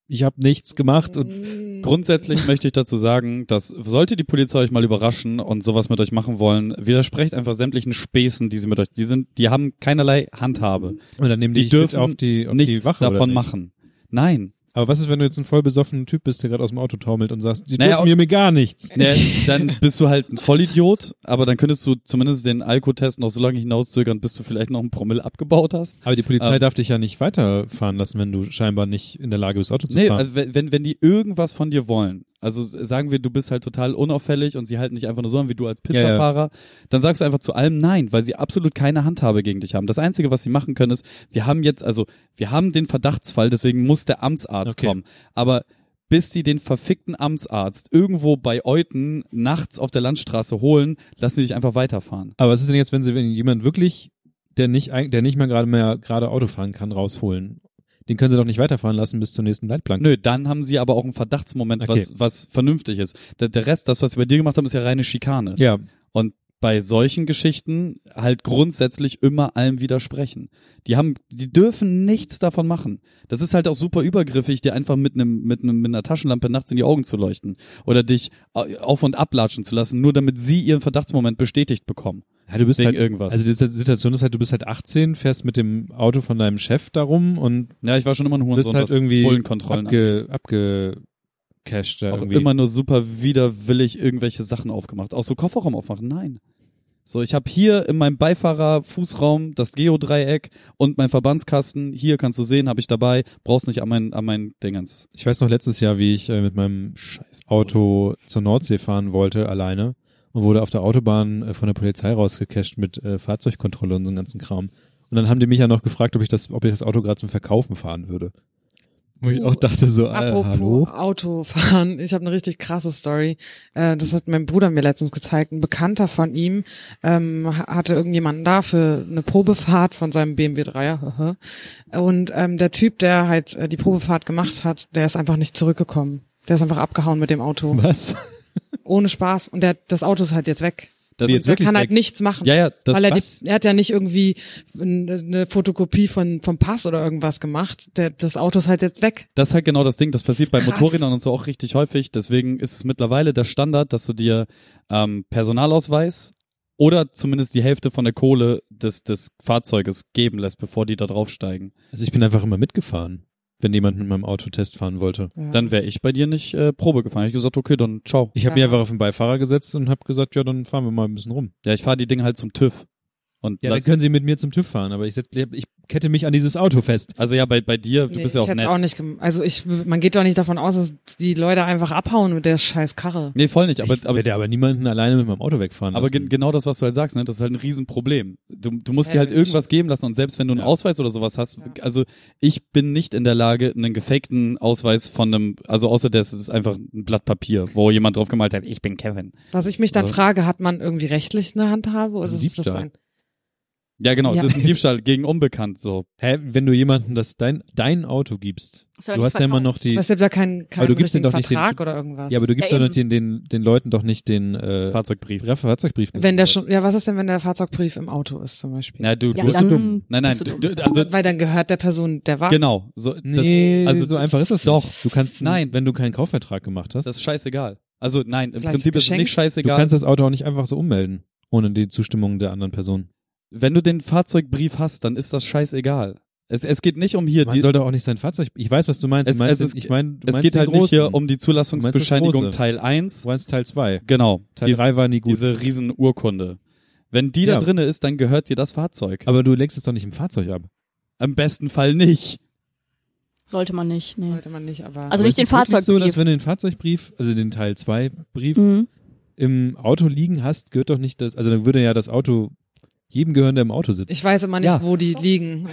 S5: ich habe nichts gemacht und
S6: Grundsätzlich möchte ich dazu sagen, dass sollte die Polizei euch mal überraschen und sowas mit euch machen wollen, widersprecht einfach sämtlichen Späßen, die sie mit euch, die sind, die haben keinerlei Handhabe.
S5: Und dann nehmen
S6: Die
S5: die, dich mit
S6: dürfen
S5: auf die, auf die
S6: Nichts
S5: Wache oder
S6: davon
S5: nicht?
S6: machen. Nein.
S5: Aber was ist, wenn du jetzt ein voll besoffener Typ bist, der gerade aus dem Auto taumelt und sagst, die
S6: Naja,
S5: dürfen mir mir gar nichts.
S6: Ne, dann bist du halt ein Vollidiot, aber dann könntest du zumindest den Alkotest noch so lange hinauszögern, bis du vielleicht noch einen Promille abgebaut hast.
S5: Aber die Polizei
S6: Ähm,
S5: darf dich ja nicht weiterfahren lassen, wenn du scheinbar nicht in der Lage bist, Auto zu
S6: Nee,
S5: fahren.
S6: also wenn, wenn- wenn die irgendwas von dir wollen, also sagen wir, du bist halt total unauffällig und sie halten dich einfach nur so an wie du als
S5: Ja, ja.
S6: Pizzafahrer, dann sagst du einfach zu allem Nein, weil sie absolut keine Handhabe gegen dich haben. Das Einzige, was sie machen können, ist, wir haben jetzt, also wir haben den Verdachtsfall, deswegen muss der Amtsarzt
S5: Okay.
S6: kommen. Aber bis sie den verfickten Amtsarzt irgendwo bei Euten nachts auf der Landstraße holen, lassen sie dich einfach weiterfahren.
S5: Aber was ist denn jetzt, wenn sie wenn jemand wirklich, der nicht, eig- der nicht mal gerade mehr gerade Auto fahren kann, rausholen? Den können sie doch nicht weiterfahren lassen bis zur nächsten Leitplanke.
S6: Nö, dann haben sie aber auch einen Verdachtsmoment,
S5: Okay.
S6: was, was vernünftig ist. Der, der Rest, das, was sie bei dir gemacht haben, ist ja reine Schikane.
S5: Ja,
S6: Und bei solchen Geschichten halt grundsätzlich immer allem widersprechen. Die haben, die dürfen nichts davon machen. Das ist halt auch super übergriffig, dir einfach mit einem, mit einem, mit einer Taschenlampe nachts in die Augen zu leuchten. Oder dich au- auf und ablatschen zu lassen, nur damit sie ihren Verdachtsmoment bestätigt bekommen.
S5: ja du bist
S6: Wegen
S5: halt,
S6: irgendwas.
S5: also die Situation ist halt, du bist halt 18, fährst mit dem Auto von deinem Chef darum und
S6: Ja, ich war schon immer ein
S5: bist
S6: Hurensohn,
S5: halt
S6: was
S5: irgendwie
S6: Bullenkontrollen
S5: abge, abgecasht da
S6: auch
S5: irgendwie.
S6: immer nur super widerwillig irgendwelche Sachen aufgemacht. Auch so Kofferraum aufmachen, nein. So, ich habe hier in meinem Beifahrerfußraum das Geodreieck und mein Verbandskasten. Hier kannst du sehen, habe ich dabei. Brauchst nicht an meinen an meinen Dingens.
S5: Ich weiß noch letztes Jahr, wie ich äh, mit meinem
S6: Scheiß
S5: Auto zur Nordsee fahren wollte, alleine. Und wurde auf der Autobahn äh, von der Polizei rausgecasht mit äh, Fahrzeugkontrolle und so einem ganzen Kram. Und dann haben die mich ja noch gefragt, ob ich das, ob ich das Auto gerade zum Verkaufen fahren würde. Wo ich auch dachte so, äh,
S7: Apropos
S5: hallo?
S7: Autofahren, ich habe eine richtig krasse Story. Äh, das hat mein Bruder mir letztens gezeigt. Ein Bekannter von ihm ähm, ha- hatte irgendjemanden da für eine Probefahrt von seinem BMW 3er. Und ähm, der Typ, der halt äh, die Probefahrt gemacht hat, der ist einfach nicht zurückgekommen. Der ist einfach abgehauen mit dem Auto.
S5: Was?
S7: Ohne Spaß. Und der, das Auto ist halt jetzt weg.
S6: Das
S5: Wie
S7: Und
S5: jetzt
S7: der
S5: wirklich
S7: kann halt
S5: weg?
S7: nichts machen.
S6: Ja, ja, das
S7: weil er,
S6: was?
S7: die, er hat ja nicht irgendwie eine eine Fotokopie von, vom Pass oder irgendwas gemacht. Der, das Auto ist halt jetzt weg.
S6: Das ist halt genau das Ding, das passiert bei
S7: Krass.
S6: Motorrädern und so auch richtig häufig. Deswegen ist es mittlerweile der Standard, dass du dir ähm, Personalausweis oder zumindest die Hälfte von der Kohle des, des Fahrzeuges geben lässt, bevor die da draufsteigen.
S5: Also ich bin einfach immer mitgefahren, wenn jemand mit meinem Auto Test fahren wollte.
S7: Ja.
S6: Dann wäre ich bei dir nicht äh, Probe gefahren. Ich gesagt, okay, dann ciao.
S5: Ich habe
S7: Ja.
S5: mich einfach auf den Beifahrer gesetzt und habe gesagt, ja, dann fahren wir mal ein bisschen rum.
S6: Ja, ich fahre die Dinge halt zum TÜV. Und
S5: Ja, dann
S6: lass,
S5: können Sie mit mir zum TÜV fahren, aber ich, setz, ich kette mich an dieses Auto fest.
S6: also ja, bei, bei dir, du
S7: Nee,
S6: bist ja auch
S7: ich hätt's
S6: nett.
S7: auch nicht gem- also ich w- man geht doch nicht davon aus, dass die Leute einfach abhauen mit der scheiß Karre.
S6: Nee, voll nicht, aber,
S5: ich
S6: aber,
S5: werde aber niemanden alleine mit meinem Auto wegfahren
S6: aber
S5: lassen.
S6: gen genau das, was du halt sagst, ne? das ist halt ein Riesenproblem. Du, du musst
S7: Ja,
S6: dir halt
S7: Mensch.
S6: irgendwas geben lassen und selbst wenn du einen
S5: Ja.
S6: Ausweis oder sowas hast, also ich bin nicht in der Lage, einen gefakten Ausweis von einem, also außer das ist einfach ein Blatt Papier, wo jemand drauf gemalt hat, ich bin Kevin.
S7: Was ich mich dann
S6: Also-
S7: frage, hat man irgendwie rechtlich eine Handhabe oder
S5: Das
S7: ist
S5: ist
S7: das
S5: Diebstahl.
S7: ein
S6: Ja, genau, es
S7: Ja.
S6: ist ein Diebstahl gegen Unbekannt, so.
S5: Hä, wenn du jemandem das dein, dein Auto gibst,
S3: Ist halt aber
S5: du
S3: nicht
S5: hast ja immer
S3: verkauft.
S5: noch die.
S7: Was ja da kein kein
S5: Aber du gibst denen doch nicht den
S7: Vertrag
S5: Schutz-
S7: oder irgendwas.
S5: Ja, aber du gibst
S3: Ja,
S5: ja, noch den, den, den Leuten doch nicht den äh,
S6: Fahrzeugbrief.
S5: Fahrzeugbrief. Fahrzeugbrief
S7: wenn der
S5: Das
S7: schon ja, was ist denn wenn der Fahrzeugbrief im Auto ist zum Beispiel?
S6: Na, du,
S3: Ja,
S6: du bist
S3: dann
S6: so dumm. Nein, nein,
S3: bist du
S6: du,
S3: dumm.
S6: du, also,
S7: Weil dann gehört der Person der Wagen.
S6: genau, so,
S5: Nee,
S6: das, also
S5: also so einfach ist das
S6: Doch,
S5: nicht. Du kannst,
S6: Nein.
S5: wenn du keinen Kaufvertrag gemacht hast,
S6: das ist scheißegal. Also nein, im
S7: Vielleicht
S6: Prinzip ist es
S7: geschenkt.
S6: nicht
S5: du
S6: scheißegal.
S5: kannst das Auto auch nicht einfach so ummelden, ohne die Zustimmung der anderen Person.
S6: wenn du den Fahrzeugbrief hast, dann ist das scheißegal. Es, es geht nicht um hier,
S5: Man
S6: die,
S5: soll doch auch nicht sein Fahrzeug. Ich weiß, was du meinst.
S6: Es-
S5: du meinst
S6: es ist-
S5: ich mein, du
S6: es
S5: meinst
S6: geht
S5: den
S6: halt nicht hier
S5: großen.
S6: um die
S5: Du
S6: Zulassungsbescheinigung
S5: meinst das
S6: Teil
S5: Du
S6: 1.
S5: meinst Teil 2.
S6: Genau,
S5: Teil
S6: diese,
S5: 3 war nie gut.
S6: diese Riesenurkunde. Wenn die da
S5: Ja.
S6: drinne ist, dann gehört dir das Fahrzeug.
S5: aber du lenkst es doch nicht im Fahrzeug ab.
S6: Am besten Fall nicht.
S3: Sollte man nicht, nee.
S7: Sollte man nicht, aber
S3: Also
S5: Aber
S3: nicht den
S5: ist es wirklich
S3: Fahrzeugbrief.
S5: so, dass wenn du den Fahrzeugbrief, also den Teil 2 Brief,
S3: mhm.
S5: im Auto liegen hast, gehört doch nicht das, also dann würde ja das Auto jedem gehören, der im Auto sitzt.
S7: ich weiß immer nicht,
S6: Ja.
S7: wo die liegen. Und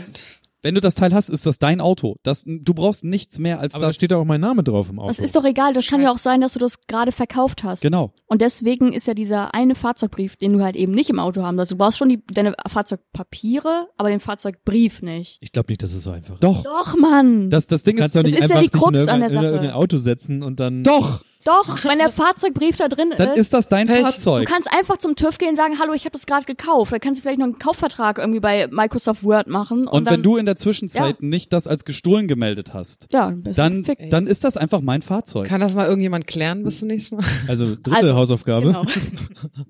S6: Wenn du das Teil hast, ist das dein Auto. Das, du brauchst nichts mehr als
S5: Aber da
S6: das.
S5: steht auch mein Name drauf im Auto.
S3: Das ist doch egal, das kann ja auch sein, dass du das gerade verkauft hast.
S6: genau.
S3: Und deswegen ist ja dieser eine Fahrzeugbrief, den du halt eben nicht im Auto haben darfst. Du brauchst schon die, deine Fahrzeugpapiere, aber den Fahrzeugbrief nicht.
S5: ich glaube nicht, dass es so einfach ist.
S6: Doch.
S3: Doch, Mann!
S6: Das, das Ding
S5: Du kannst
S6: ist.
S5: doch
S3: Das
S5: nicht
S3: ist ja
S5: einfach
S3: die
S5: dich in
S3: Krux
S5: irgendein-
S3: an der
S5: in
S3: Sache.
S5: irgendein Auto setzen und dann.
S6: Doch!
S3: Doch, wenn der Fahrzeugbrief da drin
S6: Dann ist das dein
S3: Äh, Du
S6: Fahrzeug.
S3: kannst einfach zum TÜV gehen und sagen, hallo, ich habe das gerade gekauft. Dann kannst du vielleicht noch einen Kaufvertrag irgendwie bei Microsoft Word machen. Und,
S6: Und
S3: dann,
S6: wenn du in der Zwischenzeit nicht das als gestohlen gemeldet hast,
S3: ja, bist du
S6: dann,
S3: gefickt.
S6: dann ist das einfach mein Fahrzeug.
S7: Kann das mal irgendjemand klären bis zum nächsten Mal?
S5: Also dritte
S3: Also,
S5: Hausaufgabe.
S3: genau.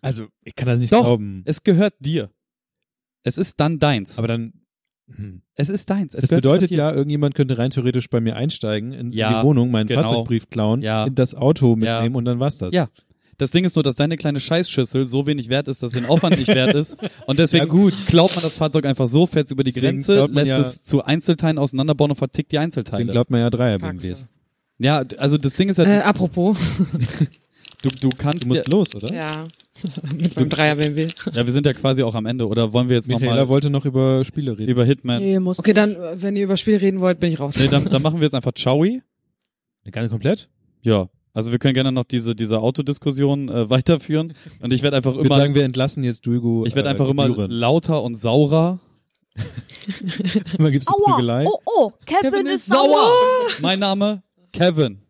S5: Also ich kann das nicht
S6: Doch.
S5: glauben.
S6: Es gehört dir. Es ist dann deins.
S5: Aber dann. Hm.
S6: es ist deins. Es
S5: Das
S6: gehört
S5: bedeutet
S6: dir.
S5: ja, irgendjemand könnte rein theoretisch bei mir einsteigen in
S6: Ja,
S5: die Wohnung, meinen
S6: genau.
S5: Fahrzeugbrief klauen,
S6: Ja.
S5: in das Auto
S6: Ja.
S5: mitnehmen und dann war's das.
S6: Ja. Das Ding ist nur, dass deine kleine Scheißschüssel so wenig wert ist, dass den Aufwand nicht wert ist. Und deswegen
S5: Ja,
S6: gut. klaut man das Fahrzeug einfach so, fährt es über die
S5: Deswegen
S6: Grenze,
S5: klaut man
S6: lässt
S5: ja-
S6: es zu Einzelteilen auseinanderbauen und vertickt die
S5: Deswegen
S6: Einzelteile.
S5: glaubt man ja Dreier
S7: Packst du.
S5: BMWs.
S6: Ja, d- also das Ding ist
S7: Äh,
S6: ja,
S7: apropos.
S6: du, du kannst.
S5: Du musst
S6: dir,
S5: los, oder?
S7: Ja. Mit meinem Dreier BMW.
S6: ja, wir sind ja quasi auch am Ende. Oder wollen wir jetzt
S5: Michaela
S6: nochmal
S5: wollte noch über Spiele reden.
S6: über Hitman?
S3: nee, muss
S7: Okay, dann, äh, wenn ihr über Spiele reden wollt, bin ich raus.
S6: Nee, dann, dann machen wir jetzt einfach Chowi.
S5: Ganz komplett?
S6: Ja. Also wir können gerne noch diese, diese Autodiskussion äh, weiterführen. Und ich werde einfach
S5: Ich würde
S6: immer,
S5: sagen, wir entlassen jetzt Duigo.
S6: ich werde
S5: äh,
S6: einfach immer
S5: Gebühren.
S6: lauter und saurer.
S5: Immer gibt's eine
S3: Aua!
S5: Prügelei.
S3: Oh, oh, Kevin, ist sauer!
S6: Mein Name Kevin.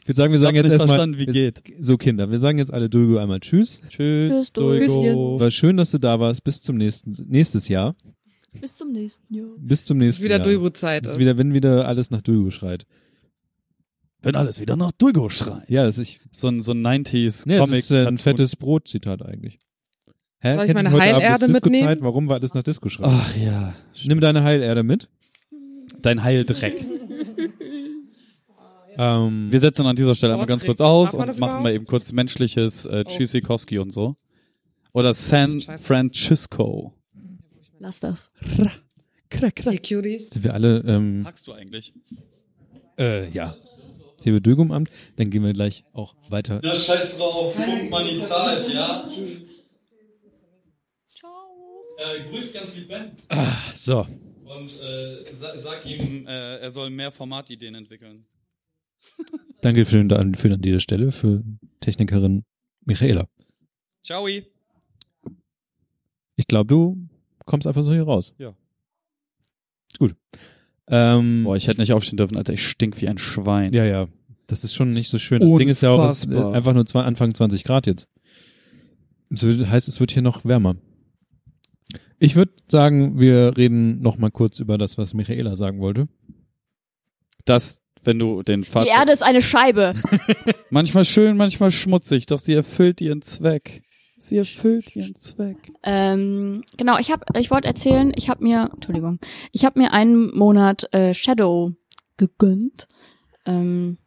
S5: Ich würde sagen, wir
S6: Ich hab
S5: sagen jetzt
S6: nicht
S5: erstmal.
S6: verstanden, wie geht.
S5: So, Kinder, wir sagen jetzt alle Duigo einmal Tschüss.
S6: Tschüss,
S3: Tschüss, Duigo.
S5: War schön, dass du da warst. Bis zum nächsten, nächstes Jahr.
S3: Bis zum nächsten Jahr.
S5: Bis zum nächsten
S7: ist wieder
S5: Jahr.
S7: Duigo-Zeit.
S5: Das ist wieder, wenn wieder alles nach Duigo schreit.
S6: Wenn alles wieder nach Duigo schreit.
S5: Ja, das ist, ich,
S6: So ein, so ein 90s
S5: nee, das
S6: Comic.
S5: ist äh, ein
S6: Cartoon.
S5: fettes Brot-Zitat eigentlich. Hä?
S7: Soll ich
S5: Kennst du
S7: meine
S5: heute Abend
S7: Heilerde
S5: ist Disco-Zeit?
S7: mitnehmen?
S5: Warum war alles nach Disco schreit?
S6: Ach ja.
S5: Nimm deine Heilerde mit.
S6: Dein Heildreck.
S5: Ähm,
S6: Wir setzen an dieser Stelle einmal ganz kurz aus
S7: Darf man
S6: und
S7: das
S6: machen
S7: überhaupt? Oh.
S6: mal eben kurz menschliches äh, Tschüssikowski und so. Oder San
S7: Scheiße.
S6: Francisco.
S3: Lass das.
S7: Ihr Cuties.
S5: sind wir alle, ähm,
S6: Magst du eigentlich?
S5: äh, ja. Hier Duigo im Amt. Dann gehen wir gleich auch weiter.
S6: Ja, scheiß drauf. Guck mal, die zahlt, ja?
S3: Ciao.
S6: Äh, grüß ganz lieb Ben.
S5: So.
S6: Und äh, sa sag ihm, äh, er soll mehr Formatideen entwickeln.
S5: Danke für, den- für an dieser Stelle für Technikerin Michaela.
S6: Ciao.
S5: Ich glaube, du kommst einfach so hier raus.
S6: Ja.
S5: Gut. Ähm,
S6: Boah, ich hätte nicht aufstehen dürfen, Alter. Ich stink wie ein Schwein.
S5: ja, ja. Das ist schon nicht so schön. Das Ding ist ja auch es ist, äh,
S6: Unfassbar.
S5: einfach nur zwei, Anfang 20 Grad jetzt. Das wird- heißt, es wird hier noch wärmer. Ich würde sagen, wir reden noch mal kurz über das, was Michaela sagen wollte.
S6: Das, wenn du den
S3: Die
S6: Fahrzeug...
S3: Erde ist eine Scheibe.
S6: Manchmal schön, manchmal schmutzig, doch sie erfüllt ihren Zweck. Sie erfüllt ihren Zweck.
S3: ähm, genau, ich hab, ich wollte erzählen, ich habe mir, Entschuldigung, ich habe mir einen Monat äh, Shadow gegönnt. Ähm,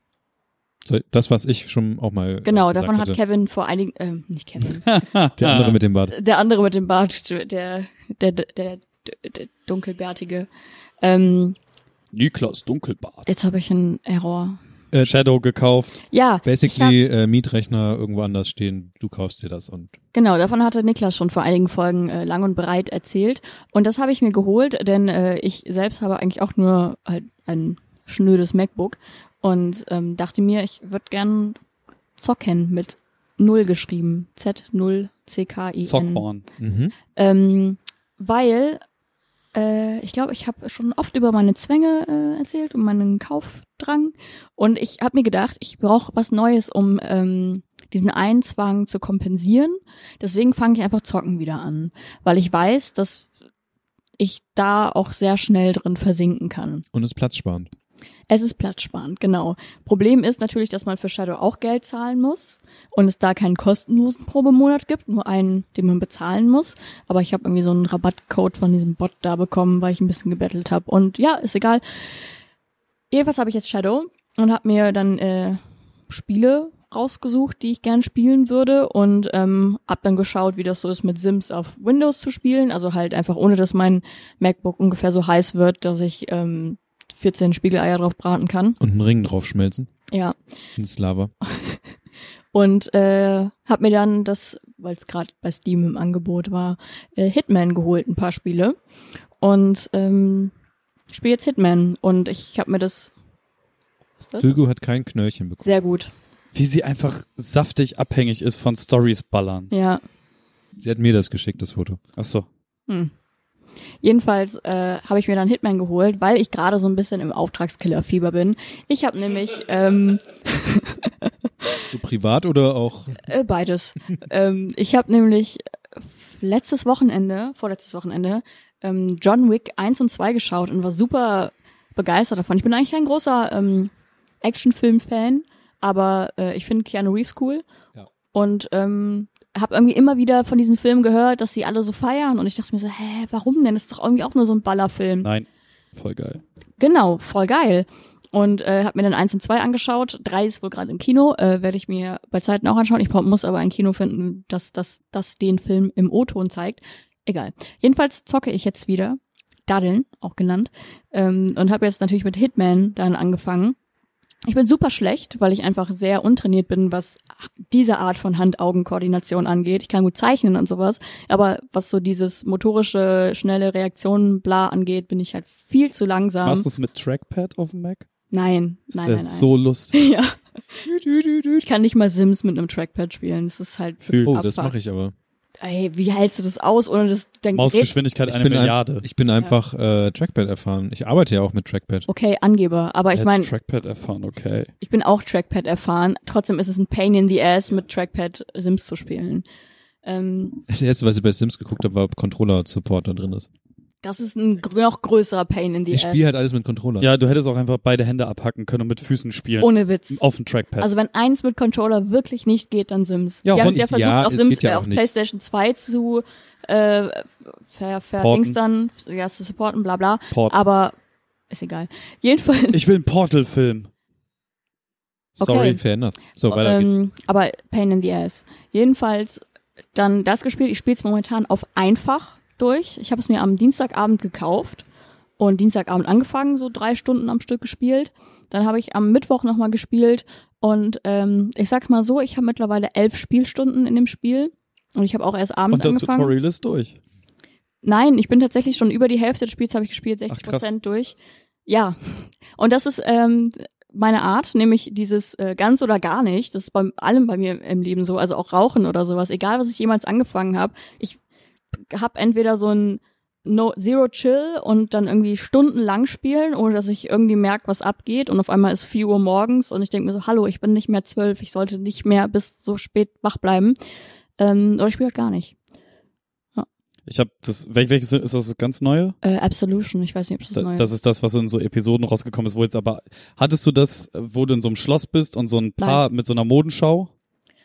S5: So, das, was ich schon auch mal. äh,
S3: genau,
S5: gesagt
S3: davon hat Ah.
S5: hatte.
S3: Kevin vor einigen, ähm, nicht Kevin,
S5: Der andere mit dem Bart.
S3: der andere mit dem Bart, der, der, der, der, der dunkelbärtige. Ähm,
S6: Niklas Dunkelbart.
S3: jetzt habe ich einen Error.
S6: Äh, Shadow gekauft.
S3: Ja,
S5: Basically, äh, Mietrechner irgendwo anders stehen, du kaufst dir das und
S3: genau, davon hatte Niklas schon vor einigen Folgen äh, lang und breit erzählt. Und das habe ich mir geholt, denn äh, ich selbst habe eigentlich auch nur halt ein schnödes MacBook und ähm, dachte mir, ich würde gern zocken mit Null geschrieben. Z0CKIN.
S6: Zockhorn.
S3: Ähm, weil äh, ich glaube, ich habe schon oft über meine Zwänge äh, erzählt und meinen Kaufdrang. Und ich habe mir gedacht, ich brauche was Neues, um ähm, diesen einen Zwang zu kompensieren. Deswegen fange ich einfach zocken wieder an, weil ich weiß, dass ich da auch sehr schnell drin versinken kann.
S5: und ist platzsparend.
S3: Es ist platzsparend, genau. Problem ist natürlich, dass man für Shadow auch Geld zahlen muss und es da keinen kostenlosen Probemonat gibt, nur einen, den man bezahlen muss. Aber ich habe irgendwie so einen Rabattcode von diesem Bot da bekommen, weil ich ein bisschen gebettelt habe. Und ja, ist egal. Jedenfalls habe ich jetzt Shadow und habe mir dann äh, Spiele rausgesucht, die ich gern spielen würde und ähm, hab dann geschaut, wie das so ist mit Sims auf Windows zu spielen, also halt einfach ohne, dass mein MacBook ungefähr so heiß wird, dass ich ähm, 14 Spiegeleier drauf braten kann.
S5: Und einen Ring draufschmelzen
S3: Ja.
S5: ins Lava.
S3: Und äh, hab mir dann das, weil es gerade bei Steam im Angebot war, äh, Hitman geholt, ein paar Spiele. und ähm, spiele jetzt Hitman und ich habe mir das was ist das?
S5: Dögu hat kein Knöllchen bekommen.
S3: sehr gut.
S6: Wie sie einfach saftig abhängig ist von Stories ballern.
S3: Ja.
S5: Sie hat mir das geschickt, das Foto.
S6: Ach so.
S3: Hm. Jedenfalls äh, habe ich mir dann Hitman geholt, weil ich gerade so ein bisschen im Auftragskiller-Fieber bin. Ich habe nämlich ähm,
S5: So privat oder auch
S3: Äh, beides. ähm, ich habe nämlich äh, letztes Wochenende, vorletztes Wochenende, ähm, John Wick 1 und 2 geschaut und war super begeistert davon. Ich bin eigentlich kein großer ähm, Actionfilm-Fan, aber äh, ich finde Keanu Reeves cool.
S5: Ja.
S3: Und ähm, habe irgendwie immer wieder von diesen Filmen gehört, dass sie alle so feiern. Und ich dachte mir so, hä, warum denn? Das ist doch irgendwie auch nur so ein Ballerfilm.
S6: Nein. Voll geil.
S3: Genau, voll geil. Und äh, habe mir dann eins und zwei angeschaut. Drei ist wohl gerade im Kino, äh, werde ich mir bei Zeiten auch anschauen. Ich brauch, muss aber ein Kino finden, das, das, das den Film im O-Ton zeigt. Egal. Jedenfalls zocke ich jetzt wieder. Daddeln, auch genannt. Ähm, und habe jetzt natürlich mit Hitman dann angefangen. Ich bin super schlecht, weil ich einfach sehr untrainiert bin, was diese Art von Hand-Augen-Koordination angeht. Ich kann gut zeichnen und sowas, aber was so dieses motorische, schnelle Reaktionen, bla angeht, bin ich halt viel zu langsam.
S6: Machst du es mit Trackpad auf dem Mac?
S3: Nein,
S6: Das
S3: nein,
S6: wäre
S3: nein, nein.
S6: so lustig.
S3: ja. Ich kann nicht mal Sims mit einem Trackpad spielen. Das ist halt.
S6: Fühl.
S5: Oh,
S3: Abfuck.
S5: das mache ich aber.
S3: Ey, wie hältst du das aus, ohne das dein Gerät?
S6: Mausgeschwindigkeit
S5: Ich
S6: eine
S5: bin,
S6: Milliarde.
S5: ein, ich bin einfach äh, Trackpad erfahren. Ich arbeite ja auch mit Trackpad.
S3: Okay, Angeber. Aber ich
S6: Hätte
S3: meine,
S6: Trackpad erfahren, okay.
S3: ich bin auch Trackpad erfahren. Trotzdem ist es ein Pain in the Ass, mit Trackpad Sims zu spielen. Ähm,
S5: Das erste, was ich bei Sims geguckt habe, war ob Controller-Support da drin ist.
S3: das ist ein gr- noch größerer Pain in the
S5: Ich
S3: Ass.
S5: spiele halt alles mit Controller.
S6: Ja, du hättest auch einfach beide Hände abhacken können und mit Füßen spielen.
S3: Ohne Witz.
S6: auf dem Trackpad.
S3: Also wenn eins mit Controller wirklich nicht geht, dann Sims.
S5: Ja,
S3: Die haben es
S5: und-
S3: ja versucht,
S5: ja,
S3: auf
S5: es
S3: Sims,
S5: geht ja
S3: äh,
S5: auch
S3: auf
S5: nicht.
S3: PlayStation 2 zu äh, ver, ver
S6: Porten.
S3: Dings dann, ja, zu supporten, bla bla.
S6: Porten.
S3: Aber ist egal. Jedenfalls.
S6: ich will einen Portal-Film.
S5: Sorry,
S3: okay.
S5: fair enough. So, weiter geht's.
S3: ähm, aber Pain in the Ass. Jedenfalls dann das gespielt. Ich spiele es momentan auf einfach durch. Ich habe es mir am Dienstagabend gekauft und Dienstagabend angefangen, so drei Stunden am Stück gespielt. Dann habe ich am Mittwoch nochmal gespielt und ähm, ich sag's mal so, ich habe mittlerweile elf Spielstunden in dem Spiel und ich habe auch erst abends
S6: Und das
S3: angefangen.
S6: Tutorial ist durch.
S3: Nein, ich bin tatsächlich schon über die Hälfte des Spiels habe ich gespielt, 60
S6: Ach, krass.
S3: Prozent durch. Ja, und das ist ähm, meine Art, nämlich dieses äh, ganz oder gar nicht. Das ist bei allem bei mir im Leben so, also auch Rauchen oder sowas. Egal, was ich jemals angefangen habe, ich habe entweder so ein No Zero Chill und dann irgendwie stundenlang spielen, ohne dass ich irgendwie merke, was abgeht. Und auf einmal ist 4 Uhr morgens und ich denke mir so, hallo, ich bin nicht mehr zwölf, ich sollte nicht mehr bis so spät wach bleiben. Ähm, oder ich spiele halt gar nicht.
S6: Ich habe das, wel- welches ist das, das ganz neue?
S3: Äh, Absolution, ich weiß nicht, ob das
S6: Da-
S3: neu ist.
S6: Das ist das, was in so Episoden rausgekommen ist, wo jetzt aber, hattest du das, äh, wo du in so einem Schloss bist und so ein Paar mit so einer Modenschau?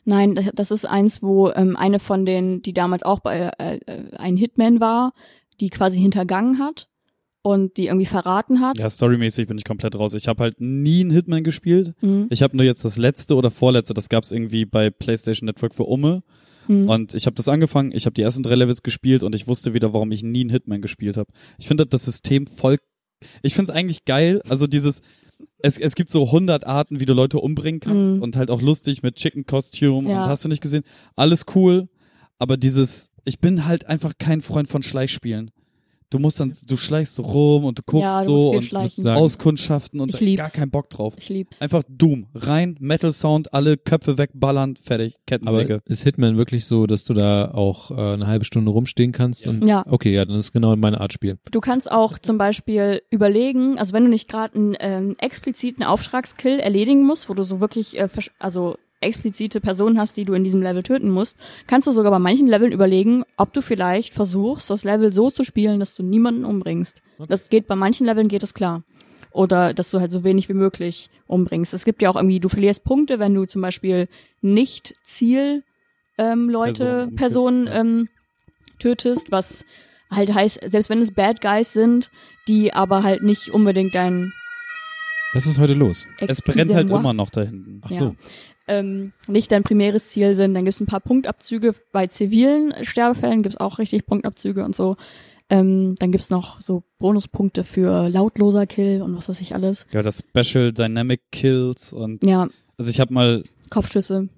S3: Nein, das, das ist eins, wo ähm, eine von denen, die damals auch bei äh, äh, ein Hitman war, die quasi hintergangen hat und die irgendwie verraten hat.
S6: Ja, storymäßig bin ich komplett raus. Ich habe halt nie einen Hitman gespielt.
S3: Mhm.
S6: Ich habe nur jetzt das letzte oder vorletzte, das gab's irgendwie bei PlayStation Network für Umme.
S3: Mhm.
S6: Und ich habe das angefangen, ich habe die ersten drei Levels gespielt und ich wusste wieder, warum ich nie einen Hitman gespielt habe. Ich finde das System voll. Ich finde es eigentlich geil. Also dieses, es, es gibt so 100 Arten, wie du Leute umbringen kannst
S3: Mhm.
S6: und halt auch lustig mit Chicken Costume
S3: Ja.
S6: und hast du nicht gesehen. Alles cool, aber dieses, ich bin halt einfach kein Freund von Schleichspielen. Du musst dann, du schleichst so rum und du guckst
S3: Ja, du musst
S6: so
S3: viel
S6: und
S3: schleichen.
S5: musst sagen,
S6: Auskundschaften und
S3: Ich lieb's.
S6: gar keinen Bock drauf.
S3: Ich lieb's.
S6: Einfach Doom. Rein, Metal Sound, alle Köpfe wegballern, fertig, Kettensäge.
S5: Aber ist Hitman wirklich so, dass du da auch äh, eine halbe Stunde rumstehen kannst?
S6: Ja.
S5: Und,
S3: Ja.
S5: Okay, ja, dann ist genau meine Art Spiel.
S3: Du kannst auch zum Beispiel überlegen, also wenn du nicht gerade einen ähm, expliziten Auftragskill erledigen musst, wo du so wirklich, äh, versch- also explizite Personen hast, die du in diesem Level töten musst, kannst du sogar bei manchen Leveln überlegen, ob du vielleicht versuchst, das Level so zu spielen, dass du niemanden umbringst. Das geht bei manchen Leveln geht das klar. Oder dass du halt so wenig wie möglich umbringst. Es gibt ja auch irgendwie, du verlierst Punkte, wenn du zum Beispiel nicht Ziel ähm, Leute,
S6: Personen umkippst,
S3: Personen
S6: ja.
S3: ähm, tötest, was halt heißt, selbst wenn es Bad Guys sind, die aber halt nicht unbedingt dein
S5: Was ist heute los?
S6: es brennt halt
S3: Excusez-moi,
S6: immer noch da hinten.
S5: Ach so.
S3: ähm, nicht dein primäres Ziel sind. Dann gibt's ein paar Punktabzüge bei zivilen Sterbefällen, gibt's auch richtig Punktabzüge und so. Ähm, dann gibt's noch so Bonuspunkte für lautloser Kill und was weiß ich alles.
S6: Ja, das Special Dynamic Kills und
S3: Ja,
S6: also ich habe mal,
S3: Kopfschüsse.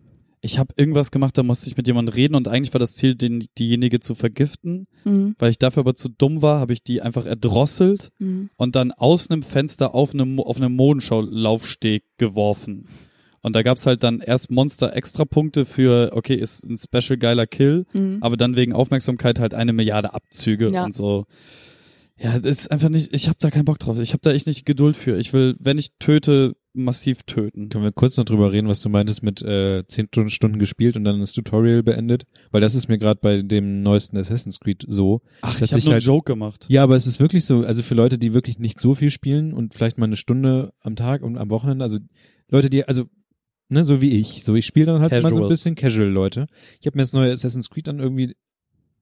S6: ich habe irgendwas gemacht, da musste ich mit jemandem reden und eigentlich war das Ziel, den, diejenige zu vergiften.
S3: Mhm.
S6: Weil ich dafür aber zu dumm war, habe ich die einfach erdrosselt
S3: Mhm.
S6: und dann aus einem Fenster auf einem, auf einem Modenschaulaufsteg geworfen. Und da gab's halt dann erst Monster-Extra-Punkte für, okay, ist ein special geiler Kill,
S3: Mhm.
S6: aber dann wegen Aufmerksamkeit halt eine Milliarde Abzüge
S3: Ja.
S6: und so. Ja, das ist einfach nicht, ich habe da keinen Bock drauf. Ich habe da echt nicht Geduld für. Ich will, wenn ich töte, massiv töten.
S5: Können wir kurz noch drüber reden, was du meintest mit äh, 10 Stunden gespielt und dann das Tutorial beendet? Weil das ist mir gerade bei dem neuesten Assassin's Creed so.
S6: Ach,
S5: dass
S6: ich habe
S5: ich
S6: nur
S5: halt-
S6: einen Joke gemacht.
S5: Ja, aber es ist wirklich so, also für Leute, die wirklich nicht so viel spielen und vielleicht mal eine Stunde am Tag und am Wochenende, also Leute, die, also, ne, so wie ich, so ich spiele dann halt mal so ein
S6: Casuals.
S5: bisschen Casual, Leute. Ich habe mir das neue Assassin's Creed dann irgendwie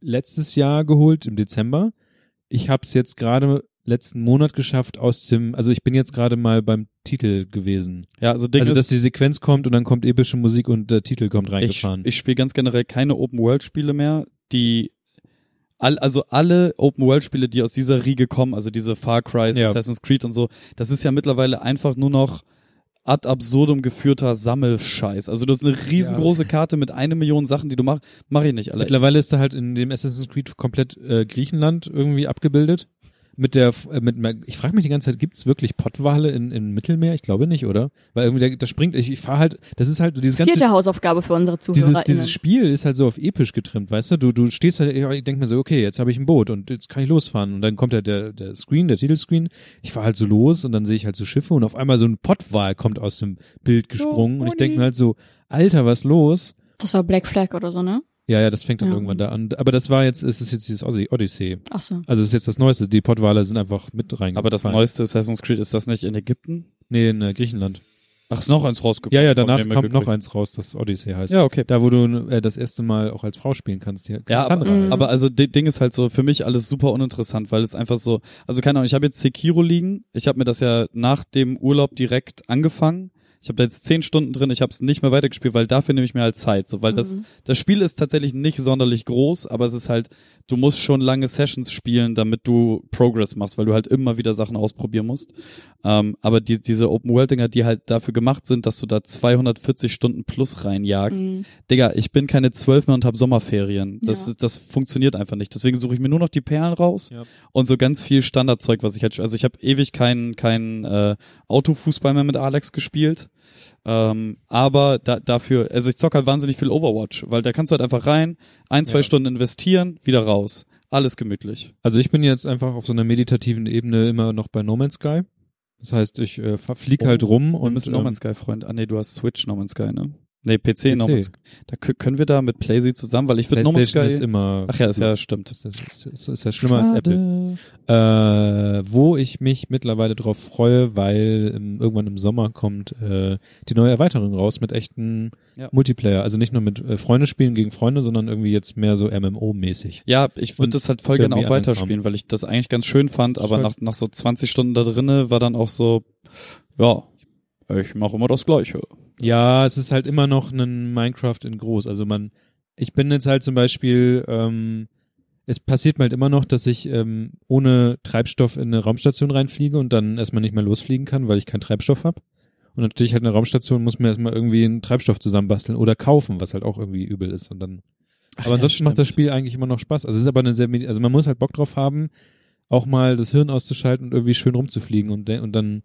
S5: letztes Jahr geholt, im Dezember. Ich habe es jetzt gerade letzten Monat geschafft aus dem, also ich bin jetzt gerade mal beim Titel gewesen.
S6: Ja, also, Ding
S5: also,
S6: ist,
S5: dass die Sequenz kommt und dann kommt epische Musik und der Titel kommt
S6: Ich,
S5: reingefahren.
S6: ich spiele ganz generell keine Open-World-Spiele mehr, die all, also alle Open-World-Spiele, die aus dieser Riege kommen, also diese Far Cry,
S5: Ja.
S6: Assassin's Creed und so, das ist ja mittlerweile einfach nur noch ad absurdum geführter Sammelscheiß. Also das ist eine riesengroße Karte mit eine Million Sachen, die du machst. Mach ich nicht alle.
S5: Mittlerweile ist da halt in dem Assassin's Creed komplett äh, Griechenland irgendwie abgebildet. Mit der, äh, mit, mer- ich frage mich die ganze Zeit, gibt's wirklich Pottwale in, im Mittelmeer? Ich glaube nicht, oder? Weil irgendwie, da, da springt, ich, ich fahre halt, das ist halt, dieses ganze,
S3: Vierte Hausaufgabe für unsere
S5: dieses,
S3: ZuhörerInnen.
S5: dieses Spiel ist halt so auf episch getrimmt, weißt du? Du, du stehst halt, ich denke mir so, okay, jetzt habe ich ein Boot und jetzt kann ich losfahren. Und dann kommt halt der, der Screen, der Titelscreen. Ich fahre halt so los und dann sehe ich halt so Schiffe und auf einmal so ein Pottwal kommt aus dem Bild gesprungen und ich denke mir halt so, Alter, was los?
S3: das war Black Flag oder so, ne?
S5: Ja, ja, das fängt dann
S3: Ja.
S5: irgendwann da an. Aber das war jetzt, es ist jetzt dieses Ossi- Odyssey.
S3: Ach so.
S5: Also es ist jetzt das Neueste. Die Pottwale sind einfach mit rein.
S6: Aber das neueste Assassin's Creed, ist das nicht in Ägypten?
S5: Nee, in äh, Griechenland.
S6: Ach, ist noch eins rausgekommen.
S5: Ja, ja,
S6: Hab
S5: danach
S6: den mal
S5: kommt noch
S6: gekriegt.
S5: eins raus, das Odyssey heißt.
S6: Ja, okay.
S5: Da, wo du äh, das erste Mal auch als Frau spielen kannst. Die
S6: Ja,
S5: Cassandra
S3: aber-
S5: heißt.
S6: Aber also das Ding ist halt so für mich alles super uninteressant, weil es einfach so, also keine Ahnung, ich habe jetzt Sekiro liegen, ich habe mir das ja nach dem Urlaub direkt angefangen. Ich habe da jetzt zehn Stunden drin, ich habe es nicht mehr weitergespielt, weil dafür nehme ich mir halt Zeit, so weil das das Spiel ist tatsächlich nicht sonderlich groß, aber es ist halt du musst schon lange Sessions spielen, damit du Progress machst, weil du halt immer wieder Sachen ausprobieren musst. Ähm, aber die, diese Open World Dinger, die halt dafür gemacht sind, dass du da 240 Stunden plus reinjagst,
S3: Mhm.
S6: Digga, ich bin keine zwölf mehr und habe Sommerferien. Das,
S3: Ja.
S6: ist, das funktioniert einfach nicht. Deswegen suche ich mir nur noch die Perlen raus
S5: Ja.
S6: und so ganz viel Standardzeug, was ich halt. Also ich habe ewig keinen kein, äh, Autofußball mehr mit Alex gespielt. Ähm, aber da, dafür, also ich zocke halt wahnsinnig viel Overwatch, weil da kannst du halt einfach rein, ein, zwei
S5: Ja.
S6: Stunden investieren, wieder raus. Alles gemütlich.
S5: also ich bin jetzt einfach auf so einer meditativen Ebene immer noch bei No Man's Sky. Das heißt, ich äh, fliege
S6: Oh,
S5: halt rum
S6: Wir
S5: und
S6: müssen No
S5: ähm,
S6: Man's Sky, Freund. Ah, nee, du hast Switch No Man's Sky, ne? Nee, PC, No
S5: PC.
S6: Man's Sky. Da kö- können wir da mit PlaySy zusammen, weil ich würde No Man's
S5: PlayStation ist
S6: Sky.
S5: immer.
S6: Ach ja, ist ja, stimmt.
S5: Das ist, ist, ist, ist ja schlimmer als Apple. äh, wo ich mich mittlerweile drauf freue, weil ähm, irgendwann im Sommer kommt äh, die neue Erweiterung raus mit echten
S6: Ja.
S5: Multiplayer. Also nicht nur mit äh, Freunde spielen gegen Freunde, sondern irgendwie jetzt mehr so MMO-mäßig.
S6: Ja, ich würde
S5: Und
S6: das halt voll gerne auch
S5: irgendwie anderen
S6: weiterspielen, weil ich das eigentlich ganz schön fand, aber
S5: Voll.
S6: nach, nach so 20 Stunden da drinne war dann auch so, ja, ich mache immer das Gleiche.
S5: Ja, es ist halt immer noch ein Minecraft in groß. Also man, ich bin jetzt halt zum Beispiel, ähm, es passiert mir halt immer noch, dass ich ähm, ohne Treibstoff in eine Raumstation reinfliege und dann erstmal nicht mehr losfliegen kann, weil ich keinen Treibstoff habe. Und dann stehe ich halt in der Raumstation, muss mir erstmal irgendwie einen Treibstoff zusammenbasteln oder kaufen, was halt auch irgendwie übel ist. Und dann, aber ansonsten macht das Spiel eigentlich immer noch Spaß. Also es ist aber eine sehr, medi- also man muss halt Bock drauf haben, auch mal das Hirn auszuschalten und irgendwie schön rumzufliegen und, de- und dann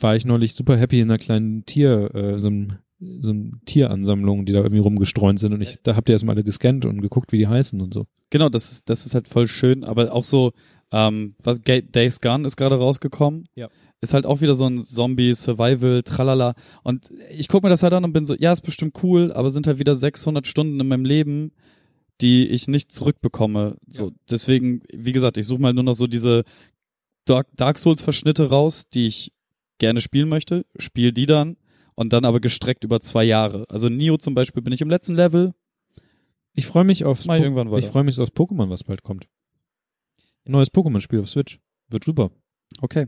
S5: war ich neulich super happy in einer kleinen Tier, äh, so einem so einem Tieransammlung, die da irgendwie rumgestreunt sind und ich, da habt ihr erstmal alle gescannt und geguckt, wie die heißen und so.
S6: Genau, das ist, das ist halt voll schön, aber auch so, ähm, was, Ga- Days Gone ist gerade rausgekommen.
S5: Ja.
S6: Ist halt auch wieder so ein Zombie-Survival, tralala. Und ich guck mir das halt an und bin so, ja, ist bestimmt cool, aber sind halt wieder 600 Stunden in meinem Leben, die ich nicht zurückbekomme. So, deswegen, wie gesagt, ich suche mal nur noch so diese Dark, Dark Souls-Verschnitte raus, die ich gerne spielen möchte, spiel die dann und dann aber gestreckt über zwei Jahre. Also Nio zum Beispiel bin ich im letzten Level.
S5: Ich freue mich auf
S6: Mach ich irgendwann weiter.
S5: ich freue mich aufs Pokémon, was bald kommt. Neues Pokémon-Spiel auf Switch. Wird super.
S6: Okay.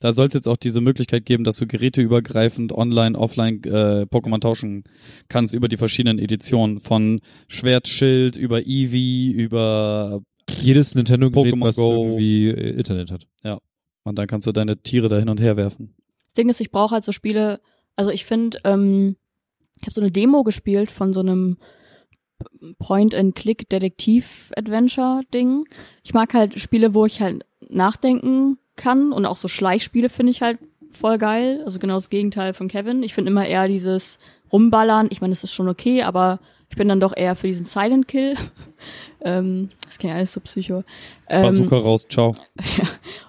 S6: Da soll es jetzt auch diese Möglichkeit geben, dass du geräteübergreifend online, offline äh, Pokémon tauschen kannst über die verschiedenen Editionen von Schwert, Schild, über Eevee, über
S5: Jedes Nintendo-Gerät,
S6: Pokémon
S5: was
S6: Go.
S5: irgendwie äh, Internet hat.
S6: und dann kannst du deine Tiere da hin und her werfen.
S3: Das Ding ist, ich brauche halt so Spiele, also ich finde, ähm, Ich habe so eine Demo gespielt von so einem Point-and-Click-Detektiv-Adventure-Ding. Ich mag halt Spiele, wo ich halt nachdenken kann und auch so Schleichspiele finde ich halt voll geil. Also genau das Gegenteil von Kevin. Ich finde immer eher dieses Rumballern. Ich meine, das ist schon okay, aber ich bin dann doch eher für diesen Silent Kill. ähm, das klingt alles so psycho. Ähm,
S6: Bazooka raus, ciao.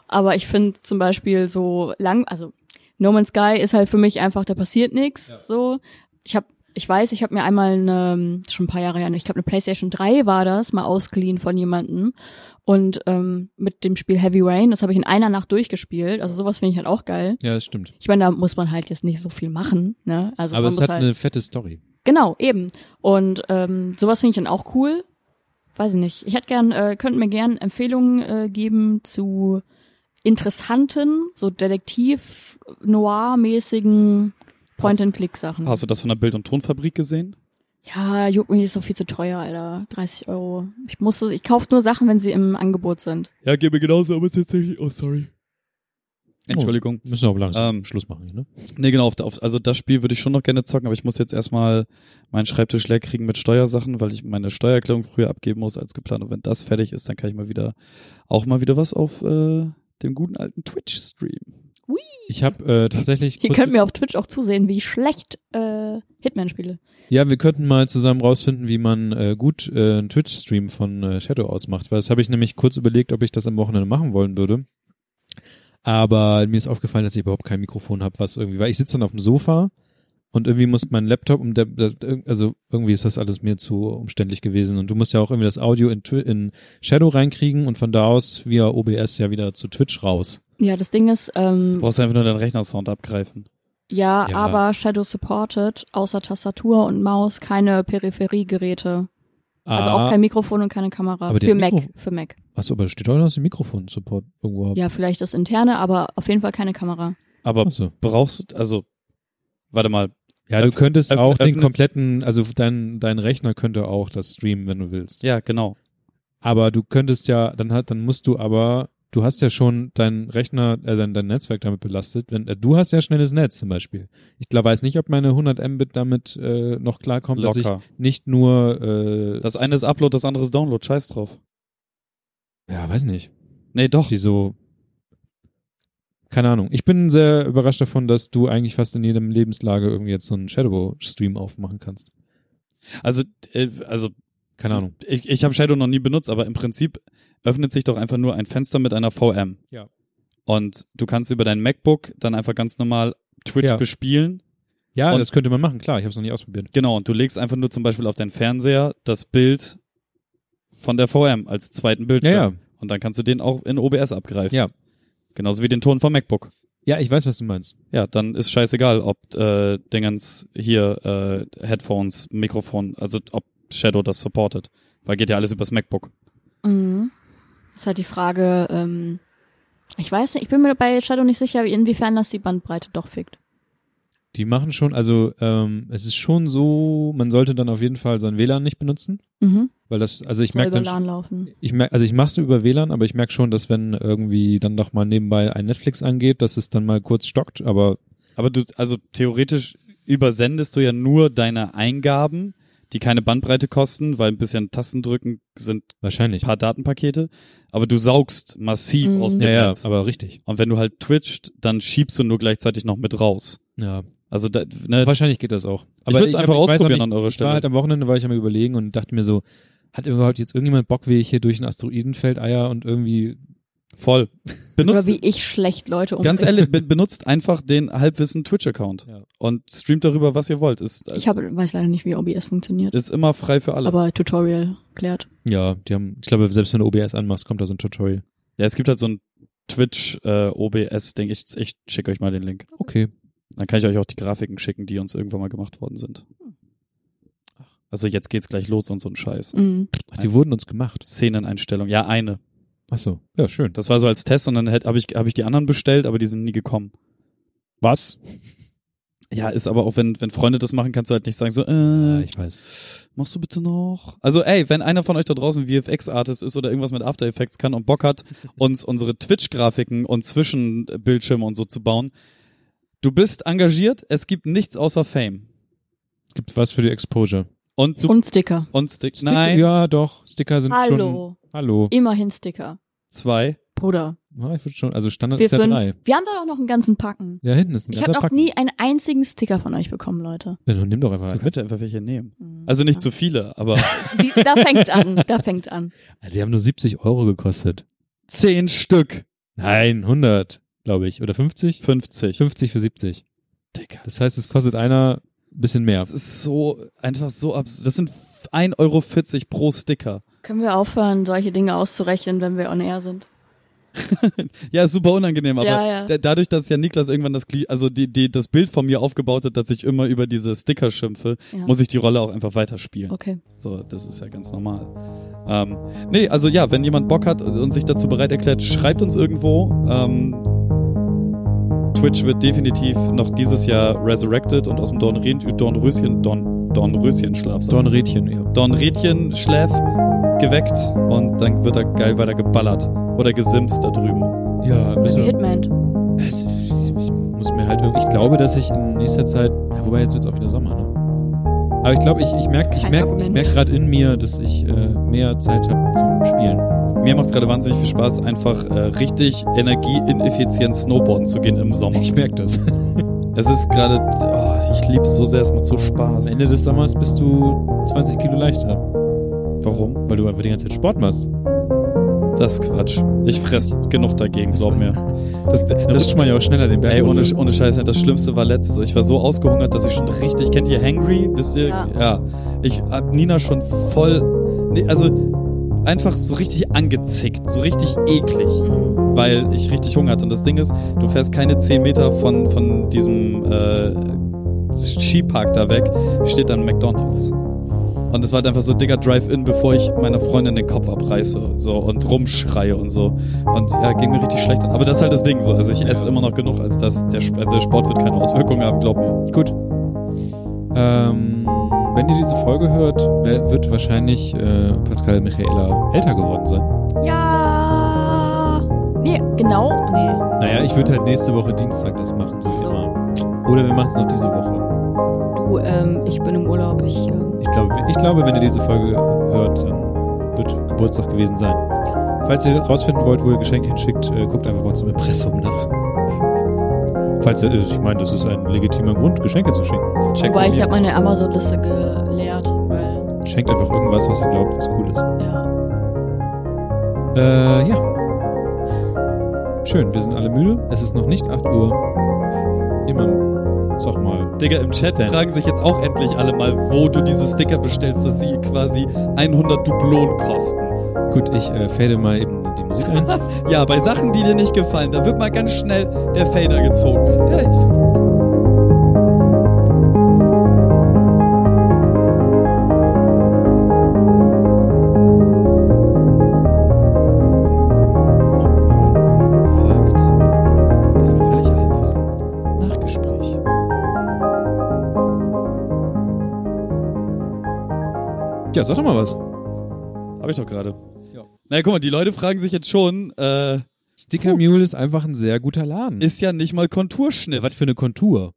S3: aber ich finde zum Beispiel so lang, also No Man's Sky ist halt für mich einfach, da passiert nichts. So, ich habe, ich weiß, ich habe mir einmal eine, schon ein paar Jahre her, ne, ich glaube eine PlayStation 3 war das, mal ausgeliehen von jemandem und ähm, mit dem Spiel Heavy Rain, das habe ich in einer Nacht durchgespielt. Also sowas finde ich halt auch geil.
S5: Ja, das stimmt.
S3: Ich meine, da muss man halt jetzt nicht so viel machen, ne? Also
S5: Aber
S3: man
S5: es
S3: muss
S5: hat
S3: halt
S5: eine fette Story.
S3: Genau, eben. Und ähm, sowas finde ich dann auch cool. Weiß ich nicht. Ich hätte gern, äh, könnt mir gern Empfehlungen äh, geben zu interessanten, so Detektiv-Noir-mäßigen Point-and-Click-Sachen.
S6: Hast du das von der Bild- und Tonfabrik gesehen?
S3: Ja, juckt mich, ist doch viel zu teuer, Alter. 30 Euro. Ich musste, ich kaufe nur Sachen, wenn sie im Angebot sind.
S6: Ja, gebe genauso, aber tatsächlich. Oh, sorry. Entschuldigung.
S5: Müssen wir auch langsam
S6: Ähm,
S5: Schluss machen, ne?
S6: Nee, genau. Auf, auf, also das Spiel würde ich schon noch gerne zocken, aber ich muss jetzt erstmal meinen Schreibtisch leer kriegen mit Steuersachen, weil ich meine Steuererklärung früher abgeben muss als geplant. Und wenn das fertig ist, dann kann ich mal wieder auch mal wieder was auf äh, dem guten alten Twitch streamen.
S5: Ich habe äh, tatsächlich.
S3: Ihr
S5: kurz-
S3: könnt mir auf Twitch auch zusehen, wie ich schlecht äh, Hitman spiele.
S5: Ja, wir könnten mal zusammen rausfinden, wie man äh, gut äh, einen Twitch-Stream von äh, Shadow ausmacht, weil das habe ich nämlich kurz überlegt, ob ich das am Wochenende machen wollen würde. Aber mir ist aufgefallen, dass ich überhaupt kein Mikrofon habe, was irgendwie, weil ich sitze dann auf dem Sofa und irgendwie muss mein Laptop, um der, der, also irgendwie ist das alles mir zu umständlich gewesen und du musst ja auch irgendwie das Audio in, Twi- in Shadow reinkriegen und von da aus via OBS ja wieder zu Twitch raus.
S3: Ja, das Ding ist,
S6: Du
S3: ähm,
S6: brauchst einfach nur deinen Rechnersound abgreifen.
S3: Ja,
S5: Ja.
S3: aber Shadow supported außer Tastatur und Maus keine Peripheriegeräte. Also auch kein Mikrofon und keine Kamera.
S5: Ah. Aber
S3: für
S5: der
S3: Mac,
S5: Mikro-
S3: für Mac.
S5: Achso, aber da steht auch noch, dass ich Mikrofon-Support irgendwo habe.
S3: Ja, vielleicht das interne, aber auf jeden Fall keine Kamera.
S6: Aber
S5: Achso.
S6: brauchst du, also, warte mal,
S5: Ja, du
S6: Öff-
S5: könntest
S6: öff-
S5: auch den
S6: öffnet's-
S5: kompletten, also dein, dein Rechner könnte auch das streamen, wenn du willst.
S6: ja, genau.
S5: Aber du könntest ja, dann hat, dann musst du aber, du hast ja schon deinen Rechner, äh, dein, dein Netzwerk damit belastet. Wenn, äh, du hast ja schnelles Netz zum Beispiel. Ich glaub, weiß nicht, ob meine 100 Mbit damit äh, noch klarkommt, dass
S6: Locker.
S5: ich nicht nur äh,
S6: Das eine ist Upload, das andere ist Download, scheiß drauf.
S5: ja, weiß nicht,
S6: Nee, doch.
S5: die so keine Ahnung. Ich bin sehr überrascht davon, dass du eigentlich fast in jedem Lebenslage irgendwie jetzt so einen Shadow-Stream aufmachen kannst.
S6: Also, äh, also
S5: Keine Ahnung.
S6: Ich, ich habe Shadow noch nie benutzt, aber im Prinzip öffnet sich doch einfach nur ein Fenster mit einer VM.
S5: Ja.
S6: Und du kannst über dein MacBook dann einfach ganz normal Twitch
S5: Ja.
S6: bespielen.
S5: Ja,
S6: Und-
S5: das könnte man machen, klar. Ich habe es noch nicht ausprobiert.
S6: Genau, und du legst einfach nur zum Beispiel auf deinen Fernseher das Bild von der VM als zweiten Bildschirm.
S5: Ja, ja.
S6: Und dann kannst du den auch in OBS abgreifen.
S5: Ja.
S6: Genauso wie den Ton vom MacBook.
S5: Ja, ich weiß, was du meinst.
S6: Ja, dann ist scheißegal, ob äh, Dingens hier äh, Headphones, Mikrofon, also ob Shadow das supportet. Weil geht ja alles übers MacBook.
S3: Mhm. Ist halt die Frage, ähm, ich weiß nicht, ich bin mir bei Shadow nicht sicher, inwiefern das die Bandbreite doch fickt.
S5: Die machen schon, also ähm, es ist schon so, man sollte dann auf jeden Fall sein WLAN nicht benutzen,
S3: Mhm.
S5: weil das, also ich
S3: Soll
S5: merke
S3: über
S5: dann,
S3: LAN
S5: sch-
S3: laufen.
S5: ich merk, also ich mache es über WLAN, aber ich merke schon, dass wenn irgendwie dann doch mal nebenbei ein Netflix angeht, dass es dann mal kurz stockt, aber
S6: Aber du, also theoretisch übersendest du ja nur deine Eingaben, die keine Bandbreite kosten, weil ein bisschen Tastendrücken sind ein
S5: wahrscheinlich.
S6: paar Datenpakete, aber du saugst massiv
S3: Mhm.
S6: aus dem
S5: Ja, ja,
S6: Netz.
S5: aber richtig.
S6: Und wenn du halt twitcht, dann schiebst du nur gleichzeitig noch mit raus.
S5: Ja,
S6: Also da, ne,
S5: wahrscheinlich geht das auch. Aber
S6: würd's einfach
S5: hab- weiß noch
S6: ausprobieren
S5: nicht,
S6: an eurer
S5: ich war
S6: Stelle.
S5: halt am Wochenende war ich am überlegen und dachte mir so, hat überhaupt jetzt irgendjemand Bock, wie ich hier durch ein Asteroidenfeld eier und irgendwie
S6: voll.
S3: Oder
S6: Benutzt,
S3: wie ich schlecht Leute umbringe.
S6: ganz ehrlich, be benutzt einfach den halbwissen Twitch-Account
S5: um- Ja.
S6: und streamt darüber, was ihr wollt. Ist,
S5: äh,
S3: Ich hab, weiß leider nicht, wie OBS funktioniert.
S6: ist immer frei für alle.
S3: Aber Tutorial klärt.
S5: ja, die haben, ich glaube, selbst wenn du OBS anmachst, kommt da so ein Tutorial.
S6: Ja, es gibt halt so ein äh, Twitch-OBS-Ding. ich ich schicke euch mal den Link.
S5: Okay.
S6: Dann kann ich euch auch die Grafiken schicken, die uns irgendwann mal gemacht worden sind. Also jetzt geht's gleich los und so ein Scheiß.
S3: Mhm.
S5: Ach, die wurden uns gemacht.
S6: Szeneneinstellung. Ja, eine.
S5: Ach so. Ja, schön.
S6: Das war so als Test und dann habe ich, hab ich die anderen bestellt, aber die sind nie gekommen.
S5: Was?
S6: Ja, ist aber auch, wenn, wenn Freunde das machen, kannst du halt nicht sagen, so,
S5: Ja,
S6: äh,
S5: ich weiß.
S6: machst du bitte noch? Also ey, wenn einer von euch da draußen VFX-Artist ist oder irgendwas mit After Effects kann und Bock hat, uns unsere Twitch-Grafiken und Zwischenbildschirme und so zu bauen, du bist engagiert, es gibt nichts außer Fame.
S5: gibt was für die Exposure.
S6: Und du
S3: Und Sticker.
S6: und Stick.
S5: Sticker-
S6: Nein,
S5: Ja, doch. Sticker sind schon.
S3: Hallo.
S5: Hallo.
S3: Immerhin Sticker.
S6: zwei.
S3: Bruder.
S5: Ja, ich würde schon, also Standard
S3: Wir,
S5: ist ja
S3: fünf.
S5: drei.
S3: wir haben da auch noch einen ganzen Packen.
S5: Ja, hinten ist ein
S3: Ich habe
S5: ganzer
S3: noch
S5: Packen.
S3: nie Oh einen einzigen Sticker von euch bekommen, Leute.
S5: Ja, dann nimm doch einfach
S6: Du
S5: einen.
S6: kannst ja einfach welche nehmen. Also nicht zu viele, aber
S3: Sie, da fängt's an, da fängt's an.
S5: Alter, Also, die haben nur 70 Euro gekostet.
S6: zehn Stück.
S5: Nein, 100, glaube ich. Oder 50?
S6: 50.
S5: 50 für 70.
S6: Digga.
S5: Das heißt, es kostet einer ein bisschen mehr.
S6: Das ist so, einfach so absurd. Das sind 1,40 Euro pro Sticker.
S3: Können wir aufhören, solche Dinge auszurechnen, wenn wir on air sind?
S6: Ja, ist super unangenehm, aber
S3: Ja, ja.
S6: da- dadurch, dass ja Niklas irgendwann das, Gli- also die, die, das Bild von mir aufgebaut hat, dass ich immer über diese Sticker schimpfe,
S3: Ja.
S6: muss ich die Rolle auch einfach weiterspielen.
S3: Okay.
S6: So, das ist ja ganz normal. Ähm, nee, also ja, wenn jemand Bock hat und sich dazu bereit erklärt, schreibt uns irgendwo. Ähm, Twitch wird definitiv noch dieses Jahr resurrected und aus dem Dornrien, Dornröschen, Dorn, Dornröschen-Schlaf, sagen wir.
S5: Dornrädchen, ja.
S6: Dornrädchen schläft, geweckt und dann wird er geil weiter geballert. Oder gesimst da drüben.
S5: Ja,
S3: Oder
S5: müssen
S3: wie
S5: wir.
S3: Hitman.
S5: Es- Ich muss mir halt irgendwie, ich glaube, dass ich in nächster Zeit, ja, wobei jetzt wird es auch wieder Sommer, ne? Aber ich glaube, ich, ich merke
S3: Das ist
S5: ich
S3: kein
S5: merk, ich
S3: Argument.
S5: merk gerade in mir, dass ich äh, mehr Zeit habe zum Spielen.
S6: Mir macht es gerade wahnsinnig viel Spaß, einfach äh, richtig energieineffizient Snowboarden zu gehen im Sommer.
S5: Ich merke das.
S6: Es ist gerade, oh, ich liebe es so sehr, es macht so
S5: Am
S6: Spaß.
S5: Ende des Sommers bist du 20 Kilo leichter,
S6: Warum?
S5: weil du einfach die ganze Zeit Sport machst.
S6: Das ist Quatsch. Ich fress genug dagegen, glaub mir. Das, das,
S5: Dann rutscht man ja auch schneller den Berg
S6: ey, ohne,
S5: runter.
S6: ohne Scheiße, das Schlimmste war letztes. Ich war so ausgehungert, dass ich schon richtig, kennt ihr Hangry? Wisst ihr?
S3: Ja.
S6: Ich hab Nina schon voll, nee, also einfach so richtig angezickt, so richtig eklig, weil ich richtig Hunger hatte. Und das Ding ist, du fährst keine 10 Meter von, von diesem äh, Skipark da weg, steht dann McDonalds. Und es war halt einfach so dicker Drive-In, bevor ich meiner Freundin den Kopf abreiße so und rumschreie und so. Und ja, ging mir richtig schlecht an. Aber das ist halt das Ding so. Also ich esse immer noch genug, als dass der, Sp- also der Sport wird keine Auswirkungen haben, glaub mir.
S5: Gut. Ähm, wenn ihr diese Folge hört, wer- wird wahrscheinlich äh, Pascal Michaela älter geworden sein.
S3: Ja. Nee, genau. Nee.
S5: Naja, ich würde halt nächste Woche Dienstag das machen,
S3: so wie Ach so.
S5: immer. Oder wir machen es noch diese Woche.
S3: Du, ähm, ich bin im Urlaub. Ich, ähm,
S5: Ich glaube, ich glaube, wenn ihr diese Folge hört, dann wird Geburtstag gewesen sein. Falls ihr rausfinden wollt, wo ihr Geschenke hinschickt, äh, guckt einfach bei uns im Impressum nach. Falls ihr, ich meine, das ist ein legitimer Grund, Geschenke zu schenken.
S6: Check
S3: wobei ich
S6: mir.
S3: habe meine Amazon-Liste geleert, weil,
S5: Schenkt einfach irgendwas, was ihr glaubt, was cool ist.
S3: ja.
S5: Äh, ja. Schön, wir sind alle müde. Es ist noch nicht 8 Uhr. Immer, sag mal.
S6: Digga, im Chat
S5: Denn-
S6: fragen sich jetzt auch endlich alle mal, wo du diese Sticker bestellst, dass sie quasi 100 Dublonen kosten.
S5: Gut, ich äh, fade mal eben die Musik ein.
S6: Ja, bei Sachen, die dir nicht gefallen, da wird mal ganz schnell der Fader gezogen. Der, Und nun folgt das gefährliche Halbwissen Nachgespräch.
S5: Ja, sag doch mal was.
S6: Habe ich doch gerade.
S5: Ja.
S6: Na ja, guck mal, die Leute fragen sich jetzt schon, äh,
S5: Sticker Mule ist einfach ein sehr guter Laden.
S6: ist ja nicht mal Konturschnitt.
S5: äh, was für eine Kontur?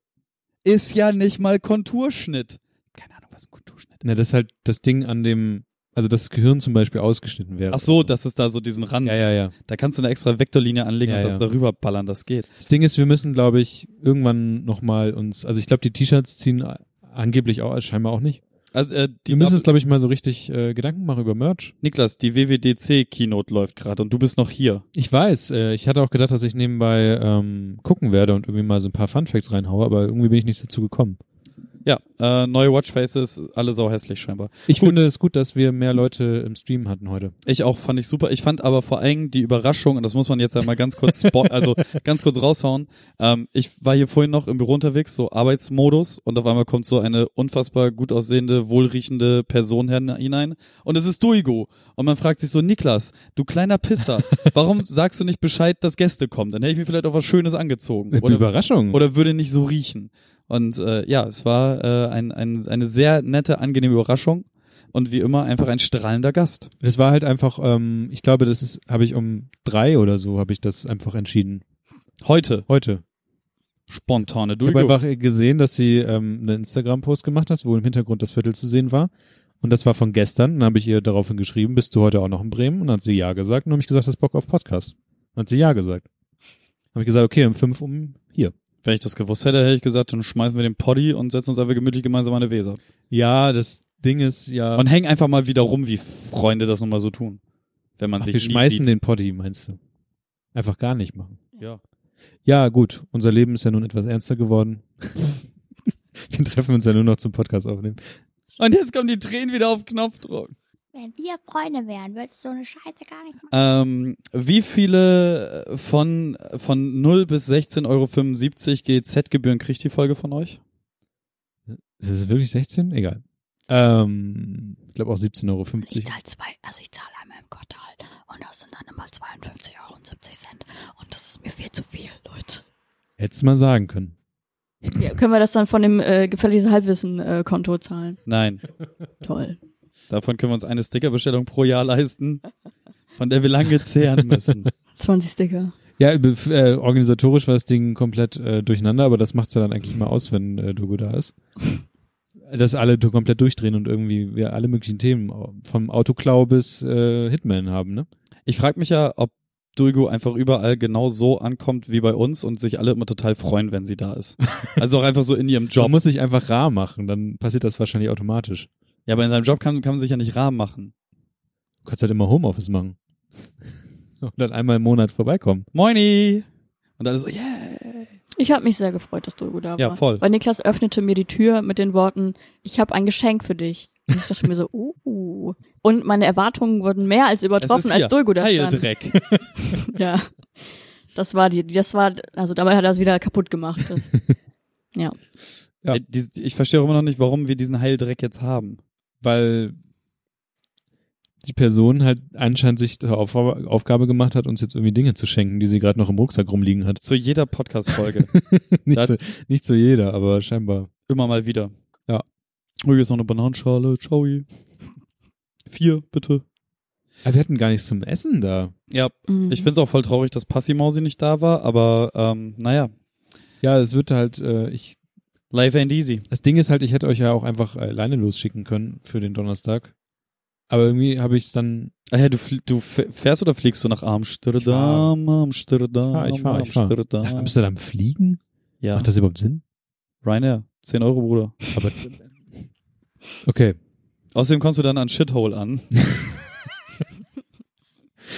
S6: Ist ja nicht mal Konturschnitt. Keine Ahnung, was ein Konturschnitt
S5: Na, das ist halt das Ding an dem, also dass das Gehirn zum Beispiel ausgeschnitten wäre.
S6: Ach so, dass es da so diesen Rand.
S5: genau. Ja, ja, ja.
S6: Da kannst du eine extra Vektorlinie anlegen
S5: Ja,
S6: und das
S5: ja.
S6: darüber ballern, das geht.
S5: Das Ding ist, wir müssen, glaube ich, irgendwann nochmal uns, also ich glaube, die T-Shirts ziehen a- angeblich auch, scheinbar auch nicht.
S6: Also, äh, die
S5: Wir müssen uns, glaube ich, mal so richtig äh, Gedanken machen über Merch.
S6: Niklas, die WWDC-Keynote läuft gerade und du bist noch hier.
S5: Ich weiß, äh, ich hatte auch gedacht, dass ich nebenbei ähm, gucken werde und irgendwie mal so ein paar Funfacts reinhaue, aber irgendwie bin ich nicht dazu gekommen.
S6: Ja, äh, neue Watchfaces, alle sau hässlich scheinbar.
S5: Ich finde es gut, dass wir mehr Leute im Stream hatten heute.
S6: Ich auch, fand ich super. Ich fand aber vor allem die Überraschung, und das muss man jetzt einmal ganz kurz, spo- also ganz kurz raushauen. Ähm, ich war hier vorhin noch im Büro unterwegs, so Arbeitsmodus, und auf einmal kommt so eine unfassbar gut aussehende, wohlriechende Person her- hinein. Und es ist Duigo. Und man fragt sich so, Niklas, du kleiner Pisser, warum sagst du nicht Bescheid, dass Gäste kommen? Dann hätte ich mir vielleicht auch was Schönes angezogen. Oder,
S5: Überraschung.
S6: oder würde nicht so riechen. Und äh, ja, es war äh, ein, ein, eine sehr nette, angenehme Überraschung. Und wie immer einfach ein strahlender Gast.
S5: das war halt einfach, ähm, ich glaube, das ist, habe ich um drei oder so, habe ich das einfach entschieden.
S6: Heute.
S5: Heute.
S6: Spontane
S5: Ich habe
S6: Durchguck.
S5: einfach gesehen, dass sie ähm, einen Instagram-Post gemacht hat, wo im Hintergrund das Viertel zu sehen war. Und das war von gestern. Dann habe ich ihr daraufhin geschrieben, bist du heute auch noch in Bremen? Und dann hat sie ja gesagt. Und dann habe ich gesagt, hast Bock auf Podcast? Dann hat sie ja gesagt. Dann habe ich gesagt, okay, um fünf um hier.
S6: Wenn ich das gewusst hätte, hätte ich gesagt, dann schmeißen wir den Poddy und setzen uns einfach gemütlich gemeinsam an der Weser.
S5: Ja, das Ding ist ja.
S6: Und hängen einfach mal wieder rum, wie Freunde das nun mal so tun. Wenn man
S5: Ach,
S6: sich
S5: wir
S6: nie
S5: schmeißen
S6: sieht.
S5: den Potti, meinst du? Einfach gar nicht machen.
S6: Ja.
S5: Ja, gut. Unser Leben ist ja nun etwas ernster geworden. wir treffen uns ja nur noch zum Podcast aufnehmen.
S6: Und jetzt kommen die Tränen wieder auf Knopfdruck.
S1: Wenn wir Freunde wären, würdest du so eine Scheiße gar nicht machen.
S6: Ähm, wie viele äh, von, von 0 bis 16,75 Euro GZ-Gebühren kriegt die Folge von euch?
S5: Ist es wirklich 16? Egal. Ähm, ich glaube auch 17,50 Euro.
S3: Ich zahle zwei, also ich zahle einmal im Quartal und das sind dann immer 52,70 Euro und das ist mir viel zu viel, Leute.
S5: Hättest du mal sagen können.
S3: Ja, können wir das dann von dem äh, gefälliges Halbwissen-Konto zahlen?
S6: Nein.
S3: Toll.
S6: Davon können wir uns eine Stickerbestellung pro Jahr leisten, von der wir lange zehren müssen.
S3: 20 Sticker.
S5: Ja, be- f- äh, organisatorisch war das Ding komplett äh, durcheinander, aber das macht's ja dann eigentlich mal aus, wenn äh, Dogo da ist. Dass alle do- komplett durchdrehen und irgendwie wir alle möglichen Themen au- vom Autoklau bis äh, Hitman haben, ne?
S6: Ich frage mich ja, ob Dulgo einfach überall genau so ankommt wie bei uns und sich alle immer total freuen, wenn sie da ist. Also auch einfach so in ihrem
S5: Man
S6: Job.
S5: muss sich einfach rar machen, dann passiert das wahrscheinlich automatisch.
S6: Ja, aber in seinem Job kann, kann man sich ja nicht rar machen.
S5: Du kannst halt immer Homeoffice machen. Und dann einmal im Monat vorbeikommen.
S6: Moini! Und alle so, yeah!
S3: Ich habe mich sehr gefreut, dass du da warst.
S6: Ja, voll.
S3: Weil Niklas öffnete mir die Tür mit den Worten, ich habe ein Geschenk für dich. Und ich dachte mir so, uh. Und meine Erwartungen wurden mehr als übertroffen, als Dolgo da stand.
S6: Dreck.
S3: Ja. Das war die, das war, also dabei hat er es wieder kaputt gemacht. Das, ja.
S5: Ja.
S6: Ey, dies- Äh, Ich verstehe auch immer noch nicht, warum wir diesen Heildreck jetzt haben.
S5: Weil die Person halt anscheinend sich zur Auf Aufgabe gemacht hat, uns jetzt irgendwie Dinge zu schenken, die sie gerade noch im Rucksack rumliegen hat.
S6: Zu jeder Podcast-Folge.
S5: Nicht,
S6: Da-
S5: zu, nicht zu jeder, aber scheinbar.
S6: immer mal wieder.
S5: Ja.
S6: Oh, hier ist noch eine Bananenschale. Ciao. Vier, bitte.
S5: Aber wir hatten gar nichts zum Essen da.
S6: Ja,
S3: Mhm.
S6: ich find's auch voll traurig, dass Passimausi nicht da war, aber ähm, naja,
S5: Ja, es wird halt, äh, ich,
S6: life ain't easy.
S5: das Ding ist halt, ich hätte euch ja auch einfach alleine losschicken können für den Donnerstag. Aber irgendwie habe ich es dann,
S6: Ah ja, du, fl- du f- fährst oder fliegst du nach
S5: Ich
S6: Amsterdam, Amsterdam,
S5: Ich fahr, ich fahr, ich nach
S6: Amsterdam.
S5: Amsterdam fliegen?
S6: Ja,
S5: Macht das überhaupt Sinn?
S6: Ryanair, 10 Euro, Bruder.
S5: Aber, okay.
S6: Außerdem kommst du dann an Shithole an.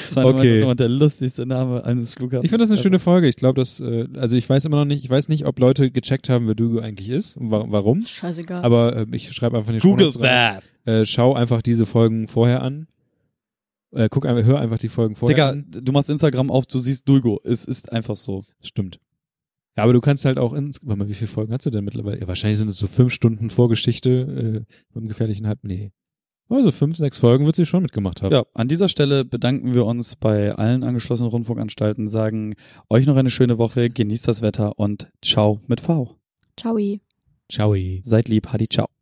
S6: das war
S5: Okay.
S6: immer der lustigste Name eines Flughafens.
S5: Ich finde das eine schöne Folge. Ich glaube, dass, äh, also ich weiß immer noch nicht, ich weiß nicht, ob Leute gecheckt haben, wer Dugo eigentlich ist und wa warum.
S3: Scheißegal.
S5: Aber äh, ich schreibe einfach in die
S6: Google
S5: Shownotes rein.
S6: that.
S5: Äh, schau einfach diese Folgen vorher an. Äh, guck einfach, hör einfach die Folgen vorher
S6: Digga,
S5: an.
S6: du machst Instagram auf, du siehst Dulgo. Es ist einfach so.
S5: Stimmt. Ja, aber du kannst halt auch ins, warte mal, wie viele Folgen hast du denn mittlerweile? Ja, wahrscheinlich sind es so fünf Stunden Vorgeschichte äh, beim gefährlichen Halb. Nee. Also fünf, sechs Folgen wird sie schon mitgemacht haben.
S6: Ja, an dieser Stelle bedanken wir uns bei allen angeschlossenen Rundfunkanstalten, sagen euch noch eine schöne Woche, genießt das Wetter und ciao mit V.
S3: Ciao.
S5: Ciao.
S6: Seid lieb, Hadi, ciao.